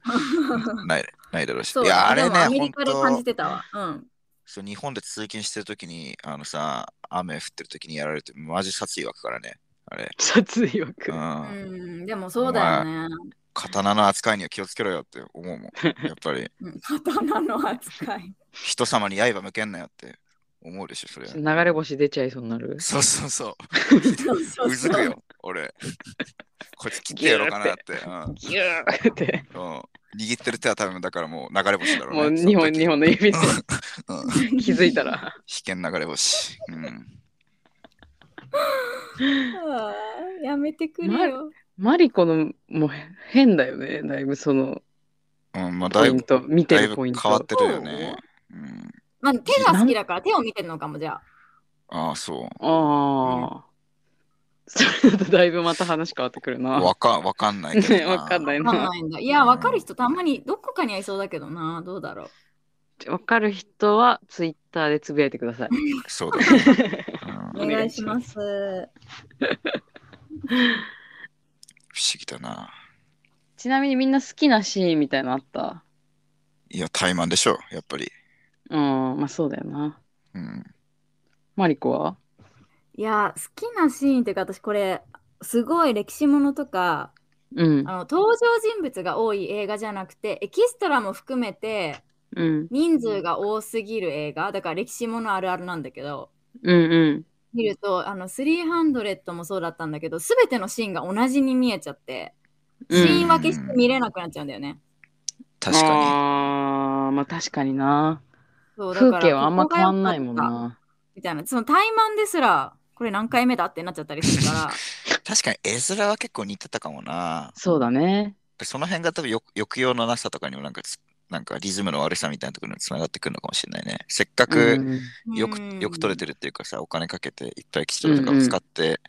Speaker 2: ないないだろうし。
Speaker 3: そう
Speaker 2: い
Speaker 3: だ
Speaker 2: やあ
Speaker 3: で
Speaker 2: れ
Speaker 3: もアメ
Speaker 2: ね、本
Speaker 3: リカで感
Speaker 2: 当
Speaker 3: じてたわ。うん。
Speaker 2: そう日本で通勤してるときに、あのさ、雨降ってるときにやられるて、マジ殺意湧くからね。あれ。
Speaker 1: 殺意枠
Speaker 2: う。。
Speaker 3: うんん、でもそうだよね。
Speaker 2: 刀の扱いには気をつけろよって思 うもん。やっぱり、
Speaker 3: うん刀の扱い。
Speaker 2: 人様に刃向けんなよって思うでしょ、それ。
Speaker 1: 流れ星出ちゃいそうになる。
Speaker 2: そうそうそ。
Speaker 3: そうそうう
Speaker 2: うずくよ、俺。こいつ切ってやろうかなって。うん
Speaker 1: ギューって。
Speaker 2: うん握ってる手は多分だからもう流れ星だ ろ
Speaker 1: も
Speaker 2: う
Speaker 1: う
Speaker 2: ね。
Speaker 1: 2本、
Speaker 2: その時
Speaker 1: 2本の 指で
Speaker 2: うん
Speaker 1: 気づ いたら。
Speaker 2: 危険流れ星。うん。
Speaker 3: あーやめてくれよ。
Speaker 1: マリコのもう変だよね。だいぶその
Speaker 2: うん、まあ、
Speaker 1: ポ
Speaker 2: だ
Speaker 1: イ
Speaker 2: い
Speaker 1: ン
Speaker 2: ぶ、
Speaker 1: ト、見て
Speaker 2: だい
Speaker 1: る
Speaker 2: ぶ
Speaker 1: ポイン
Speaker 2: 変わっ
Speaker 1: ト。
Speaker 2: てるよね。うん。
Speaker 3: まあ、手が好きだから手を見てるのかもじゃあ。
Speaker 2: ああ、そう。
Speaker 1: ああ。それだとだいぶまた話変わってくるな。
Speaker 2: わかわかんないけ
Speaker 1: ね、
Speaker 2: どな。
Speaker 1: わかんない
Speaker 3: わかん
Speaker 1: な。
Speaker 3: ないんだ。いや、わかる人たまにどこかにはいそうだけどな。どうだろう。
Speaker 1: わかる人はツイッターでつぶやいてください。
Speaker 2: そうだね。うん
Speaker 3: お
Speaker 2: 不
Speaker 1: お願
Speaker 3: 願
Speaker 1: い
Speaker 3: い
Speaker 1: し
Speaker 3: し
Speaker 1: ま
Speaker 3: ます。う
Speaker 2: 思議だな。
Speaker 1: ちなみにみんな好きなシーンみたいなのあった
Speaker 2: いや、怠慢でしょ、やっぱり。
Speaker 1: うん、まあそうだよな。
Speaker 2: うん。
Speaker 1: マリコはい
Speaker 3: や、好きなシーンっていうか、私これ、すごい歴史ものとか、
Speaker 1: うん
Speaker 3: あ。の登場人物が多い映画じゃなくて、エキストラも含めて
Speaker 1: うん。
Speaker 3: 人数が多すぎる映画、だから歴史ものあるあるなんだけど、
Speaker 1: うんうん。
Speaker 3: 見ると、あの、300もそうだったんだけど、すべてのシーンが同じに見えちゃって、シーン分けして見れなくなっちゃうんだよね。
Speaker 2: 確か
Speaker 1: あーまあ確かにな。
Speaker 3: そうだから
Speaker 1: 風景はあんま変わんないもん
Speaker 3: ここが良かっ
Speaker 1: な。
Speaker 3: たみたいな、その怠慢ですら、これ何回目だってなっちゃったりするから。
Speaker 2: に。確かに絵面は結構似てたかもな。
Speaker 1: そうだね。
Speaker 2: その辺が多分よ抑揚のなさとかにもなんかつ、なんかリズムの悪さみたいなところにつながってくるのかもしれないね。せっか
Speaker 1: う
Speaker 2: く
Speaker 1: ん
Speaker 2: よく、
Speaker 3: うん
Speaker 2: よく撮れてるっていうかさ、お金かけていっぱいエキストラとかを使って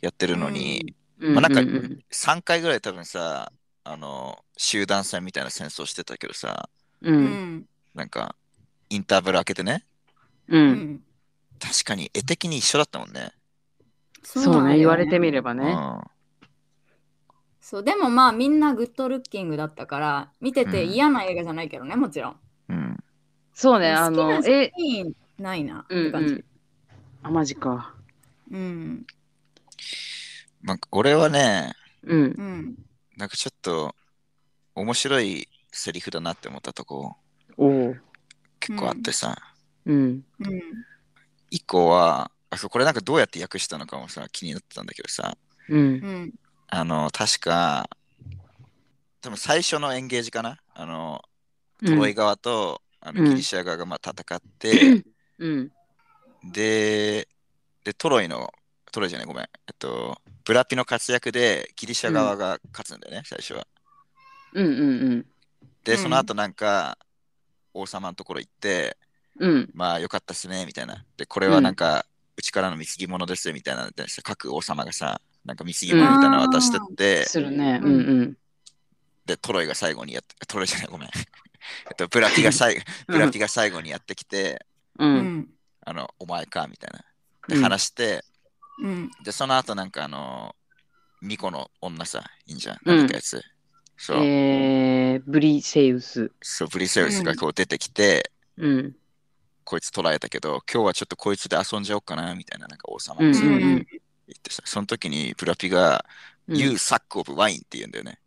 Speaker 2: やってるのに、
Speaker 3: うん
Speaker 1: うん
Speaker 2: まあなんか
Speaker 1: うんうん
Speaker 2: 3回ぐらい多分さ、あの、集団戦みたいな戦争してたけどさ、
Speaker 1: う。
Speaker 3: うんん。
Speaker 2: なんか、インターバル開けてね、
Speaker 1: う。
Speaker 3: うんん。
Speaker 2: 確かに絵的に一緒だったもんね。
Speaker 1: そう
Speaker 3: なんだよ
Speaker 1: ね、言われてみれば
Speaker 2: う
Speaker 1: ね。
Speaker 2: ん。
Speaker 3: そう、でもまあみんなグッドルッキングだったから、見てて
Speaker 2: うん
Speaker 3: 嫌な映画じゃないけどね、もちろん。
Speaker 2: うん。
Speaker 1: そうね、あ
Speaker 3: 好きな
Speaker 1: の、
Speaker 3: シ
Speaker 1: え、
Speaker 3: ーンないな、っ
Speaker 1: うん
Speaker 3: て
Speaker 1: う
Speaker 3: 感じ
Speaker 1: ん。。あ、マジか。
Speaker 3: うん。
Speaker 2: なんか俺はね、
Speaker 1: うん。
Speaker 3: うん。
Speaker 2: なんかちょっと面白いセリフだなって思ったとこ
Speaker 1: おお。
Speaker 2: 結構あってさ、
Speaker 1: うん。
Speaker 3: うん。
Speaker 2: 一個は、あそうこれなんかどうやって訳したのかもさ、気になってたんだけどさ、
Speaker 1: うん。
Speaker 3: うん。
Speaker 2: あの、確か、多分最初のエンゲージかなあの、トロイ側と、あ
Speaker 1: う
Speaker 2: の
Speaker 1: ん
Speaker 2: ギリシア側がまあ戦って、
Speaker 1: うん。
Speaker 2: で、で、トロイの、トロイじゃない、ごめん。えっと、ブラピの活躍でギリシャ側が勝つんだよね、最初は。
Speaker 1: うんうん
Speaker 2: で、
Speaker 3: うん
Speaker 2: その後なんか、王様のところ行って、
Speaker 1: うん。うん。
Speaker 2: まあよかったっすね、みたいな。で、これはなんか、うちからの貢ぎ物です、みたいな。で各王様がさ、なんか貢ぎ物みたいなの渡してって、
Speaker 1: するね。う
Speaker 3: うんん
Speaker 1: うん。
Speaker 2: で、トロイが最後にやって、トロイじゃない、ごめん。 えっと、ブラピが最後、ブラピが最後にやってきて、
Speaker 1: う。
Speaker 3: うんん。
Speaker 2: あの、お前か、みたいな。
Speaker 1: う
Speaker 2: で、
Speaker 1: ん
Speaker 2: 話して、
Speaker 3: うん。
Speaker 2: で、その後なんかあの、ミコの女さ、いいんじゃん。なんだっけあいつ。そう、
Speaker 1: えー、ブリセウス。
Speaker 2: そう、ブリセウスがこう出てきて、
Speaker 1: うん。
Speaker 2: こいつ捕らえたけど、今日はちょっとこいつで遊んじゃおうかな、みたいな、なんか王様
Speaker 1: うん
Speaker 2: が
Speaker 1: う
Speaker 2: さ
Speaker 1: ん
Speaker 2: 言
Speaker 1: う
Speaker 2: っ
Speaker 1: ん。
Speaker 2: てさ、その時にブラピが、
Speaker 1: うん
Speaker 2: You suck of wine って言うんだよね。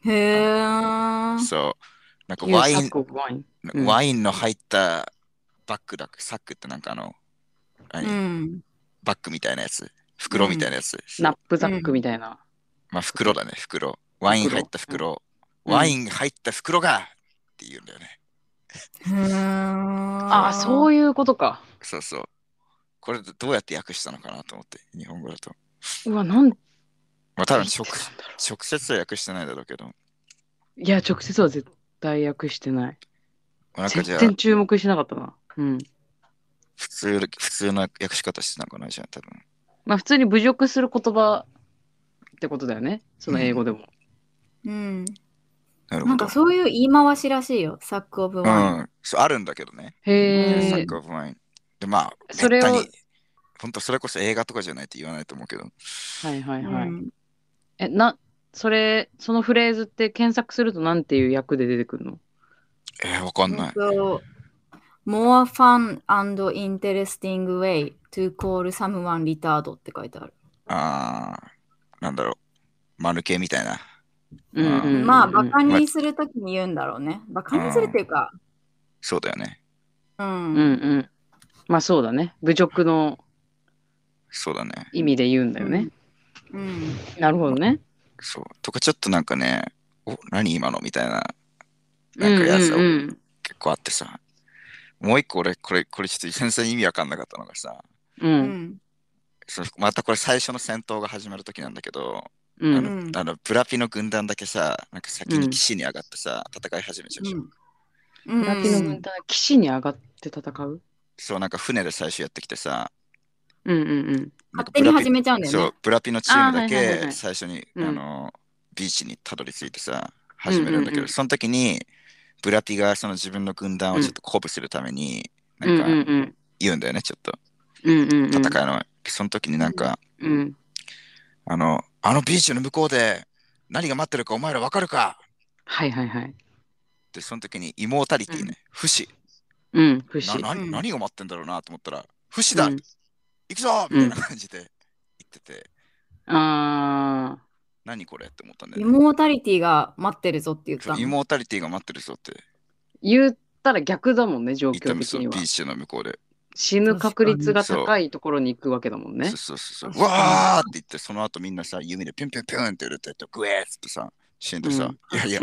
Speaker 3: へえ。
Speaker 2: そう。なんか
Speaker 1: You
Speaker 2: ワイン
Speaker 1: suck、of wine うん
Speaker 2: ワインの入ったバッグだ、サックってなんかあの、あれ
Speaker 3: うん。
Speaker 2: バッグみたいなやつ、袋みたいなやつ。
Speaker 1: ナップザックみたいな。
Speaker 2: まあ袋だね、袋。ワイン入った袋。
Speaker 1: うん
Speaker 2: ワイン入った袋がって言うんだよね。
Speaker 1: あ
Speaker 3: あ
Speaker 1: あ、そう
Speaker 3: い
Speaker 1: い
Speaker 3: う
Speaker 1: うことか。
Speaker 2: そうそう。これどうやって訳したのかなと思って、日本語だと。
Speaker 1: うわ、なんて
Speaker 2: まあ多
Speaker 1: 言
Speaker 2: 分
Speaker 1: ってた
Speaker 2: 直
Speaker 1: んだろ
Speaker 2: 直接は訳してないだろうけど、ま
Speaker 1: う。いや、直接は絶対訳してない。
Speaker 2: あなんかじ
Speaker 1: 全
Speaker 2: ゃあ
Speaker 1: 然注目しなかったな。うん。
Speaker 2: 普通普通の訳し方してたのかなじゃあ多分。
Speaker 1: まあ、普通に侮辱する言葉ってことだよね。その英語でも。
Speaker 3: う。うん。
Speaker 2: なる
Speaker 3: な
Speaker 2: ほ
Speaker 3: ん
Speaker 2: ど
Speaker 3: か。そういう言い回しらしいよ。サックオブ
Speaker 2: う
Speaker 3: ワイン。
Speaker 2: ん、そうあるんだけどね。
Speaker 1: へ
Speaker 2: サ
Speaker 1: え
Speaker 2: ッ。カーオブワイン。で、まあ、
Speaker 1: それを
Speaker 2: めったに、本当それこそ映画とかじゃないって言わないと思うけど、
Speaker 1: はいは
Speaker 3: う
Speaker 1: い
Speaker 3: ん
Speaker 1: はい。え、な、それ、そのフレーズって検索するとなんていう役で出てくるの
Speaker 2: えー、わかんない。
Speaker 3: So, more fun and interesting way to call someone retard って書いてある。
Speaker 2: あー、なんだろう。丸系みたいな。
Speaker 1: うんうんうんうん
Speaker 3: まあ、バカにするときに言うんだろうね。バカにするっていうか、
Speaker 2: そうだよね。
Speaker 3: う
Speaker 1: うん
Speaker 3: ん。
Speaker 1: うん。まあそうだね。侮辱の
Speaker 2: そうだね。
Speaker 1: 意味で言うんだよね。
Speaker 3: うん。
Speaker 1: なるほどね。
Speaker 2: そう。とか、ちょっとなんかね、お、何今のみたいな、
Speaker 1: う
Speaker 2: なん
Speaker 1: ん
Speaker 2: かやつ
Speaker 1: う
Speaker 2: を
Speaker 1: ん
Speaker 2: 結構あってさ。もう一個俺、これ、これちょっと全然意味わかんなかったのがさ、
Speaker 1: う。
Speaker 3: うんん。
Speaker 2: そうまたこれ最初の戦闘が始まるときなんだけど、
Speaker 1: う
Speaker 2: あ
Speaker 1: ん。
Speaker 2: の、あのブラピの軍団だけさ、なんか先に岸に上がってさ、戦い始めちゃうじゃん
Speaker 3: うん。
Speaker 1: ラピの軍団、岸に上がって戦う
Speaker 2: そう、なんか船で最初やってきてさ、
Speaker 1: うんうんうん。
Speaker 2: なんかブ
Speaker 3: 勝手
Speaker 2: ラ
Speaker 3: に
Speaker 2: ピ
Speaker 3: 始めちゃうんだよ
Speaker 2: そ
Speaker 3: ね
Speaker 2: う。、ブラピのチームだ
Speaker 1: あーはいはいはいは
Speaker 2: け
Speaker 1: い
Speaker 2: 最初に、
Speaker 1: うん
Speaker 2: あの、ビーチにたどり着いてさ、始めるんだけ
Speaker 1: うんうんう
Speaker 2: ど、
Speaker 1: ん
Speaker 2: その時に、ブラピがその自分の軍団をちょっと鼓舞するために、
Speaker 1: うんうんう
Speaker 2: なんか
Speaker 1: ん。
Speaker 2: 言うんだよね、ちょっと。
Speaker 1: うんうんうん。
Speaker 2: 戦いの、その時になんか、
Speaker 1: うん。
Speaker 2: あの、あのビーチの向こうで何が待ってるかお前らわかるか
Speaker 1: はいはいはい。
Speaker 2: って、その時にイモータリティ
Speaker 3: う
Speaker 2: ね、不死。
Speaker 1: うん。不
Speaker 2: な
Speaker 1: 死。
Speaker 2: 何何が待ってんだろうなと思ったら、不死
Speaker 1: う
Speaker 2: だ
Speaker 1: ん
Speaker 2: 行くぞみたいな感じで言ってて、
Speaker 1: ああ。
Speaker 2: 何これって思ったんだ
Speaker 3: イ
Speaker 2: よね。
Speaker 3: モータリティが待ってるぞって言った
Speaker 2: そう
Speaker 3: の。
Speaker 2: イモータリティが待ってるぞって。
Speaker 1: 言ったら逆だもんね、状
Speaker 2: 言った
Speaker 1: 況
Speaker 2: んです
Speaker 1: 的
Speaker 2: よ
Speaker 1: には
Speaker 2: ビー。チの向こうで。
Speaker 1: 死ぬ確率が高いところに行くわけだもんね
Speaker 2: そう。そうそうそう。
Speaker 3: 確かに
Speaker 2: わーって言って、その後みんなさ、弓でピュンピュンピュンって打ってって、グエーっつってさ、死んでさ、いやいや、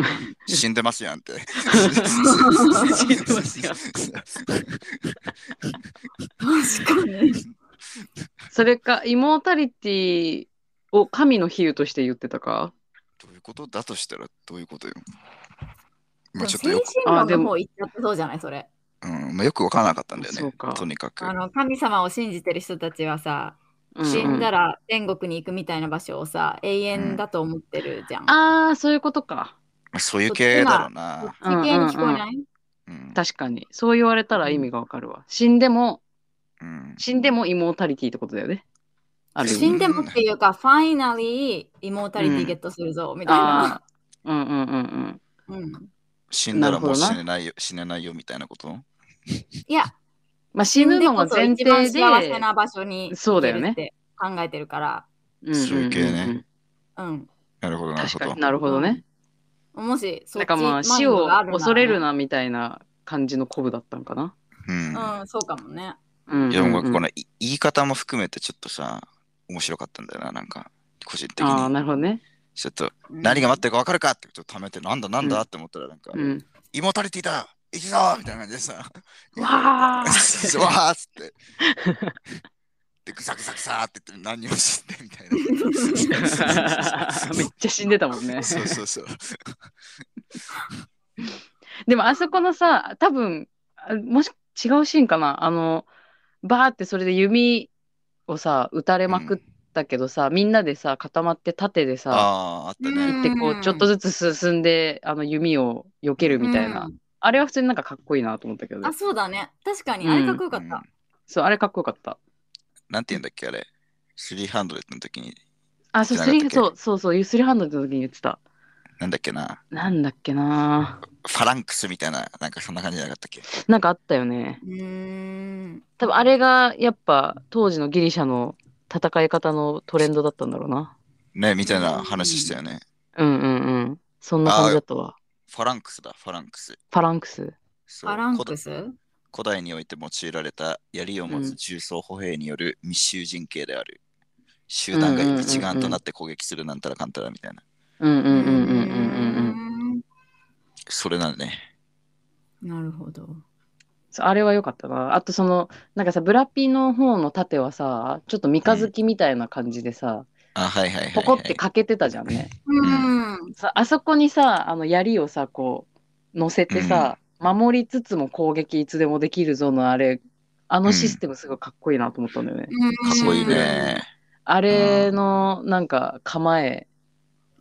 Speaker 2: 死んでますやんって。
Speaker 1: 死んでますやん
Speaker 3: 確かに。
Speaker 1: それか、イモータリティを神の比喩として言ってたか
Speaker 2: どういうことだとしたらどういうことよ。まあ
Speaker 3: でも
Speaker 2: ちょっ
Speaker 3: 精
Speaker 2: とよ
Speaker 3: 神
Speaker 2: く、
Speaker 1: あ
Speaker 3: 論
Speaker 1: で
Speaker 3: の
Speaker 1: も
Speaker 3: 方行っちゃってそうじゃないそれ。
Speaker 2: うんまあ、よくわからなかったんだよ
Speaker 1: そう
Speaker 2: ね
Speaker 1: か。
Speaker 2: とにかく
Speaker 3: あ。の神様を信じてる人たちはさ、
Speaker 1: うん
Speaker 3: 死んだら天国に行くみたいな場所をさ、永遠だと思ってるじゃん。
Speaker 1: ああ、そういうことか。
Speaker 2: まあ、そういう系だろうな。
Speaker 3: 世間に聞こえない、
Speaker 2: うん。
Speaker 1: 確かに。そう言われたら意味がわかるわ。死んでも、
Speaker 2: うん
Speaker 1: 死んでもイモータリティってことだよね。ある意
Speaker 3: 死
Speaker 1: 味。
Speaker 3: んでもっていうか、ファイナリーイモータリティゲットするぞ、みたいな。
Speaker 1: ああ。うんうんうんうん。
Speaker 3: うん、
Speaker 2: 死んだらもう
Speaker 1: なるほどな
Speaker 2: 死ねないよ、死ねないよみたいなこと
Speaker 3: いや、
Speaker 1: まあ死ぬのが前提
Speaker 3: 死んでこそ一番幸
Speaker 1: で
Speaker 3: せ。な場所に
Speaker 1: そ
Speaker 3: 行
Speaker 1: うだ
Speaker 3: け
Speaker 1: よ
Speaker 3: る
Speaker 1: ね
Speaker 3: って考えてるから、
Speaker 1: うんうんうんうん
Speaker 2: そういう系ね。
Speaker 3: うん。
Speaker 2: なるほど、なる
Speaker 1: 確
Speaker 2: ほ
Speaker 1: か
Speaker 2: ど
Speaker 1: に。なるほどね。
Speaker 3: もし、そ
Speaker 1: な
Speaker 3: っ
Speaker 1: んか
Speaker 3: ち
Speaker 1: ま
Speaker 3: マ
Speaker 1: あ
Speaker 3: イ
Speaker 1: 死
Speaker 3: ンド
Speaker 1: を
Speaker 3: があるならね
Speaker 1: 恐れるなみたいな感じの鼓舞だったのかな。
Speaker 2: うん。
Speaker 3: うん、そうかもね。
Speaker 1: うんうんうん
Speaker 2: いや、もうこのい言い方も含めてちょっとさ、面白かったんだよな、なんか、個人的
Speaker 1: ああ、
Speaker 2: に。
Speaker 1: なるほどね。
Speaker 2: ちょっと、
Speaker 3: うん
Speaker 2: 何が待ってるか分かるかってちょっとためて、なんだなん
Speaker 1: う
Speaker 2: だ
Speaker 1: ん
Speaker 2: って思ったら、なんか、
Speaker 1: うん。
Speaker 2: イモータリティだ行く ぞみたいな感じでさ、
Speaker 1: わあ。
Speaker 2: わ ーっつって、でグサグサグサって言って何をしてみたい な
Speaker 1: めっちゃ死んでたもんね
Speaker 2: そうそうそう。
Speaker 1: でもあそこのさ多分あもし違うシーンかなあのバーってそれで弓をさ撃たれまくったけどさ、みんなでさ固まって盾でさ
Speaker 2: ああ、あった
Speaker 3: う
Speaker 2: ね。
Speaker 3: ん
Speaker 1: でこうちょっとずつ進んであの弓を避けるみたいな、
Speaker 3: う
Speaker 1: あれは普通になんかかっこいいなと思ったけど
Speaker 3: あ、そうだね。確かに、あれかっこよかっ
Speaker 2: うん
Speaker 3: た。
Speaker 1: そうあれかっこよかった
Speaker 2: なんて言うんだっけ、あれ。300の時に、
Speaker 1: あそう
Speaker 2: じゃ
Speaker 1: ス
Speaker 2: なか
Speaker 1: リ
Speaker 2: ったっ
Speaker 1: ー
Speaker 2: け
Speaker 1: そうそうそうゆすりハンドの時に言ってた
Speaker 2: なんだっけな。
Speaker 1: なんだっけな
Speaker 2: ファランクスみたいな、なんかそんな感じじゃなかったっけ。
Speaker 1: なんかあったよね
Speaker 3: うーん。
Speaker 1: 多分あれがやっぱ当時のギリシャの戦い方のトレンドだったんだろうな
Speaker 2: ね、みたいな話したよね。
Speaker 1: うんうんうんそんな感じだったわ
Speaker 2: ファランクスだ、ファランクス。
Speaker 1: ファランクス
Speaker 2: そ
Speaker 3: フ
Speaker 2: う
Speaker 3: ァランク
Speaker 2: 古
Speaker 3: ス
Speaker 2: 古代において用いられた槍を持つ重装歩兵による密集陣形である。集団が一丸となって攻撃するなんたらかんたらみたいな。
Speaker 1: うんう
Speaker 3: うん
Speaker 1: うんうんうんうんうん
Speaker 3: ん
Speaker 2: それなんね。
Speaker 3: うん。なるほど。
Speaker 1: そうあれは良かったなあとそのなんかさブラピの方の盾はさちょっと三日月みたいな感じでさ、
Speaker 2: あ、はいはいはい、はい。
Speaker 1: ポコって欠けてたじゃんね、
Speaker 3: うん。
Speaker 1: さあそこにさあの槍をさこう乗せてさ、守りつつも攻撃いつでもできるぞのあれあのシステムすごいかっこいいなと思ったんだよね、
Speaker 2: かっこいいね。
Speaker 1: あれのなんか構え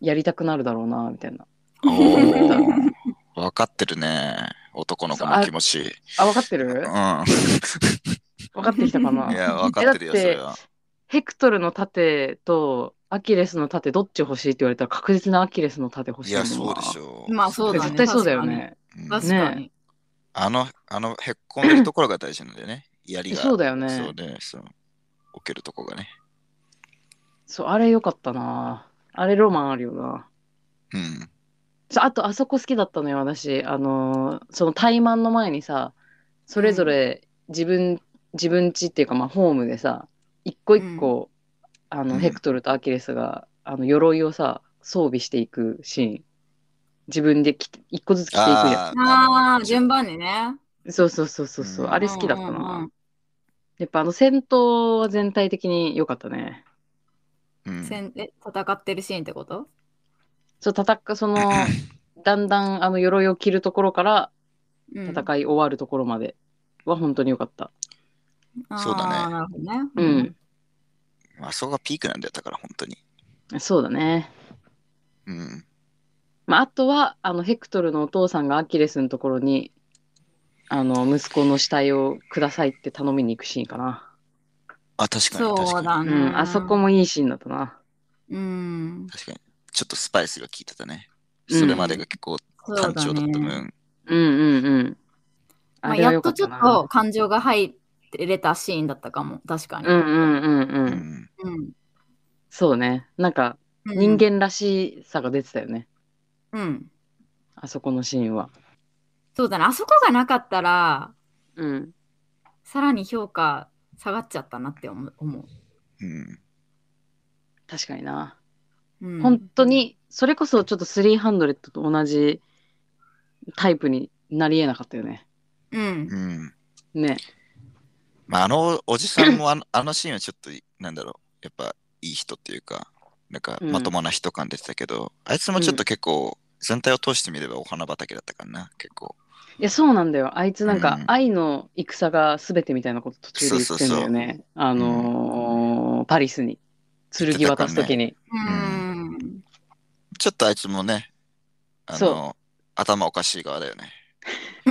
Speaker 1: やりたくなるだろうなみたいな
Speaker 2: お
Speaker 1: ん
Speaker 2: ーわかってるね。男の子の気持ち。
Speaker 1: あ分かって
Speaker 2: う
Speaker 1: る
Speaker 2: ん。
Speaker 1: 分かってきたか
Speaker 2: い
Speaker 1: な
Speaker 2: や、わかってるよ、
Speaker 1: え
Speaker 2: そ
Speaker 1: だって
Speaker 2: れは。
Speaker 1: ヘクトルの盾とアキレスの盾どっち欲しいって言われたら確実なアキレスの盾欲し
Speaker 2: い
Speaker 1: いもんな
Speaker 2: や、そうでしょう。
Speaker 3: まあそうだね
Speaker 1: 絶対そうだよね
Speaker 2: うん
Speaker 3: 確かに。
Speaker 2: あの、あの、へっこんでるところが大事なんだよね。槍が。
Speaker 1: そうだよね
Speaker 2: そうね、そう。置けるとこがね。
Speaker 1: そうあれ良かったなあれロマンあるよな
Speaker 2: うん。
Speaker 1: そうあとあそこ好きだったのよ私あのーその怠慢の前にさそれぞれ自分、自分家っていうかまあホームでさ一個一個、あ
Speaker 2: う
Speaker 1: の
Speaker 2: ん
Speaker 1: ヘクトルとアキレスがあの鎧をさ装備していくシーン自分で着て一個ずつ着ていくじゃ
Speaker 2: あ
Speaker 3: ああ、
Speaker 2: の
Speaker 3: 順番にね。
Speaker 1: んそうそうそうそうそう
Speaker 2: うん
Speaker 1: あれ好きだったな、
Speaker 3: うんうん
Speaker 1: やっぱあの戦闘は全体的に良かったね
Speaker 2: う
Speaker 3: うんん。戦え戦ってるシーンってこと
Speaker 1: そう戦うそのだんだんあの鎧を着るところから
Speaker 3: 戦
Speaker 1: 戦い終わるところまでは本当に良かった
Speaker 2: そうだね
Speaker 3: あーなるほどね。
Speaker 1: うん。
Speaker 2: あそこがピークなんだよ、だから、本当に。
Speaker 1: そうだね。
Speaker 2: うん。
Speaker 1: まあ、あとは、あの、ヘクトルのお父さんがアキレスのところに、あの、息子の死体をくださいって頼みに行くシーンかな。
Speaker 2: あ、確かに。確
Speaker 3: そ
Speaker 2: か
Speaker 3: う
Speaker 2: に。
Speaker 3: だ
Speaker 1: う
Speaker 3: ね。
Speaker 1: ん、あそこ。もいいシーンだったな。
Speaker 3: うん。
Speaker 2: 確かに。ちょっとスパイスが効いてたね。それまでが結構
Speaker 3: そう
Speaker 2: 単
Speaker 3: だ
Speaker 2: 調だった
Speaker 3: ね。
Speaker 2: 分。
Speaker 1: うんうんうん。
Speaker 3: ま
Speaker 1: あ
Speaker 3: あ、
Speaker 1: れは
Speaker 3: や
Speaker 1: 良
Speaker 3: っ
Speaker 1: かっ
Speaker 3: とちょ
Speaker 1: た
Speaker 3: っ
Speaker 1: な。
Speaker 3: と感情が入ってれたシーンだったかも、確かに。
Speaker 1: うんうんうんう。
Speaker 2: うんん。
Speaker 3: うん
Speaker 1: そうね。なんか、人。間らしさが出てたよね。
Speaker 3: うん。
Speaker 1: あそこのシーンは。
Speaker 3: そうだね。あそこがなかったら、
Speaker 1: うん。
Speaker 3: さらに評価下がっちゃったなって思う思
Speaker 2: うん。
Speaker 1: 確かにな。
Speaker 3: う。うん
Speaker 1: 本当。に、それこそちょっと300と同じタイプになり得なかったよね。
Speaker 3: うん。
Speaker 2: うん。
Speaker 1: ね。
Speaker 2: まあ、あのおじさんもあのあのシーンはちょっと、なんだろう、やっぱいい人っていうか、なんか
Speaker 1: うん
Speaker 2: まともな人感出てたけど、あいつもちょっと結構、全体を通してみればお花畑だったからな、結構。
Speaker 1: いやそうなんだよあいつなんか、
Speaker 2: うん
Speaker 1: 愛の戦が全てみたいなこと途中で言ってんだよねあのーパリスに剣渡す時に、
Speaker 3: うん。
Speaker 2: ちょっとあいつもね、あ
Speaker 1: そ
Speaker 2: の、頭おかしい側 だよね。ぶ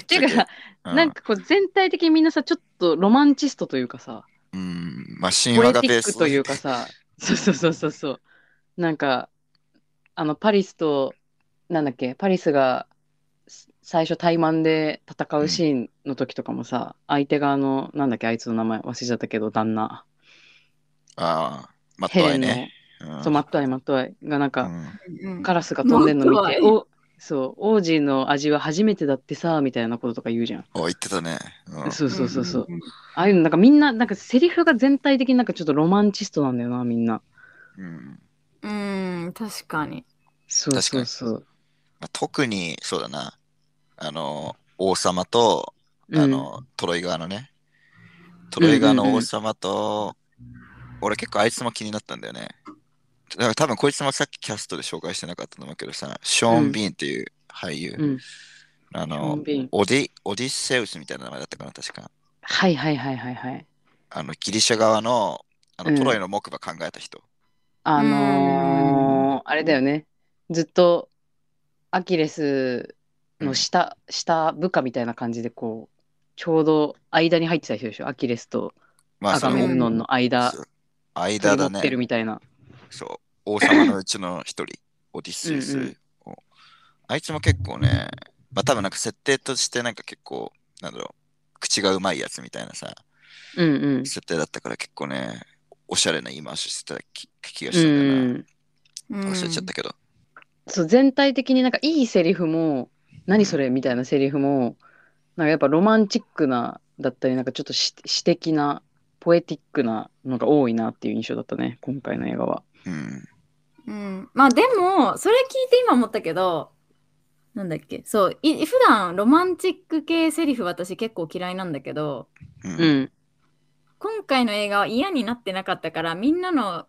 Speaker 2: っ
Speaker 1: って
Speaker 2: ちゃ
Speaker 1: いうか、
Speaker 2: け、うん
Speaker 1: なんかこう全体的にみんなさちょっとロマンチストというかさ
Speaker 2: うん、まあ、神
Speaker 1: ポ
Speaker 2: 話
Speaker 1: エテ
Speaker 2: が
Speaker 1: ィ
Speaker 2: ベ
Speaker 1: ッ
Speaker 2: ース
Speaker 1: クというかさそうそうそうそうそうなんかあのパリスとなんだっけパリスがす最初怠慢で戦うシーンの時とかもさ、相手側のなんだっけあいつの名前忘れちゃったけど旦那、
Speaker 2: ああ、まっ
Speaker 1: ヘ
Speaker 2: とあ
Speaker 1: レ
Speaker 2: い
Speaker 1: ンの、
Speaker 2: ね。うん
Speaker 1: そうマットアイマットアイがなんか、
Speaker 2: うん
Speaker 3: うん
Speaker 1: カラスが飛んでんの
Speaker 3: も
Speaker 1: 見
Speaker 3: っと
Speaker 1: て、
Speaker 3: 愛
Speaker 1: おそう、王子の味は初めてだってさ、みたいなこととか言うじゃん。
Speaker 2: お、言ってたね。うん
Speaker 1: そうそうそうそう。
Speaker 3: んんん
Speaker 1: ああいうの、なんかみんな、なんかセリフが全体的になんかちょっとロマンチストなんだよな、みんな。
Speaker 2: うん
Speaker 3: うん、確かに。
Speaker 1: そうそうそう。
Speaker 2: まあ特に、そうだな、あの、王様と、あ
Speaker 1: うん、
Speaker 2: の、トロイ側のね、トロイガーの王様と、俺結構あいつも気になったんだよね。だから多分こいつもさっきキャストで紹介してなかったと思うけどさ、ショーン・ビーンっていう俳優、
Speaker 1: うんショ
Speaker 2: あ
Speaker 1: ー
Speaker 2: の
Speaker 1: ンビーン、
Speaker 2: オディ、オディセウスみたいな名前だったかな、確か。
Speaker 1: はいはいはいはいはい。
Speaker 2: あの、ギリシャ側の、あ
Speaker 1: うん
Speaker 2: の、トロイの木馬考えた人。
Speaker 1: あのーあれだよね。ずっとアキレスの下、下部下みたいな感じでこう、ちょうど間に入ってた人でしょ。アキレスと
Speaker 2: まあ、
Speaker 1: ア
Speaker 2: そ
Speaker 1: ガ
Speaker 2: の
Speaker 1: メンノンの間、
Speaker 2: そう
Speaker 1: 取
Speaker 2: 間
Speaker 1: り持
Speaker 2: だ
Speaker 1: ってる
Speaker 2: ね。
Speaker 1: みたいな。
Speaker 2: そう。王様のうちの一人、オディセウスを、
Speaker 1: うん
Speaker 2: あいつも結構ね、まあ多分なんか設定としてなんか結構、なんだろう、口がうまいやつみたいなさ、
Speaker 1: うんうん。
Speaker 2: 設定だったから結構ね、おしゃれな言い回ししてた気気がし
Speaker 1: う
Speaker 2: たんだよな。
Speaker 1: ん、
Speaker 3: うん
Speaker 2: 忘れちゃったけど。
Speaker 1: そう全体的になんかいいセリフも何それみたいなセリフもなんかやっぱロマンチックなだったりなんかちょっと詩詩的なポエティックなのが多いなっていう印象だったね今回の映画は。
Speaker 2: うん。
Speaker 3: うん、まあでもそれ聞いて今思ったけどなんだっけそうい普段ロマンチック系セリフ私結構嫌いなんだけど
Speaker 2: う。
Speaker 1: うんん、
Speaker 3: 今回の映画は嫌になってなかったからみんなの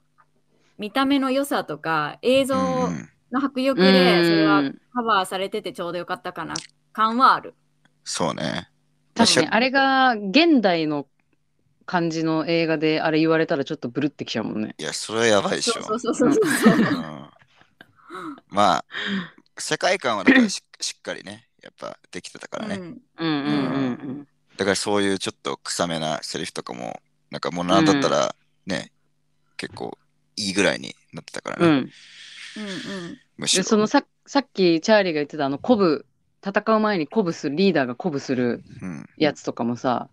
Speaker 3: 見た目の良さとか映像
Speaker 2: うん
Speaker 3: の迫力
Speaker 1: うん
Speaker 3: でそれはカバーされててちょうどよかったかな感はある。
Speaker 2: そうね。
Speaker 1: 確かに
Speaker 2: ま
Speaker 1: あれが現代の感じの映画であれ言われたらちょっとブルってきちゃうもんね。
Speaker 2: いや、それはやばいでし
Speaker 3: そ
Speaker 2: ょ。
Speaker 3: うそうそうそうそう。
Speaker 2: うんまあ、世界観はだからししっかりね、やっぱできてたからね。
Speaker 3: うん
Speaker 1: うんうんうん
Speaker 2: だからそういうちょっと臭めなセリフとかも、なんかもうなんだったらね、結構いいぐらいになってたから
Speaker 1: う
Speaker 2: ね。
Speaker 1: ん。うん、
Speaker 3: うん
Speaker 2: むし
Speaker 1: で
Speaker 2: ろ。
Speaker 1: そのささっきチャーリーが言ってたあの鼓舞戦う前に鼓舞するリーダーが鼓舞する
Speaker 2: うん、
Speaker 1: やつとかもさ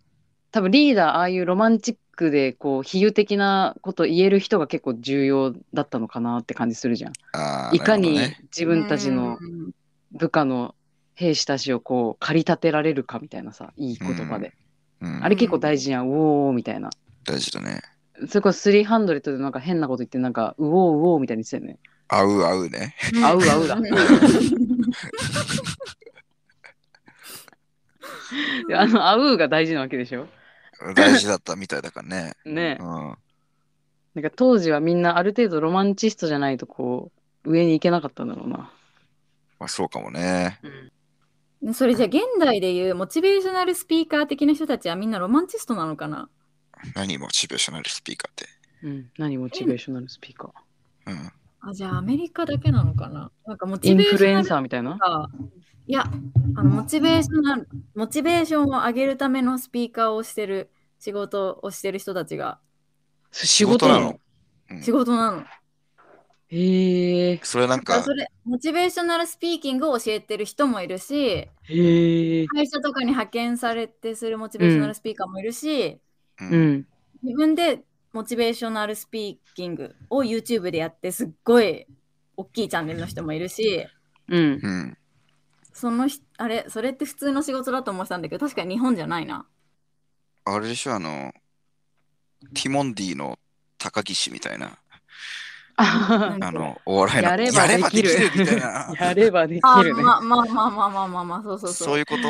Speaker 1: 多分リーダーああいうロマンチックでこう比喩的なこと言える人が結構重要だったのかなって感じするじゃん。
Speaker 2: あー
Speaker 1: いかに
Speaker 2: なるほどね
Speaker 1: 自分たちの
Speaker 3: うん
Speaker 1: 部下の兵士たちをこう駆り立てられるかみたいなさいい言葉で、
Speaker 2: うん
Speaker 1: あれ結構大事やんうおーみたいな
Speaker 2: 大事だね。
Speaker 1: それこそ300でなんか変なこと言ってなんかうおーうおーみたいに言ってたよね
Speaker 2: 合う合うね。
Speaker 1: 合う合うだであのあうが大事なわけでしょ
Speaker 2: 大事だったみたいだからね。
Speaker 1: ね
Speaker 2: うん、
Speaker 1: なんか当時はみんなある程度ロマンチストじゃないとこう上に行けなかったんだろうな
Speaker 2: まあそうかもね。
Speaker 3: ね それじゃあ現代でいうモチベーショナルスピーカー的な人たちはみんなロマンチストなのかな
Speaker 2: 何モチベーショナルスピーカーって。
Speaker 1: うん、何モチベーショナルスピーカー
Speaker 2: うん、
Speaker 3: あじゃあアメリカだけなのかななんかモ
Speaker 1: イ
Speaker 3: チ
Speaker 1: ン
Speaker 3: ベーシ
Speaker 1: フルエ
Speaker 3: ョナ
Speaker 1: ン
Speaker 3: ル
Speaker 1: サーみたいな
Speaker 3: ないやあのモチベーショナルモチベーションを上げるためのスピーカーをしてる仕事をしてる人たちが
Speaker 1: 仕事な
Speaker 2: 仕事な
Speaker 1: の
Speaker 2: のうん
Speaker 3: 仕事なの、
Speaker 1: へえ
Speaker 2: それなん
Speaker 3: だから
Speaker 2: か
Speaker 3: そ、れモチベーショナルスピーキングを教えてる人もいるし
Speaker 1: へえ
Speaker 3: 会社とかに派遣されてするモチベーショナルスピーカーもいるし、
Speaker 2: う
Speaker 1: う、ん
Speaker 3: 自分でモチベーショナルスピーキングを YouTube でやってすっごい大きいチャンネルの人もいるし
Speaker 1: うん
Speaker 2: うん、
Speaker 3: そのひあれそれって普通の仕事だと思ってたんだけど確かに日本じゃないな
Speaker 2: あれでしょ、あの、ティモンディの高岸みたいな、
Speaker 3: なんか
Speaker 2: あの、お笑いの、
Speaker 1: やれば
Speaker 2: やれ
Speaker 1: で
Speaker 2: ば
Speaker 1: きる
Speaker 2: できみたい
Speaker 1: 。
Speaker 2: な
Speaker 1: やればでき
Speaker 3: あ
Speaker 1: るね
Speaker 3: まあまあまあまあまあまあまあそうそうそ
Speaker 2: そう
Speaker 3: う
Speaker 2: いうこと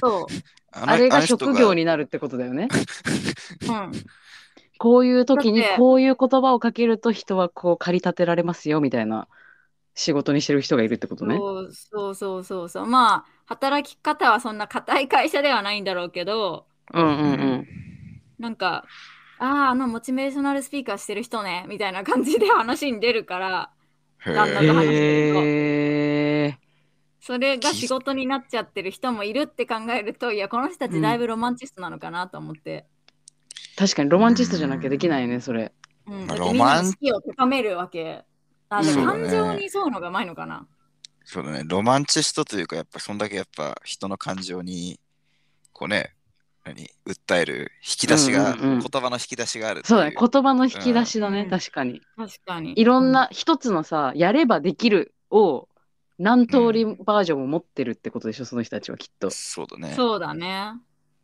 Speaker 3: そう
Speaker 2: あの
Speaker 1: あれ
Speaker 2: あ
Speaker 1: が
Speaker 2: の人
Speaker 1: 職業になるってことだよね
Speaker 3: うん
Speaker 1: こういう時に
Speaker 3: だって
Speaker 1: こういう言葉をかけると人はこう駆り立てられますよみたいな仕事にしてる人がいるってことね
Speaker 3: そうそうそうそうそうまあ働き方はそんな固い会社ではないんだろうけど
Speaker 1: うんうんうん
Speaker 3: なんかあああのモチベーショナルスピーカーしてる人ねみたいな感じで話に出るから
Speaker 2: へ
Speaker 3: 旦那が話してると
Speaker 1: へえ
Speaker 3: それが仕事になっちゃってる人もいるって考えるといやこの人たちだいぶロマンチストなのかなと思って、
Speaker 1: 確かにロマンチストじゃなきゃできないねそれ
Speaker 3: うん
Speaker 2: まあ
Speaker 3: だって
Speaker 2: ロマン
Speaker 3: みんなの好きを高めるわけあで
Speaker 1: そう
Speaker 3: も
Speaker 1: だ
Speaker 2: ね
Speaker 3: 感情にそういうのがうまいのかな、
Speaker 2: そうだね、ロマンチストというか、やっぱそんだけやっぱ人の感情に、こうね、何、訴える引き出しが、
Speaker 1: うんうんうん
Speaker 2: 言葉の引き出しがあるってい
Speaker 1: そうだね言葉の引き出しだね、
Speaker 3: うん
Speaker 1: 確かに
Speaker 3: 確かに
Speaker 1: いろんな一つのさやればできるを何通りバージョンも持ってるってことでしょ、その人たちはきっと。
Speaker 2: そうだね。
Speaker 3: そうだね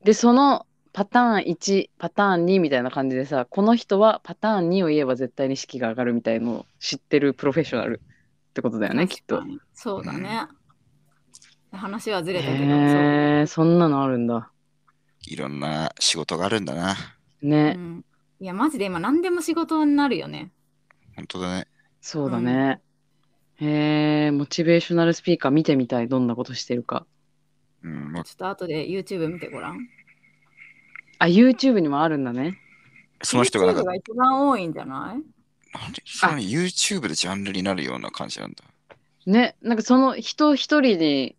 Speaker 1: でそのパターン1パターン2みたいな感じでさこの人はパターン2を言えば絶対に士気が上がるみたいのを知ってるプロフェッショナルってことだよねきっと
Speaker 3: 確。かにそうだね、話はずれたけど、そう
Speaker 1: へえそんなのあるんだ。
Speaker 2: いろんな仕事があるんだな。
Speaker 3: う
Speaker 1: ね、
Speaker 3: ん、いや、マジで今何でも仕事になるよね。
Speaker 2: 本当だね。
Speaker 1: そうだね。へえ、モチベーショナルスピーカー見てみたい。どんなことしてるか。
Speaker 2: うん、もう
Speaker 3: ちょっと後で YouTube 見てごらん。
Speaker 1: あ、YouTube にもあるんだね。
Speaker 2: その人がなんか
Speaker 3: YouTube が一番多いんじゃない
Speaker 2: なんでその YouTube でジャンルになるような感じなんだ。
Speaker 1: ね、なんかその人一人に、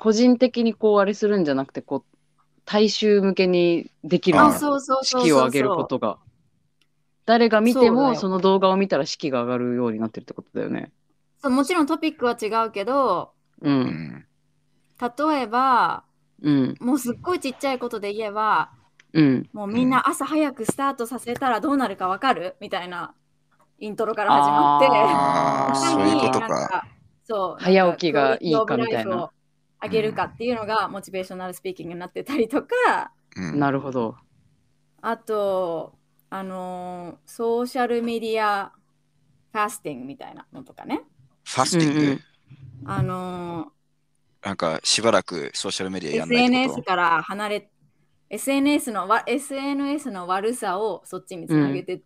Speaker 1: 個人的にこうあれするんじゃなくて、こう、大衆向けにできるよう
Speaker 3: あ、
Speaker 1: な
Speaker 3: そうそうそうそうそう。
Speaker 1: 式を上げることが。誰が見て
Speaker 3: そうだ
Speaker 1: も
Speaker 3: よ
Speaker 1: その動画を見たら式が上がるようになってるってことだよね。
Speaker 3: そう。もちろんトピックは違うけど、
Speaker 1: う。
Speaker 2: うんん。
Speaker 3: 例えば、
Speaker 1: うん。
Speaker 3: もうすっごいちっちゃいことで言えば、
Speaker 1: うん。
Speaker 3: もうみんな朝早くスタートさせたらどうなるかわかるみたいなイントロから始まって、
Speaker 1: あ
Speaker 2: ー
Speaker 3: い
Speaker 2: そう
Speaker 3: か
Speaker 2: いう
Speaker 3: に
Speaker 2: こ
Speaker 3: な
Speaker 2: と
Speaker 3: ん
Speaker 2: か
Speaker 3: かそう
Speaker 1: 早起きがいいかみたいな。
Speaker 3: あげるかっていうのがモチベーショナルスピーキングになってたりとか、
Speaker 2: う ん、
Speaker 1: なるほど。
Speaker 3: あと、あのーソーシャルメディアファスティングみたいなのとかね。
Speaker 2: ファスティング、
Speaker 1: うんうん
Speaker 3: あの
Speaker 2: なんかしばらくソーシャルメディア
Speaker 3: ー
Speaker 2: やんないってこ
Speaker 3: SNS から離れ、SNS のわ SNS の悪さをそっちにつなげて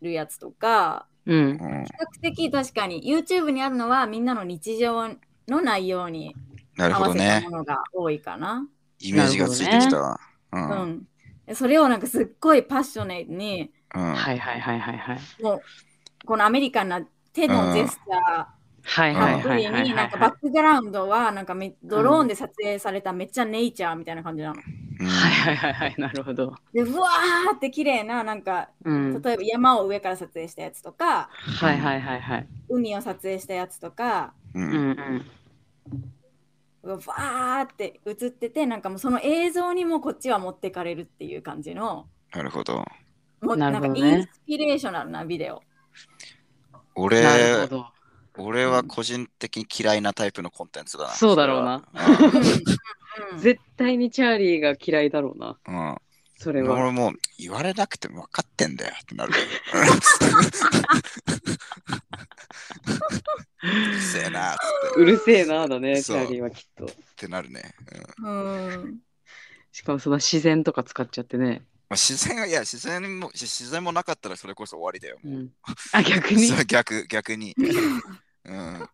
Speaker 3: るやつとか、
Speaker 1: うん
Speaker 2: と。。うん。
Speaker 3: 比較的確かに YouTube にあるのはみんなの日常の内容に
Speaker 2: なる
Speaker 3: 合
Speaker 2: ほ
Speaker 3: わ
Speaker 2: ど
Speaker 3: せた
Speaker 2: ね。
Speaker 3: ものが多いかな。
Speaker 2: イメージがついてきたわ。う。
Speaker 3: うんんそれをなんかすっごいパッショネイトに
Speaker 2: うん。
Speaker 1: はいはいはいはいはい。
Speaker 3: もうこのアメリカンな手のジェスチ
Speaker 1: はい
Speaker 3: ャ
Speaker 1: は
Speaker 3: ー
Speaker 1: い
Speaker 3: の
Speaker 1: はい
Speaker 3: 時
Speaker 1: はい
Speaker 3: に
Speaker 1: は
Speaker 3: ないんかバックグラウンドはなんかめドローンで撮影されためっちゃネイチャーみたいな感じなの。
Speaker 2: うん
Speaker 1: はいはいはいはい。なるほど。
Speaker 3: でうわーって綺麗ななんか
Speaker 1: うん。
Speaker 3: 例えば山を上から撮影したやつとか
Speaker 1: はいはいはいはい。
Speaker 3: 海を撮影したやつとか
Speaker 2: う
Speaker 1: うんんうん。
Speaker 3: わーって映っててなんかもうその映像にもこっちは持ってかれるっていう感じの
Speaker 2: なるほど。
Speaker 3: もう
Speaker 1: な
Speaker 3: な
Speaker 1: る
Speaker 3: ん
Speaker 1: ほ
Speaker 3: か
Speaker 1: どね
Speaker 3: インスピレーショナルなビ デオ。
Speaker 1: なるほ
Speaker 2: 俺、
Speaker 1: ど。
Speaker 2: 俺は個人的に嫌いなタイプのコンテンツだな。
Speaker 1: そうだろうな
Speaker 2: それは。
Speaker 3: うん
Speaker 1: 絶対にチャーリーが嫌いだろうな。
Speaker 2: うん。うん
Speaker 1: それは。
Speaker 2: 俺もう言われなくても分かってんだよって なる。うるせえなっ
Speaker 1: うるせえなだね、チ
Speaker 2: そう
Speaker 1: ャーリーはきっと。
Speaker 2: てなるね。うん
Speaker 3: うん
Speaker 1: しかもその自然とか使っちゃってね。
Speaker 2: まあ、自然が、いや、自然も、自然もなかったらそれこそ終わりだよ。
Speaker 1: う。
Speaker 2: もうん
Speaker 1: あ、逆に。
Speaker 2: そう逆、逆に。うん。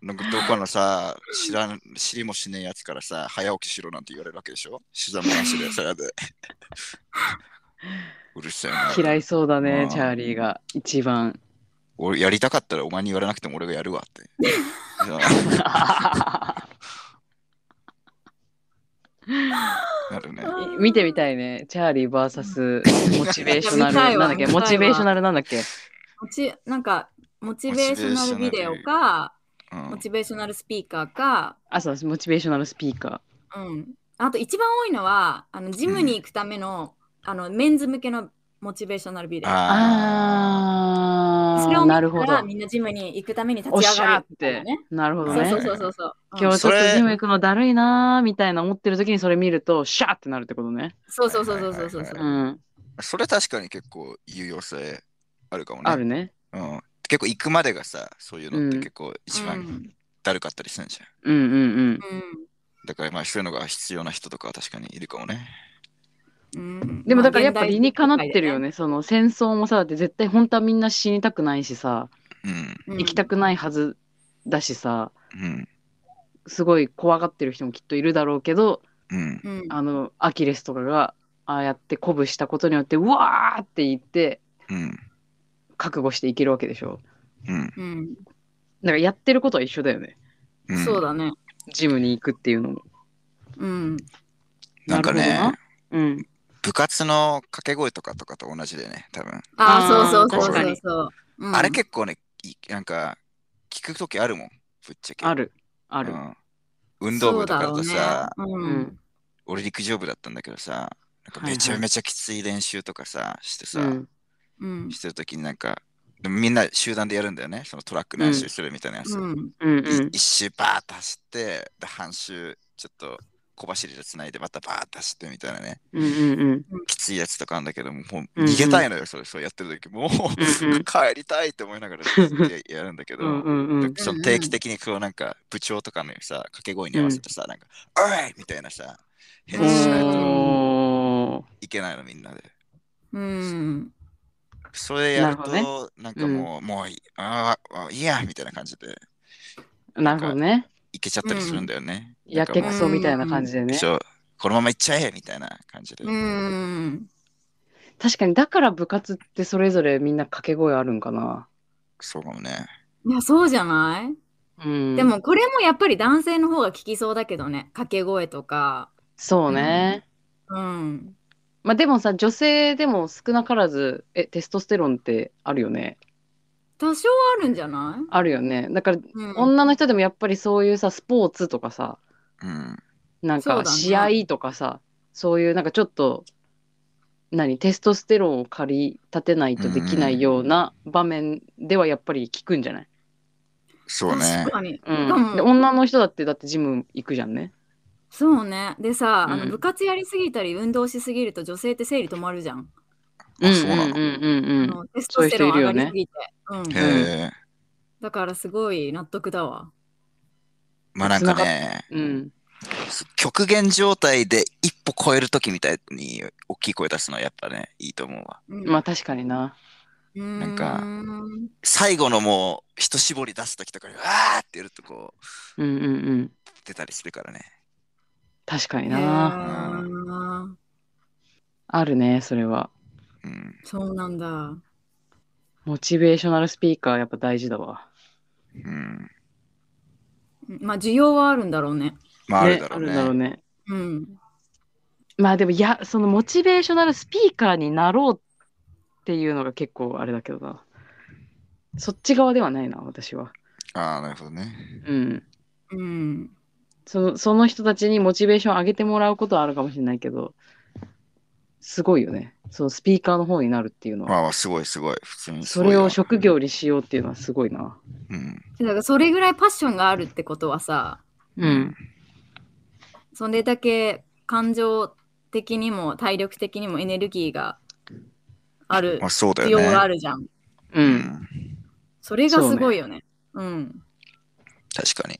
Speaker 2: なんかどこのさ、知らん、知りもしねえやつからさ、早起きしろなんて言われるわけでしょ自然もなしで、それで。うるせえな。
Speaker 1: 嫌いそうだ
Speaker 2: う
Speaker 1: ね
Speaker 2: ん、
Speaker 1: チャーリーが。一番。
Speaker 2: 俺やりたかったらお前に言われなくても俺がやるわって。 なるね。
Speaker 1: 見てみたいね。チャーリー VS モチベーショナル。
Speaker 3: 見たい
Speaker 1: なん
Speaker 3: わ
Speaker 1: だっけ
Speaker 3: 見たいわ
Speaker 1: モチベーショナルなんだっけ
Speaker 3: モチなんかモチベーショナルビデオか
Speaker 2: うん
Speaker 3: モチベーショナルスピーカーか、
Speaker 1: あ、そう、モチベーショナルスピーカ
Speaker 3: うん、あと一番多いのはあのジムに行くための,、あのメンズ向けのモチベーショナルビデオ。
Speaker 1: ー。
Speaker 2: あ
Speaker 1: あ
Speaker 3: それ
Speaker 1: ー、
Speaker 3: を見
Speaker 1: なる
Speaker 3: た
Speaker 1: ほ
Speaker 3: ら
Speaker 1: ど。
Speaker 3: みんなジムに行くために立
Speaker 1: おっ
Speaker 3: ち
Speaker 1: し
Speaker 3: 上
Speaker 1: ゃ
Speaker 3: が
Speaker 1: ー
Speaker 3: る
Speaker 1: っ
Speaker 3: みたいな
Speaker 1: て
Speaker 3: ね。。
Speaker 1: なるほ
Speaker 3: そ
Speaker 1: ど
Speaker 3: う
Speaker 1: ね。
Speaker 3: そうそうそうそう。うん
Speaker 1: 今日ちょっ
Speaker 2: それ
Speaker 1: とジム行くのだるいなーみたいな思ってる時にそれ見ると、シャーってなるってことね。
Speaker 3: そうそうそうそうそうそうそう
Speaker 1: う。ん。
Speaker 2: ーそれ確かに結構有用性あるかもね。
Speaker 1: あるね。
Speaker 2: うん、結構行くまでがさ、そういうのって結構一
Speaker 3: う
Speaker 2: 番
Speaker 3: ん
Speaker 2: だるかったりするじゃん。
Speaker 1: うんうん
Speaker 2: だからまあそういうのが必要な人とかは確かにいるかもね。
Speaker 3: うん
Speaker 1: うん。でもだからやっぱ理にかなってるよ
Speaker 3: ね。
Speaker 1: ね。その戦争もさ、だって絶対本当はみんな死にたくないしさ、
Speaker 2: うん。
Speaker 3: 行
Speaker 1: 行きたくないはずだしさ、
Speaker 2: うん。
Speaker 1: すごい怖がってる人もきっといるだろうけど、
Speaker 2: うん。
Speaker 3: うん
Speaker 1: あの、アキレスとかが、ああやって鼓舞したことによって、うわーって言って、
Speaker 2: うん。
Speaker 1: 覚悟していけるわけでしょ。
Speaker 2: うん。
Speaker 3: うん
Speaker 1: だからやってることは一緒だよね。
Speaker 2: うん、
Speaker 3: そうだね。
Speaker 1: ジムに行くっていうのも。
Speaker 3: うん。
Speaker 2: なんか
Speaker 1: なるほど
Speaker 2: ね
Speaker 1: な、うん。
Speaker 2: 部活の掛け声とかとかと同じでね、多分。
Speaker 3: ああ、
Speaker 1: あ
Speaker 3: そ
Speaker 1: ー
Speaker 3: うそうそ
Speaker 2: 確
Speaker 3: う
Speaker 1: か
Speaker 3: そう
Speaker 1: に
Speaker 3: そう。うん
Speaker 2: あれ結構ね、いなんか、聞くときあるもん、ぶっちゃけ。
Speaker 1: ある。ある
Speaker 2: う。ん運動部とかだとさ、
Speaker 3: そうだろう
Speaker 1: う
Speaker 3: ねうん
Speaker 1: ん。
Speaker 2: 俺陸上部だったんだけどさ、なん
Speaker 1: は
Speaker 2: か
Speaker 1: いはい
Speaker 2: めちゃめちゃきつい練習とかさ、してさ、
Speaker 1: うん
Speaker 3: うん
Speaker 2: してるときになんか、でもみんな集団でやるんだよね、そのトラックの走りするみたいなやつ。
Speaker 3: うん
Speaker 1: うん
Speaker 2: い一周バーッと走って、で、半周ちょっと小走りでつないで、またバーッと走ってみたいなね、
Speaker 1: うんうんうん
Speaker 2: きついやつとかあるんだけど、もうもう
Speaker 1: うんうん
Speaker 2: 逃げたいのよ、それ、そうやってるとき。もう、
Speaker 1: うんうん
Speaker 2: 帰りたいって思いながらずっとややるんだけど、
Speaker 1: うんうんうん
Speaker 2: その定期的にこうなんか部長とかのさ掛け声に合わせてさ、なんか「おい!」みたいなさ返事しない
Speaker 3: うん
Speaker 2: と
Speaker 1: おー
Speaker 2: いけないの、みんなで。
Speaker 3: うん。
Speaker 2: それやると、
Speaker 1: なる
Speaker 2: なんかもう、もういい、あーあ、いいや、みたいな感じで、
Speaker 1: なるほどね。
Speaker 2: いけちゃったりするんだよね。
Speaker 1: やけくそみたいな感じでね。
Speaker 2: そうこのままいっちゃえ、みたいな感じで。
Speaker 3: うん。
Speaker 1: 確かに、だから部活ってそれぞれみんな掛け声あるんかな。
Speaker 2: そうかもね。
Speaker 3: いや、そうじゃない、
Speaker 1: うん。
Speaker 3: で、もこれもやっぱり男性の方が聞きそうだけどね。掛け声とか。
Speaker 1: そうね。
Speaker 3: うん。
Speaker 1: まあでもさ、女性でも少なからず、え、テストステロンってあるよね。
Speaker 3: 多少あるんじゃない
Speaker 1: あるよね。だから、
Speaker 3: うん。
Speaker 1: 女の人でもやっぱりそういうさ、スポーツとかさ、
Speaker 2: うん。
Speaker 1: なん
Speaker 3: そう
Speaker 1: か
Speaker 3: だね
Speaker 1: 試合とかさそう,、いうなんかちょっと何テストステロンを借り立てないとできないような場面ではやっぱり効くんじゃない、
Speaker 2: そうね
Speaker 3: 確。かに。
Speaker 1: う
Speaker 3: しか
Speaker 1: ん
Speaker 3: も
Speaker 1: で女の人だってだってジム行くじゃんね。
Speaker 3: そうね。でさ、あ
Speaker 1: う
Speaker 3: の
Speaker 1: ん
Speaker 3: 部活やりすぎたり運動しすぎると女性って生理止まるじゃん。
Speaker 2: あそうなの
Speaker 1: うんうんうんう
Speaker 3: あ
Speaker 1: んうん
Speaker 3: のテストステロン上がりすぎて。うん、
Speaker 2: へえ。
Speaker 3: だからすごい納得だわ。
Speaker 2: まあなんかね、
Speaker 1: うん
Speaker 2: 極限状態で一歩超えるときみたいに大きい声出すのはやっぱね、いいと思うわ。
Speaker 3: うん
Speaker 1: まあ確かにな。
Speaker 3: なん
Speaker 2: か最後のもう、一絞り出すときとかに、わーってやるとこう、
Speaker 1: うんうんうん
Speaker 2: 出たりするからね。
Speaker 1: 確かに
Speaker 3: い
Speaker 1: な。あるねそれは。
Speaker 2: うん。
Speaker 3: そうなんだ。
Speaker 1: モチベーショナルスピーカーやっぱ大事だわ。
Speaker 2: うん。
Speaker 3: まあ需要はあるんだろうね。
Speaker 2: まあ、あ
Speaker 1: ね
Speaker 2: るだろ
Speaker 1: あ
Speaker 2: う
Speaker 1: るだろう
Speaker 2: ね。
Speaker 1: ね。
Speaker 3: うん。
Speaker 1: まあでもいやそのモチベーショナルスピーカーになろうっていうのが結構あれだけどなそっち側ではないな私は
Speaker 2: ああ、なるほどね。
Speaker 1: うん
Speaker 3: うん。
Speaker 1: そのその人たちにモチベーション上げてもらうことはあるかもしれないけどすごいよねそのスピーカーの方になるっていうのは
Speaker 2: まあまあ、すごいすごい。普通にす
Speaker 1: そ
Speaker 2: ごい
Speaker 1: れ
Speaker 2: よ
Speaker 1: を職業にしようっていうのはすごいな
Speaker 2: うん。
Speaker 3: だからそれぐらいパッションがあるってことはさ、
Speaker 1: うん
Speaker 3: それだけ感情的にも体力的にもエネルギーがある
Speaker 2: まあ、そうだ
Speaker 3: 需要
Speaker 2: よね。
Speaker 3: があるじゃん。
Speaker 1: う
Speaker 2: うんん。
Speaker 3: それがすごいよね。うん。
Speaker 2: 確かに。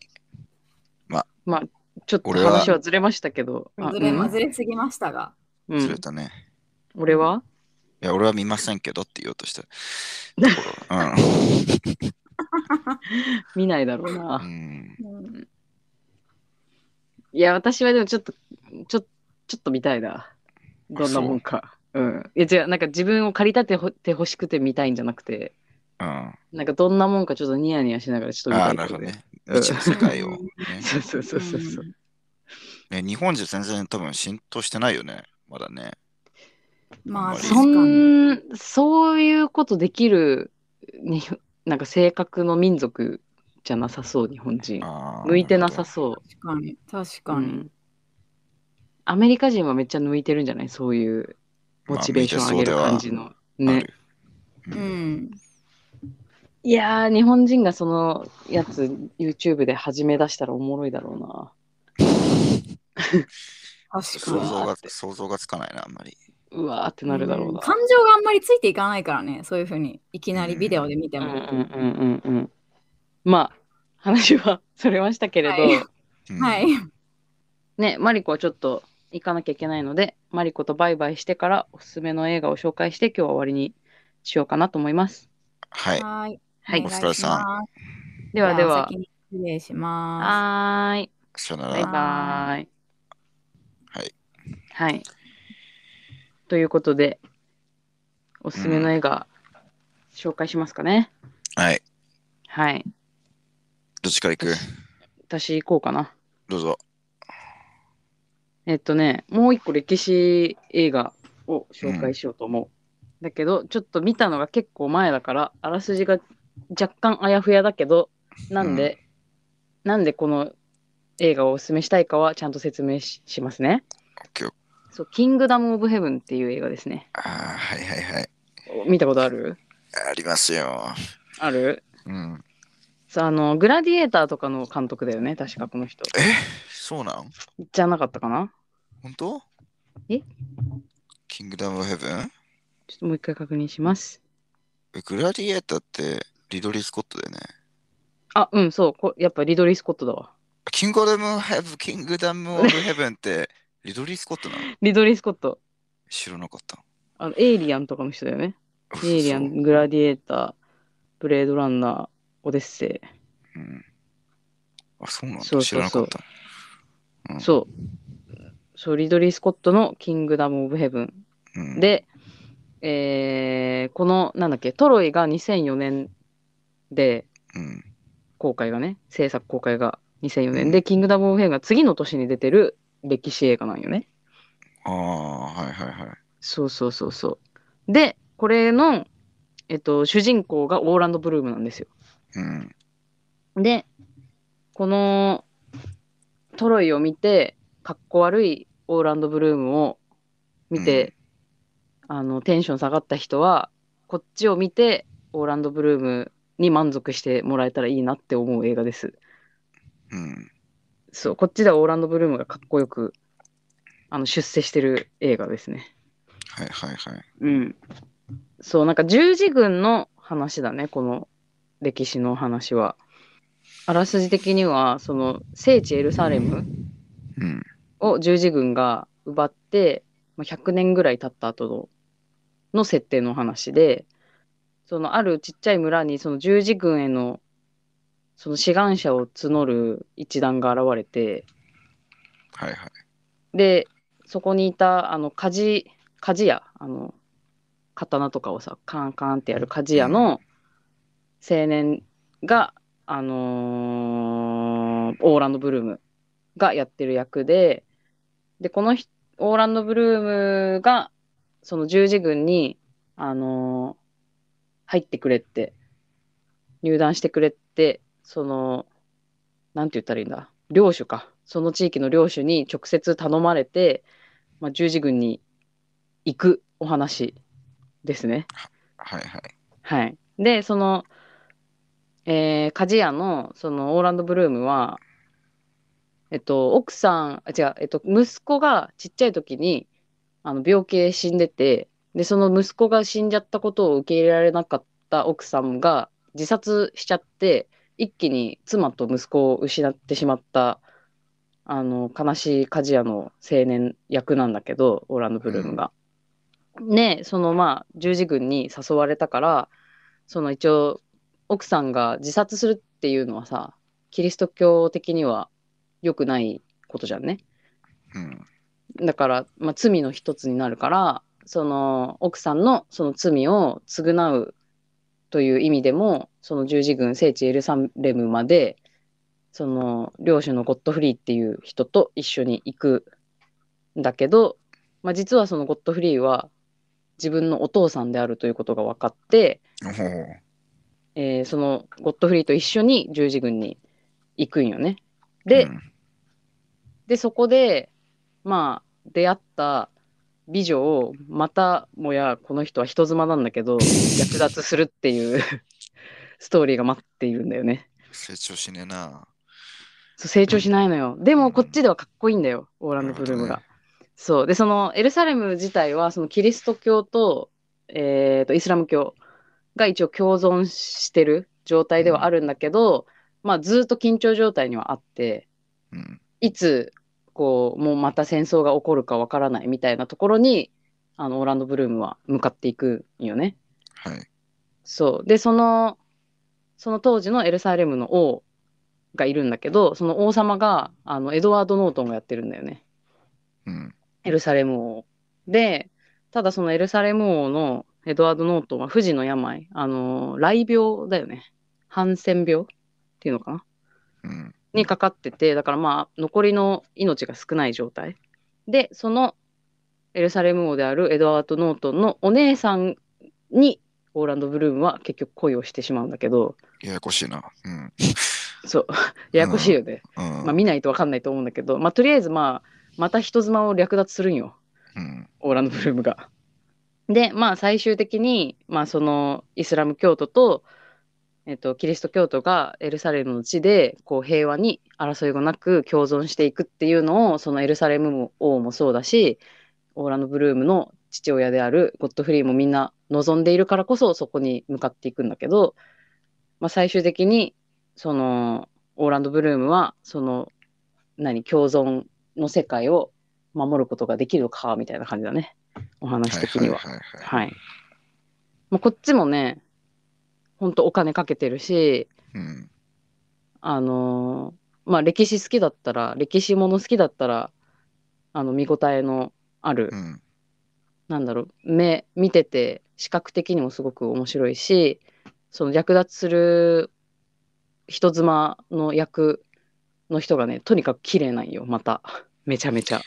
Speaker 1: ちょっと
Speaker 2: 俺は
Speaker 1: 話はずれましたけどあ
Speaker 3: ずれ、
Speaker 1: うん
Speaker 3: ずれすぎましたが。
Speaker 1: うん
Speaker 2: ずれたね。
Speaker 1: 俺はい
Speaker 2: や、俺は見ませんけどって言おうと した。うん。
Speaker 1: 見ないだろうな、
Speaker 2: うん
Speaker 3: うん
Speaker 1: いや、私はでもちょっと、ちょちょっと見たいな。どんなもんか。うん。いや、違う、なんか自分を駆り立てほてほしくて見たいんじゃなくて、
Speaker 2: うん
Speaker 1: なんかどんなもんかちょっとニヤニヤしながらちょっと見
Speaker 2: あ
Speaker 1: た
Speaker 2: あ、
Speaker 1: い
Speaker 2: なる
Speaker 1: と
Speaker 2: ほ
Speaker 1: か
Speaker 2: ど
Speaker 1: ね。
Speaker 2: ね。未知の世界を、ね
Speaker 1: そうそうそうそうそう。
Speaker 2: ね日本人全然多分浸透してないよね。まだね。
Speaker 3: まあ、
Speaker 2: うん
Speaker 3: 確
Speaker 1: そ
Speaker 3: かに。
Speaker 1: ん、そういうことできる、になんか性格の民族じゃなさそう、日本人。
Speaker 2: ああ
Speaker 1: 向いてなさそう。
Speaker 3: 確かに。確か
Speaker 1: う
Speaker 3: に。
Speaker 1: んアメリカ人はめっちゃ向いてるんじゃないそういうモチベーション上げる感じの。
Speaker 2: な
Speaker 1: ね
Speaker 2: る。ほど
Speaker 3: う
Speaker 2: ね。
Speaker 3: ん。
Speaker 1: いやー、日本人がそのやつ YouTube で始め出したらおもろいだろうな。
Speaker 3: 確か
Speaker 2: 想
Speaker 3: に。
Speaker 2: 像が想像がつかないな、あんまり。
Speaker 1: うわーってなるだろう
Speaker 3: うん
Speaker 1: な。
Speaker 3: 感情があんまりついていかないからね、そういうふうに。いきなりビデオで見て
Speaker 1: うんうん
Speaker 3: も。
Speaker 1: うんうんうん。まあ、話はそれましたけれど、
Speaker 3: は
Speaker 2: うん
Speaker 3: はい。。
Speaker 1: ね、マリコはちょっと行かなきゃいけないので、マリコとバイバイしてからおすすめの映画を紹介して、今日は終わりにしようかなと思います。
Speaker 2: はい。
Speaker 3: はい。
Speaker 1: はい
Speaker 3: お願いし
Speaker 2: お疲れさ
Speaker 3: ます
Speaker 1: ではで
Speaker 3: じゃあ
Speaker 1: は
Speaker 3: お、先に失礼しま
Speaker 1: はーい。
Speaker 2: さよな
Speaker 1: バイ
Speaker 2: ら。
Speaker 1: バーイ。
Speaker 2: はい。
Speaker 1: はい。ということで、おすすめの映画、紹介しますかね。
Speaker 2: はい。
Speaker 1: はい。
Speaker 2: どっちから行く
Speaker 1: 私行こうかな。
Speaker 2: どうぞ。
Speaker 1: えっとね、もう一個歴史映画を紹介しようと思う。だけど、ちょっと見たのが結構前だから、あらすじが若干あやふやだけど、なんで、なんでこの映画をおすすめしたいかはちゃんと説明ししますね。
Speaker 2: オッケー。
Speaker 1: そう、キングダム・オブ・ヘブンっていう映画ですね。
Speaker 2: ああ、はいはいはい。
Speaker 1: お見たことある
Speaker 2: ありますよ。
Speaker 1: ある
Speaker 2: うん。
Speaker 1: そうあのグラディエーターとかの監督だよね確かこの人
Speaker 2: えそうなん
Speaker 1: じゃなかったかな
Speaker 2: 本当
Speaker 1: え
Speaker 2: キングダム・ヘブン
Speaker 1: ちょっともう一回確認します
Speaker 2: グラディエーターってリドリー・スコットだよね。
Speaker 1: あうんそうこやっぱリドリー・スコットだわ
Speaker 2: キングダム・ヘブン、キングダム・オブ・ヘブンってリドリー・スコットなの
Speaker 1: リドリー・スコット。
Speaker 2: 知らなかった。
Speaker 1: あの、エイリアンとかの人だよね。エイリアン、グラディエーター、ブレードランナー、オデッセ
Speaker 2: うんあ、そうなん
Speaker 1: そ
Speaker 2: だ。
Speaker 1: う
Speaker 2: 知
Speaker 1: そう
Speaker 2: らな
Speaker 1: そ
Speaker 2: か
Speaker 1: う
Speaker 2: った。
Speaker 1: イ。そう。そう、リドリー・スコットのキングダム・オブ・ヘブン。
Speaker 2: うん、
Speaker 1: で、えーこの、なんだっけ、トロイが2004年で、
Speaker 2: うん、
Speaker 1: 公開がね、制作公開が2004年で、キングダム・オブ・ヘブンが次の年に出てる歴史映画なんよね。
Speaker 2: ああ、はいはいはい。
Speaker 1: そうそうそうそう。で、これの、えっと、主人公がオーランド・ブルームなんですよ。
Speaker 2: うん、
Speaker 1: で、このトロイを見て、かっこ悪いオーランド・ブルームを見て、あのテンション下がった人は、こっちを見て、オーランド・ブルームに満足してもらえたらいいなって思う映画です。
Speaker 2: うん。
Speaker 1: そう、こっちではオーランド・ブルームがかっこよくあの出世してる映画ですね。
Speaker 2: はいはいはい。
Speaker 1: うん。そう、なんか十字軍の話だね、この歴史の話は。あらすじ的には、その聖地エルサレム
Speaker 2: うん、
Speaker 1: を十字軍が奪って、まあ、100年ぐらい経った後のの設定の話で、そのあるちっちゃい村にその十字軍へのその志願者を募る一団が現れて、
Speaker 2: はいはい。
Speaker 1: でそこにいたあの鍛冶鍛冶屋あの刀とかをさカンカンってやる鍛冶屋の青年が、あのーオーランド・ブルームがやってる役ででこのひオーランド・ブルームがその十字軍に、あのー入ってくれって入団してくれってそのなんて言ったらいいんだ領主かその地域の領主に直接頼まれて、まあ、十字軍に行くお話ですね。
Speaker 2: はいはい。
Speaker 1: はい、でその、えー、鍛冶屋のそのオーランド・ブルームは、えっと、奥さんあ違う、えっと、息子がちっちゃい時にあの病気で死んでてでその息子が死んじゃったことを受け入れられなかった奥さんが自殺しちゃって一気に妻と息子を失ってしまったあの悲しい鍛冶屋の青年役なんだけどオーランド・ブルームが。ねそのまあ十字軍に誘われたからその一応奥さんが自殺するっていうのはさキリスト教的には良くないことじゃんね。
Speaker 2: うん、
Speaker 1: だから、まあ、罪の一つになるからその奥さんのその罪を償うという意味でもその十字軍聖地エルサレムまでその領主のゴッドフリーっていう人と一緒に行くんだけど、まあ、実はそのゴッドフリーは自分のお父さんであるということが分かって、
Speaker 2: おお、
Speaker 1: えーそのゴッドフリーと一緒に十字軍に行くんよね。で、
Speaker 2: うん、
Speaker 1: でそこでまあ出会った美女をまたもやこの人は人妻なんだけど略奪するっていうストーリーが待っているんだよね
Speaker 2: 成長しねえな。
Speaker 1: そう成長しないのよ、でもこっちではかっこいいんだよオーランド・ブルーム
Speaker 2: な
Speaker 1: が、
Speaker 2: る
Speaker 1: そうでそのエルサレム自体はそのキリスト教と,、えーとイスラム教が一応共存してる状態ではあるんだけど、まあずっと緊張状態にはあって、
Speaker 2: うん、
Speaker 1: いつこうもうまた戦争が起こるかわからないみたいなところにあのオーランド・ブルームは向かっていくんよね。
Speaker 2: はい。
Speaker 1: そうでそのその当時のエルサレムの王がいるんだけどその王様があのエドワード・ノートンがやってるんだよね
Speaker 2: うん、
Speaker 1: エルサレム王。でただそのエルサレム王のエドワード・ノートンは不治の病あの雷病だよねハンセン病っていうのかな
Speaker 2: うん、
Speaker 1: にかかっててだからまあ残りの命が少ない状態でそのエルサレム王であるエドワード・ノートンのお姉さんにオーランド・ブルームは結局恋をしてしまうんだけど
Speaker 2: ややこしいな。うん、
Speaker 1: そうややこしいよね、
Speaker 2: うん、
Speaker 1: まあ、見ないと分かんないと思うんだけど、まあ、とりあえず、まあ、また人妻を略奪するんよ
Speaker 2: うん、
Speaker 1: オーランド・ブルームが。でまあ最終的に、まあ、そのイスラム教徒と,、えっとキリスト教徒がエルサレムの地でこう平和に争いがなく共存していくっていうのをそのエルサレム王もそうだしオーランド・ブルームの父親であるゴッドフリーもみんな望んでいるからこそそこに向かっていくんだけど、まあ、最終的にそのオーランド・ブルームはその何共存の世界を守ることができるかみたいな感じだねお話的には。
Speaker 2: はいはいはいはい
Speaker 1: はいまあ、こっちもねほんとお金かけてるし
Speaker 2: うん
Speaker 1: あのーまあ歴史好きだったら歴史もの好きだったらあの見応えのある、
Speaker 2: うん
Speaker 1: なんだろう目見てて視覚的にもすごく面白いしその略奪する人妻の役の人がねとにかく綺麗なんよまためちゃめちゃ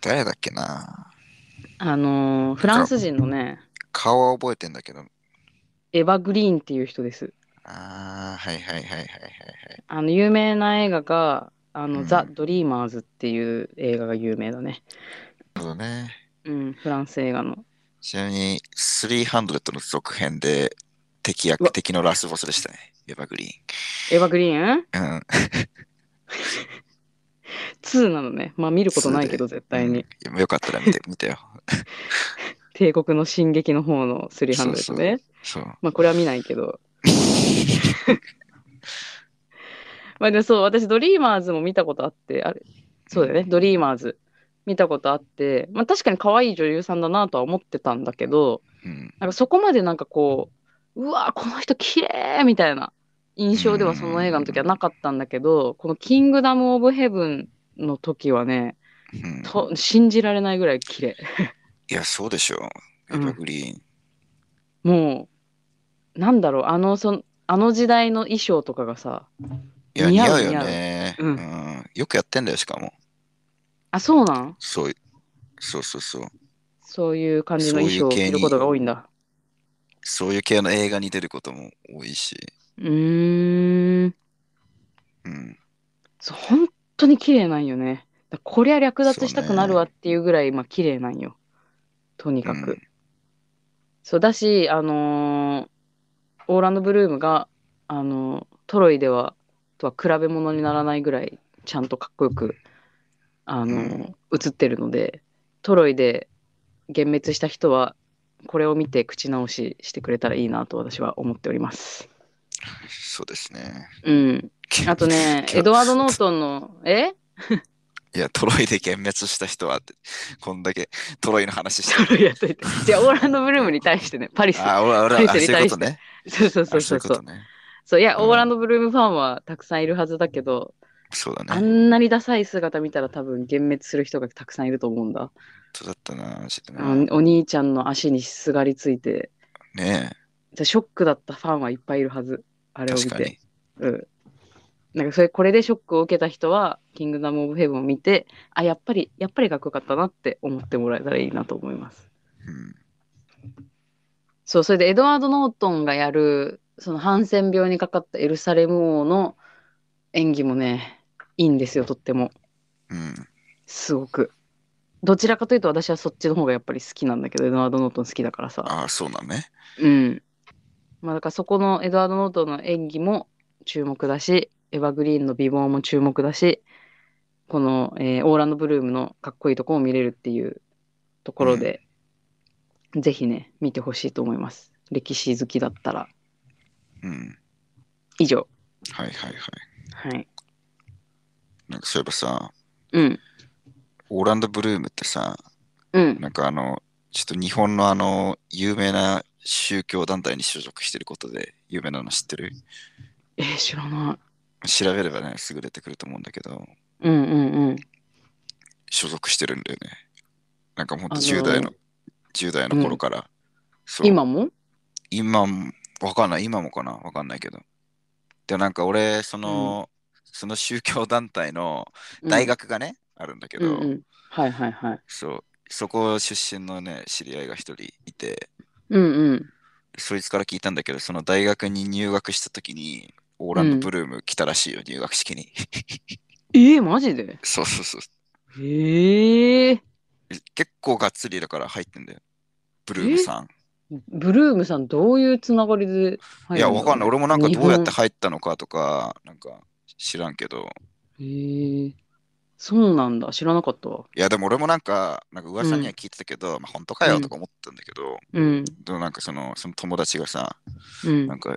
Speaker 2: 誰だっけな
Speaker 1: あのーフランス人のね
Speaker 2: 顔は覚えてんだけど。
Speaker 1: エヴァ・グリーンっていう人です
Speaker 2: ああ、はいはいはいはいはいはい。
Speaker 1: あの有名な映画があの、
Speaker 2: うん
Speaker 1: ザ・ドリーマーズっていう映画が有名だね
Speaker 2: なるほどね。
Speaker 1: うんフランス映画の
Speaker 2: ちなみに、300の続編で敵
Speaker 1: うわ
Speaker 2: 役、敵のラスボスでしたね。エヴァグリ
Speaker 1: エヴァ・グリーン
Speaker 2: ーン。うん。
Speaker 1: 2なのねまあ見ることないけど絶対に
Speaker 2: うんよかったら見て、見てよ。
Speaker 1: 帝国の進撃の方の300ね
Speaker 2: そうそうそう。
Speaker 1: まあこれは見ないけど。 まあでもそう、私ドリーマーズも見たことあって、あれ、そうだよね、ドリーマーズ見たことあって、まあ確かに可愛い女優さんだなとは思ってたんだけど、
Speaker 2: うん。
Speaker 1: なんかそこまでなんかこう、うわーこの人綺麗みたいな印象ではその映画の時はなかったんだけど、このキングダム・オブ・ヘブンの時はね、
Speaker 2: うん、
Speaker 1: と信じられないぐらい綺麗。
Speaker 2: いや、そうでしょう。エ
Speaker 1: うん
Speaker 2: ヴァグリーン。
Speaker 1: もう、なんだろう、あの、そのあの時代の衣装とかがさ、
Speaker 2: いや、
Speaker 1: 似
Speaker 2: 似
Speaker 1: 合
Speaker 2: 合
Speaker 1: う
Speaker 2: うよね、
Speaker 1: 似合ううん
Speaker 2: んよくやってんだよ、しかも。
Speaker 1: あ、そうなん
Speaker 2: そう、そうそうそう。
Speaker 1: そういう感じの衣装を
Speaker 2: そうい
Speaker 1: 着
Speaker 2: う系に
Speaker 1: ることが多いんだ。
Speaker 2: そういう系の映画に出ることも多いし。
Speaker 1: うーん。
Speaker 2: うん。
Speaker 1: そう本当に綺麗なんよね。だこりゃ略奪したくなるわっていうぐらい、まあ綺麗なんよ。とにかく。
Speaker 2: うん
Speaker 1: そうだし、あのーオーランド・ブルームが、あのートロイではとは比べ物にならないぐらいちゃんとかっこよく、あのー映ってるのでトロイで幻滅した人はこれを見て口直ししてくれたらいいなと私は思っております。
Speaker 2: そうですね。
Speaker 1: うん、あとね
Speaker 2: 今日
Speaker 1: エドワード・ノートンのえ
Speaker 2: いや、トロイで幻滅した人はって、こんだけトロイの話して
Speaker 1: ト
Speaker 2: る。
Speaker 1: ロイやっ といてじゃあオーランド・ブルームに対してねパリス
Speaker 2: あ、俺、
Speaker 1: トロイ
Speaker 2: 俺、あ
Speaker 1: そ
Speaker 2: そう
Speaker 1: れに
Speaker 2: い
Speaker 1: 対
Speaker 2: うこ
Speaker 1: して
Speaker 2: とね。
Speaker 1: そうそうそ
Speaker 2: あ
Speaker 1: うそうそ
Speaker 2: い
Speaker 1: う
Speaker 2: こ
Speaker 1: う
Speaker 2: とね。
Speaker 1: そういや、
Speaker 2: うん
Speaker 1: オーランド・ブルームファンはたくさんいるはずだけど
Speaker 2: そうだ
Speaker 1: あ
Speaker 2: ね。
Speaker 1: んなにダサい姿見たら多分幻滅する人がたくさんいると思うんだ。
Speaker 2: そうだったな、ちょっと
Speaker 1: あの
Speaker 2: ね。
Speaker 1: お兄ちゃんの足にすがりついて、
Speaker 2: ね
Speaker 1: じゃあショックだったファンはいっぱいいるはず。あ
Speaker 2: え、
Speaker 1: れを見
Speaker 2: 確か
Speaker 1: て
Speaker 2: に。。
Speaker 1: うん。なんかそれ、これでショックを受けた人は、キングダム・オブ・ヘブンを見て、あ、やっぱり、やっぱりかっこよかったなって思ってもらえたらいいなと思います。
Speaker 2: うん。
Speaker 1: そう、それでエドワード・ノートンがやる、そのハンセン病にかかったエルサレム王の演技もね、いいんですよ、とっても。
Speaker 2: うん。
Speaker 1: すごく。どちらかというと私はそっちの方がやっぱり好きなんだけど、エドワード・ノートン好きだからさ。
Speaker 2: ああ、そうなのね。
Speaker 1: うん。まあだからそこのエドワード・ノートンの演技も注目だし、エヴァ・グリーンの美貌も注目だし、この、えーオーランド・ブルームのかっこいいとこも見れるっていうところで、ぜひね、見てほしいと思います。歴史好きだったら。
Speaker 2: うん。
Speaker 1: 以上。
Speaker 2: はいはいはい。
Speaker 1: はい。
Speaker 2: なんかそういえばさ、
Speaker 1: うん。
Speaker 2: オーランド・ブルームってさ、
Speaker 1: うん。
Speaker 2: なんかあの、ちょっと日本のあの、有名な宗教団体に所属してることで有名なの知ってる
Speaker 1: えー知らな
Speaker 2: 調べればね、すぐ出てくると思うんだけど、
Speaker 1: い。うんうんうん。
Speaker 2: 所属してるんだよね。なんかほんと
Speaker 1: あの
Speaker 2: 10代の、10代の頃から。そう
Speaker 1: 今も
Speaker 2: 今も、わかんない、今もかなわかんないけど。で、なんか俺、その、その宗教団体の大学がね、あるんだけ
Speaker 1: うん
Speaker 2: ど、
Speaker 1: うんうん。はいはいはい。
Speaker 2: そう、そこ出身のね、知り合いが一人いて、
Speaker 1: うんうん。
Speaker 2: そいつから聞いたんだけど、その大学に入学した時に、オーランド・ブルーム来たらしいよ、入学式に。
Speaker 1: えー、マジで
Speaker 2: そうそうそう。
Speaker 1: ええ
Speaker 2: 結構がっつりだから入ってんだよ。ブルームさん。
Speaker 1: ブルームさんどういうつながりで入る
Speaker 2: いや、わかんない。俺もなんか
Speaker 1: 日
Speaker 2: ど
Speaker 1: 本
Speaker 2: うやって入ったのかとか、なんか知らんけど。
Speaker 1: い。へえそうなんだ。知らなかったわ。
Speaker 2: いや、でも俺もなんか、なんか噂には聞いてたけど、まあ本当かよとか思ってたんだけど、
Speaker 1: うん。
Speaker 2: でもなんかその、その友達がさ、
Speaker 1: うん
Speaker 2: なん、か、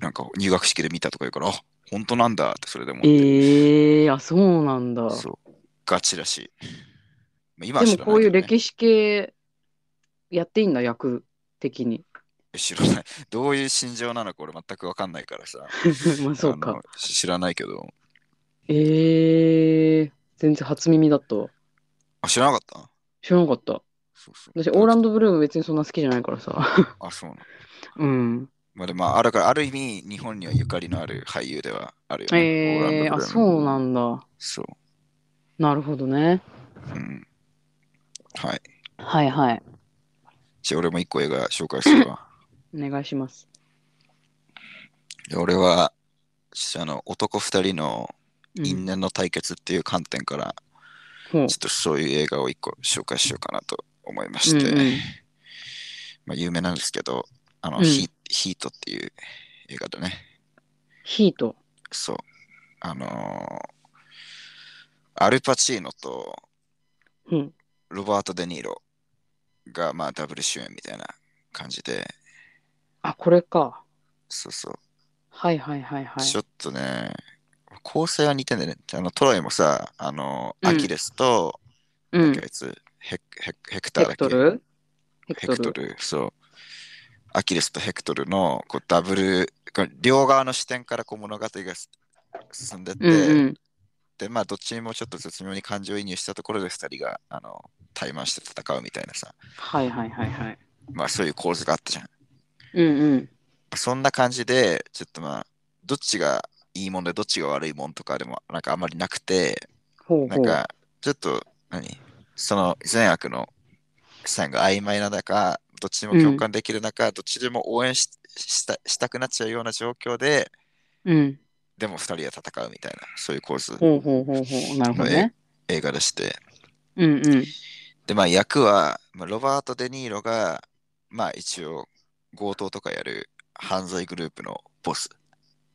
Speaker 2: なんか入学式で見たとか言うから、あ、本当なんだってそれでもって、
Speaker 1: ええあ、そうなんだ。
Speaker 2: そう、ガチらしい。今は
Speaker 1: で
Speaker 2: 知
Speaker 1: も
Speaker 2: らないけどね、
Speaker 1: こういう歴史系やっていいんだ、役的 に。
Speaker 2: 知らない。どういう心情なのか俺全くわかんないからさ。
Speaker 1: まあそう
Speaker 2: あ
Speaker 1: か
Speaker 2: の。。し知らないけど。
Speaker 1: えー、全然初耳だったわ。
Speaker 2: あ、知らなかった
Speaker 1: 知らなかった。
Speaker 2: そうそう
Speaker 1: 私、オーランドブルーも別にそんな好きじゃないからさ。
Speaker 2: あ、そうなの。
Speaker 1: うん。
Speaker 2: まあでも、まあ、あるから、ある意味、日本にはゆかりのある俳優ではあるよね。オーランドブ
Speaker 1: え
Speaker 2: ルー
Speaker 1: ー、あ、
Speaker 2: ム
Speaker 1: そうなんだ。
Speaker 2: そう。
Speaker 1: なるほどね。
Speaker 2: うん。はい。
Speaker 1: はいはい。
Speaker 2: じゃあ俺も一個映画紹介するわ。
Speaker 1: お願いします。
Speaker 2: で俺は、ちょっとあの、男二人の
Speaker 1: う
Speaker 2: 因
Speaker 1: ん。
Speaker 2: 縁の対決っていう観点から、
Speaker 1: ほう
Speaker 2: ちょっとそういう映画を一個紹介しようかなと思いま
Speaker 1: う
Speaker 2: し
Speaker 1: ん
Speaker 2: て、
Speaker 1: うん
Speaker 2: まあ有名なんですけど、あの、
Speaker 1: うん
Speaker 2: ヒヒートっていう映画だね。
Speaker 1: ヒート。
Speaker 2: そう。あのーアルパチーノと
Speaker 1: うん。
Speaker 2: ロバート・デ・ニーロが、まあ、ダブル主演みたいな感じで、
Speaker 1: あ、これか。
Speaker 2: そうそう。
Speaker 1: はいはいはいはい。
Speaker 2: ちょっとね、構成は似てんだよね。あのトロイもさ、あの、
Speaker 1: うん
Speaker 2: アキレスと、
Speaker 1: う
Speaker 2: なん
Speaker 1: ん。
Speaker 2: かあ
Speaker 1: ヘ
Speaker 2: いつヘクヘクヘクターだ
Speaker 1: ク
Speaker 2: っけ
Speaker 1: トルヘ
Speaker 2: ヘ
Speaker 1: ク
Speaker 2: ク
Speaker 1: ト
Speaker 2: ト
Speaker 1: ル。
Speaker 2: ル、そう。アキレスとヘクトルのこうダブル、こう両側の視点からこう物語がす進んでって、
Speaker 1: うんうん。
Speaker 2: で、まあ、どっちにもちょっと絶妙に感情移入したところで2人が、あの、対マンして戦うみたいなさ、
Speaker 1: はいはいはいはい。
Speaker 2: まあ、そういう構図があったじゃん。
Speaker 1: うんうん。
Speaker 2: そんな感じで、ちょっとまあ、どっちがいいもんで、どっちが悪いもんとかでも、なんかあんまりなくて、
Speaker 1: ほう
Speaker 2: な
Speaker 1: ほ
Speaker 2: ん
Speaker 1: う。
Speaker 2: か、ちょっと、何その善悪の線が曖昧な中、どっちにも共感できる中、どっちでも応援ししたしたくなっちゃうような状況で、
Speaker 1: うん。
Speaker 2: でも二人は戦うみたいな、そういう構図、
Speaker 1: ほうほうほうほう。なるほどね。
Speaker 2: 映画でして。
Speaker 1: うんうん。
Speaker 2: で、まあ、役は、まあ、ロバート・デ・ニーロが、まあ、一応、強盗とかやる犯罪グループのボス。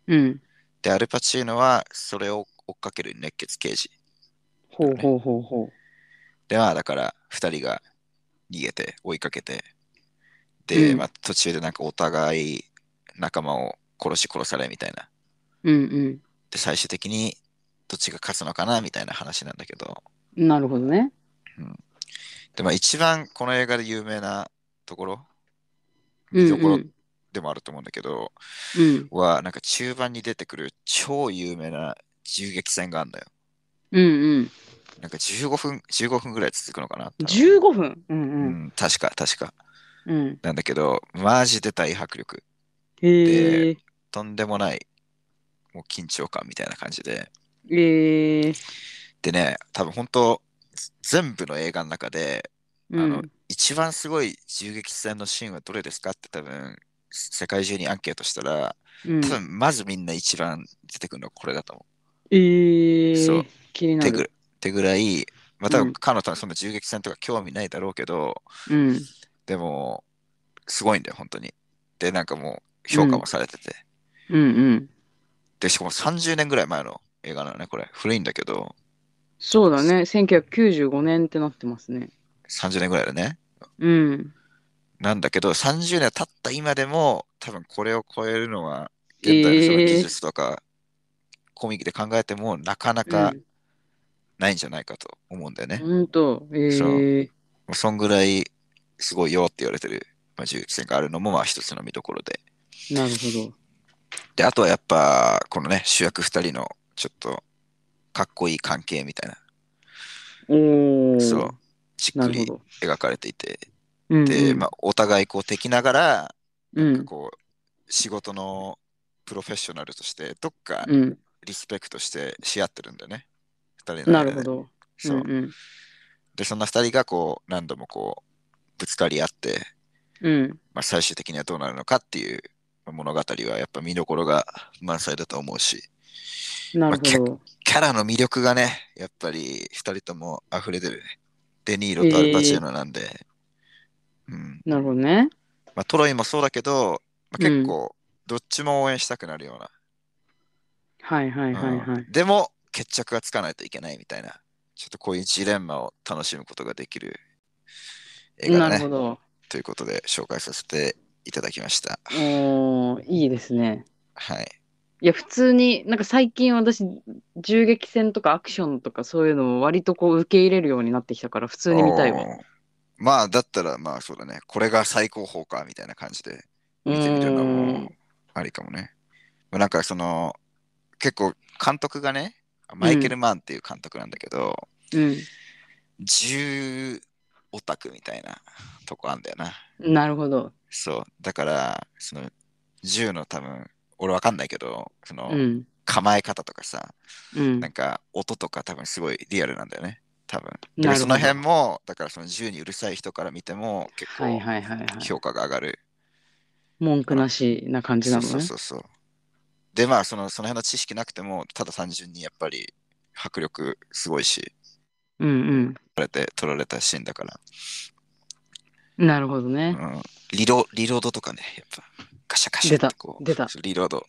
Speaker 1: うん。
Speaker 2: で、アルパチーノはそれを追っかける熱血刑事。
Speaker 1: ほうほうほうほう。
Speaker 2: で、まあだから2人が逃げて追いかけて、で、
Speaker 1: うん
Speaker 2: まあ途中でなんかお互い仲間を殺し殺されみたいな。
Speaker 1: うん
Speaker 2: で、最終的にどっちが勝つのかなみたいな話なんだけど、
Speaker 1: うん。なるほどね。
Speaker 2: で、まあ一番この映画で有名なところ、
Speaker 1: う
Speaker 2: 見
Speaker 1: ん
Speaker 2: どこ
Speaker 1: う
Speaker 2: ろ
Speaker 1: ん。
Speaker 2: でもあると思うんだけど、
Speaker 1: うん
Speaker 2: はなんか中盤に出てくる超有名な銃撃戦があるんだよ。
Speaker 1: うんうん。
Speaker 2: なんか15分、15分ぐらい続くのかな
Speaker 1: 15分。う
Speaker 2: うんん、確か、確か。
Speaker 1: うん。うん。
Speaker 2: なんだけど、マジで大迫力。
Speaker 1: へえ。
Speaker 2: とんでもない、もう緊張感みたいな感じで。
Speaker 1: ええ。
Speaker 2: でね、多分本当、全部の映画の中で、
Speaker 1: う
Speaker 2: あの
Speaker 1: ん。
Speaker 2: 一番すごい銃撃戦のシーンはどれですかって多分、世界中にアンケートしたら、
Speaker 1: うん
Speaker 2: 多分まずみんな一番出てくるのはこれだと思
Speaker 1: ええ。
Speaker 2: そう。
Speaker 1: 気に
Speaker 2: う。
Speaker 1: な
Speaker 2: てぐ
Speaker 1: る。
Speaker 2: ってぐらい、まあ多
Speaker 1: うん
Speaker 2: 分彼女はそんな銃撃戦とか興味ないだろうけど、
Speaker 1: うん。
Speaker 2: でも、すごいんだよ、本当に。で、なんかもう、評価もされてて。
Speaker 1: うんうん。
Speaker 2: で、しかも30年ぐらい前の映画なのね、これ。古いんだけど、
Speaker 1: そうだね。1995年ってなってますね。
Speaker 2: 30年ぐらいだね。
Speaker 1: うん。
Speaker 2: なんだけど、30年経った今でも、多分これを超えるのは、現代のその技術とか、コミックで考えても、なかなか
Speaker 1: うん
Speaker 2: ないんじゃないかと思うんだよね。
Speaker 1: ほんと。ええ。
Speaker 2: もうそんぐらい、すごいよって言われてる、まあ、銃撃戦があるのも、まあ一つの見どころで。
Speaker 1: なるほど。
Speaker 2: で、あとはやっぱ、このね、主役二人の、ちょっと、かっこいい関係みたいな、
Speaker 1: おお。
Speaker 2: そう、じっ
Speaker 1: な
Speaker 2: く
Speaker 1: るほ
Speaker 2: り
Speaker 1: ど。
Speaker 2: 描かれていて、
Speaker 1: うん
Speaker 2: で、
Speaker 1: うん
Speaker 2: まあ、お互いこう敵ながら、
Speaker 1: う
Speaker 2: なんか
Speaker 1: ん。
Speaker 2: こう、仕事のプロフェッショナルとして、どっか
Speaker 1: うん。
Speaker 2: リスペクトしてし合ってるんだよね。二人の
Speaker 1: な
Speaker 2: 間
Speaker 1: る
Speaker 2: で
Speaker 1: ほど。
Speaker 2: そ
Speaker 1: う
Speaker 2: う、
Speaker 1: んうん。
Speaker 2: で、そんな二人がこう、何度もこう、ぶつかり合って、
Speaker 1: うん。
Speaker 2: まあ、最終的にはどうなるのかっていう物語はやっぱ見どころが満載だと思うし、
Speaker 1: なるほど。
Speaker 2: キャラの魅力がね、やっぱり二人とも溢れてるね。デニーロとアルパチーノなんで、うん。
Speaker 1: なるほどね。
Speaker 2: まあ、トロイもそうだけど、まあ、結構、どっちも応援したくなるような。
Speaker 1: はいはいはいは
Speaker 2: う
Speaker 1: い
Speaker 2: ん。でも決着がつかないといけないみたいな、ちょっとこういうジレンマを楽しむことができる映画
Speaker 1: な
Speaker 2: だ
Speaker 1: るほ
Speaker 2: ね。
Speaker 1: ど。
Speaker 2: ということで紹介させていただきました。
Speaker 1: おーいいですね。
Speaker 2: はい。
Speaker 1: いや普通になんか最近私銃撃戦とかアクションとかそういうのも割とこう受け入れるようになってきたから普通に見たいわ。
Speaker 2: おーまあ、だったら、まあそうだね。これが最高峰か、みたいな感じで見てみるの
Speaker 1: うーん
Speaker 2: もありかもね。まあなんかその、結構監督がね、マイケル・マンっていう監督なんだけど、
Speaker 1: う
Speaker 2: 銃オタクみたいなとこあんだよな。
Speaker 1: ん、なるほど。
Speaker 2: そう。だから、その、銃の多分、俺わかんないけど、その
Speaker 1: う、ん。
Speaker 2: 構え方とかさ、
Speaker 1: うん
Speaker 2: な。んか音とか多分すごいリアルなんだよね。多分。
Speaker 1: なるほ
Speaker 2: で、
Speaker 1: ど
Speaker 2: その辺も、だからその銃にうるさい人から見ても結
Speaker 1: はい
Speaker 2: 構
Speaker 1: はいはいはい。
Speaker 2: 評価が上がる。
Speaker 1: 文句なしな感じなの
Speaker 2: そう
Speaker 1: ね
Speaker 2: そ。うそうそう。で、まあその、その辺の知識なくても、ただ単純にやっぱり迫力すごいし、
Speaker 1: うん
Speaker 2: 撮られて撮られたシーンだから。
Speaker 1: うん。なるほどね。
Speaker 2: うん、リロリロードとかね、やっぱガシャガシャってこう。
Speaker 1: 出た出
Speaker 2: そうリロード。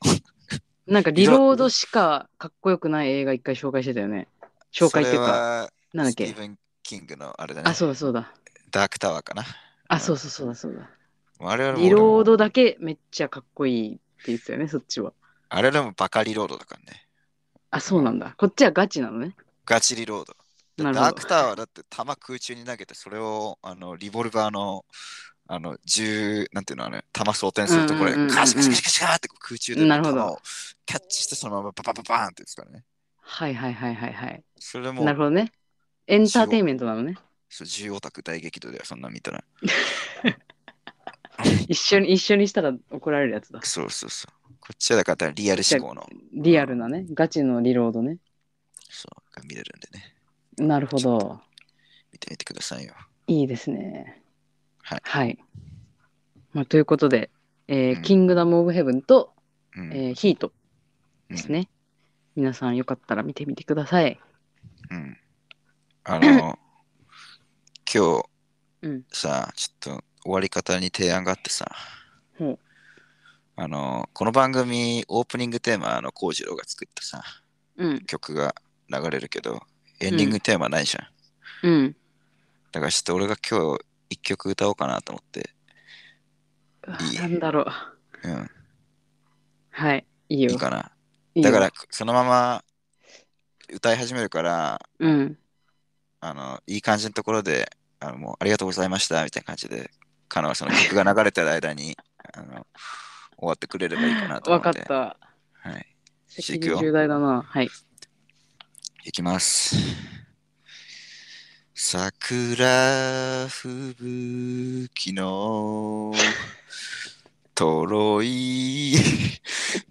Speaker 1: なんかリロードしかかっこよくない映画一回紹介してたよね。紹介っていうか、
Speaker 2: そ
Speaker 1: な
Speaker 2: れ
Speaker 1: んだ
Speaker 2: は
Speaker 1: っ
Speaker 2: スティ
Speaker 1: け
Speaker 2: ー。ブン・キングのあれだね
Speaker 1: あ、。そうだそうだ。
Speaker 2: ダークタワーかな。
Speaker 1: あ、そうそうそうだそうだ。
Speaker 2: あれはもう
Speaker 1: リロードだけめっちゃかっこいいって言ってたよね、そっちは。
Speaker 2: あれでもバカリロードだからね。
Speaker 1: あ、そうなんだ。こっちはガチなのね。
Speaker 2: ガチリロード。
Speaker 1: なるほど
Speaker 2: ダークタワーだって弾空中に投げて、それをあのリボルバーのあの銃、なんていうのあれ、弾装填するとこ
Speaker 1: うん
Speaker 2: ろ
Speaker 1: うんうん
Speaker 2: で
Speaker 1: うん
Speaker 2: カシカシカシカシカシってこう空中で
Speaker 1: なるほど
Speaker 2: 弾をキャッチしてそのままババババーンってですからね。
Speaker 1: はいはいはいはいはい。
Speaker 2: それも
Speaker 1: なるほどね。エンターテインメントなのね。
Speaker 2: そう銃オタク大激怒ではそんな見たら。
Speaker 1: 一緒に一緒にしたら怒られるやつだ。
Speaker 2: そうそうそう。こっちはだからリアル思考の
Speaker 1: リアルなね。ガチのリロードね。
Speaker 2: そうが見れるんでね。
Speaker 1: なるほど。
Speaker 2: 見てみてくださいよ。
Speaker 1: いいですね。
Speaker 2: はい
Speaker 1: まあ、ということで、えー
Speaker 2: うん
Speaker 1: キングダム・オブ・ヘブンと、
Speaker 2: うん
Speaker 1: えーヒートですね。皆さんよかったら見てみてください。
Speaker 2: うん。あ の、今
Speaker 1: うん
Speaker 2: 日さ、ちょっと終わり方に提案があってさ
Speaker 1: ほう、
Speaker 2: あの、この番組オープニングテーマあの幸次郎が作ったさ、
Speaker 1: うん。
Speaker 2: 曲が流れるけど、エンディングテーマないじゃ
Speaker 1: う
Speaker 2: ん。
Speaker 1: ん。
Speaker 2: だからちょっと俺が今日一曲歌おうかなと思って、
Speaker 1: うわ
Speaker 2: いい
Speaker 1: なんだろう。
Speaker 2: うん、
Speaker 1: はい。いいよ。
Speaker 2: いいかな。
Speaker 1: いいよ
Speaker 2: だから、そのまま歌い始めるから、
Speaker 1: うん。
Speaker 2: あの、いい感じのところで、あの、もう、ありがとうございました、みたいな感じで、カナはその曲が流れてる間に、あの、終わってくれればいいかなと
Speaker 1: わ
Speaker 2: 思っ。
Speaker 1: かってた。
Speaker 2: はい。
Speaker 1: 責任重大だな。はい。
Speaker 2: いきます。桜吹雪のとろい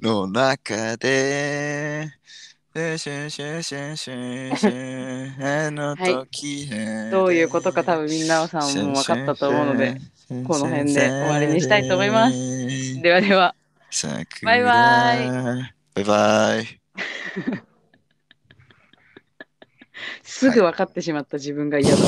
Speaker 2: の中で、でシュンシュンシュンシュンシュン、あの時へ
Speaker 1: どういうことか多分みんなさんも分かったと思うので。、この辺で終わりにしたいと思います
Speaker 2: す。
Speaker 1: ではでは。
Speaker 2: バ
Speaker 1: バ
Speaker 2: イ
Speaker 1: イ
Speaker 2: バ
Speaker 1: バ
Speaker 2: イ
Speaker 1: イ。
Speaker 2: バイバイ。
Speaker 1: すぐ分かってしまった自分が嫌だわ。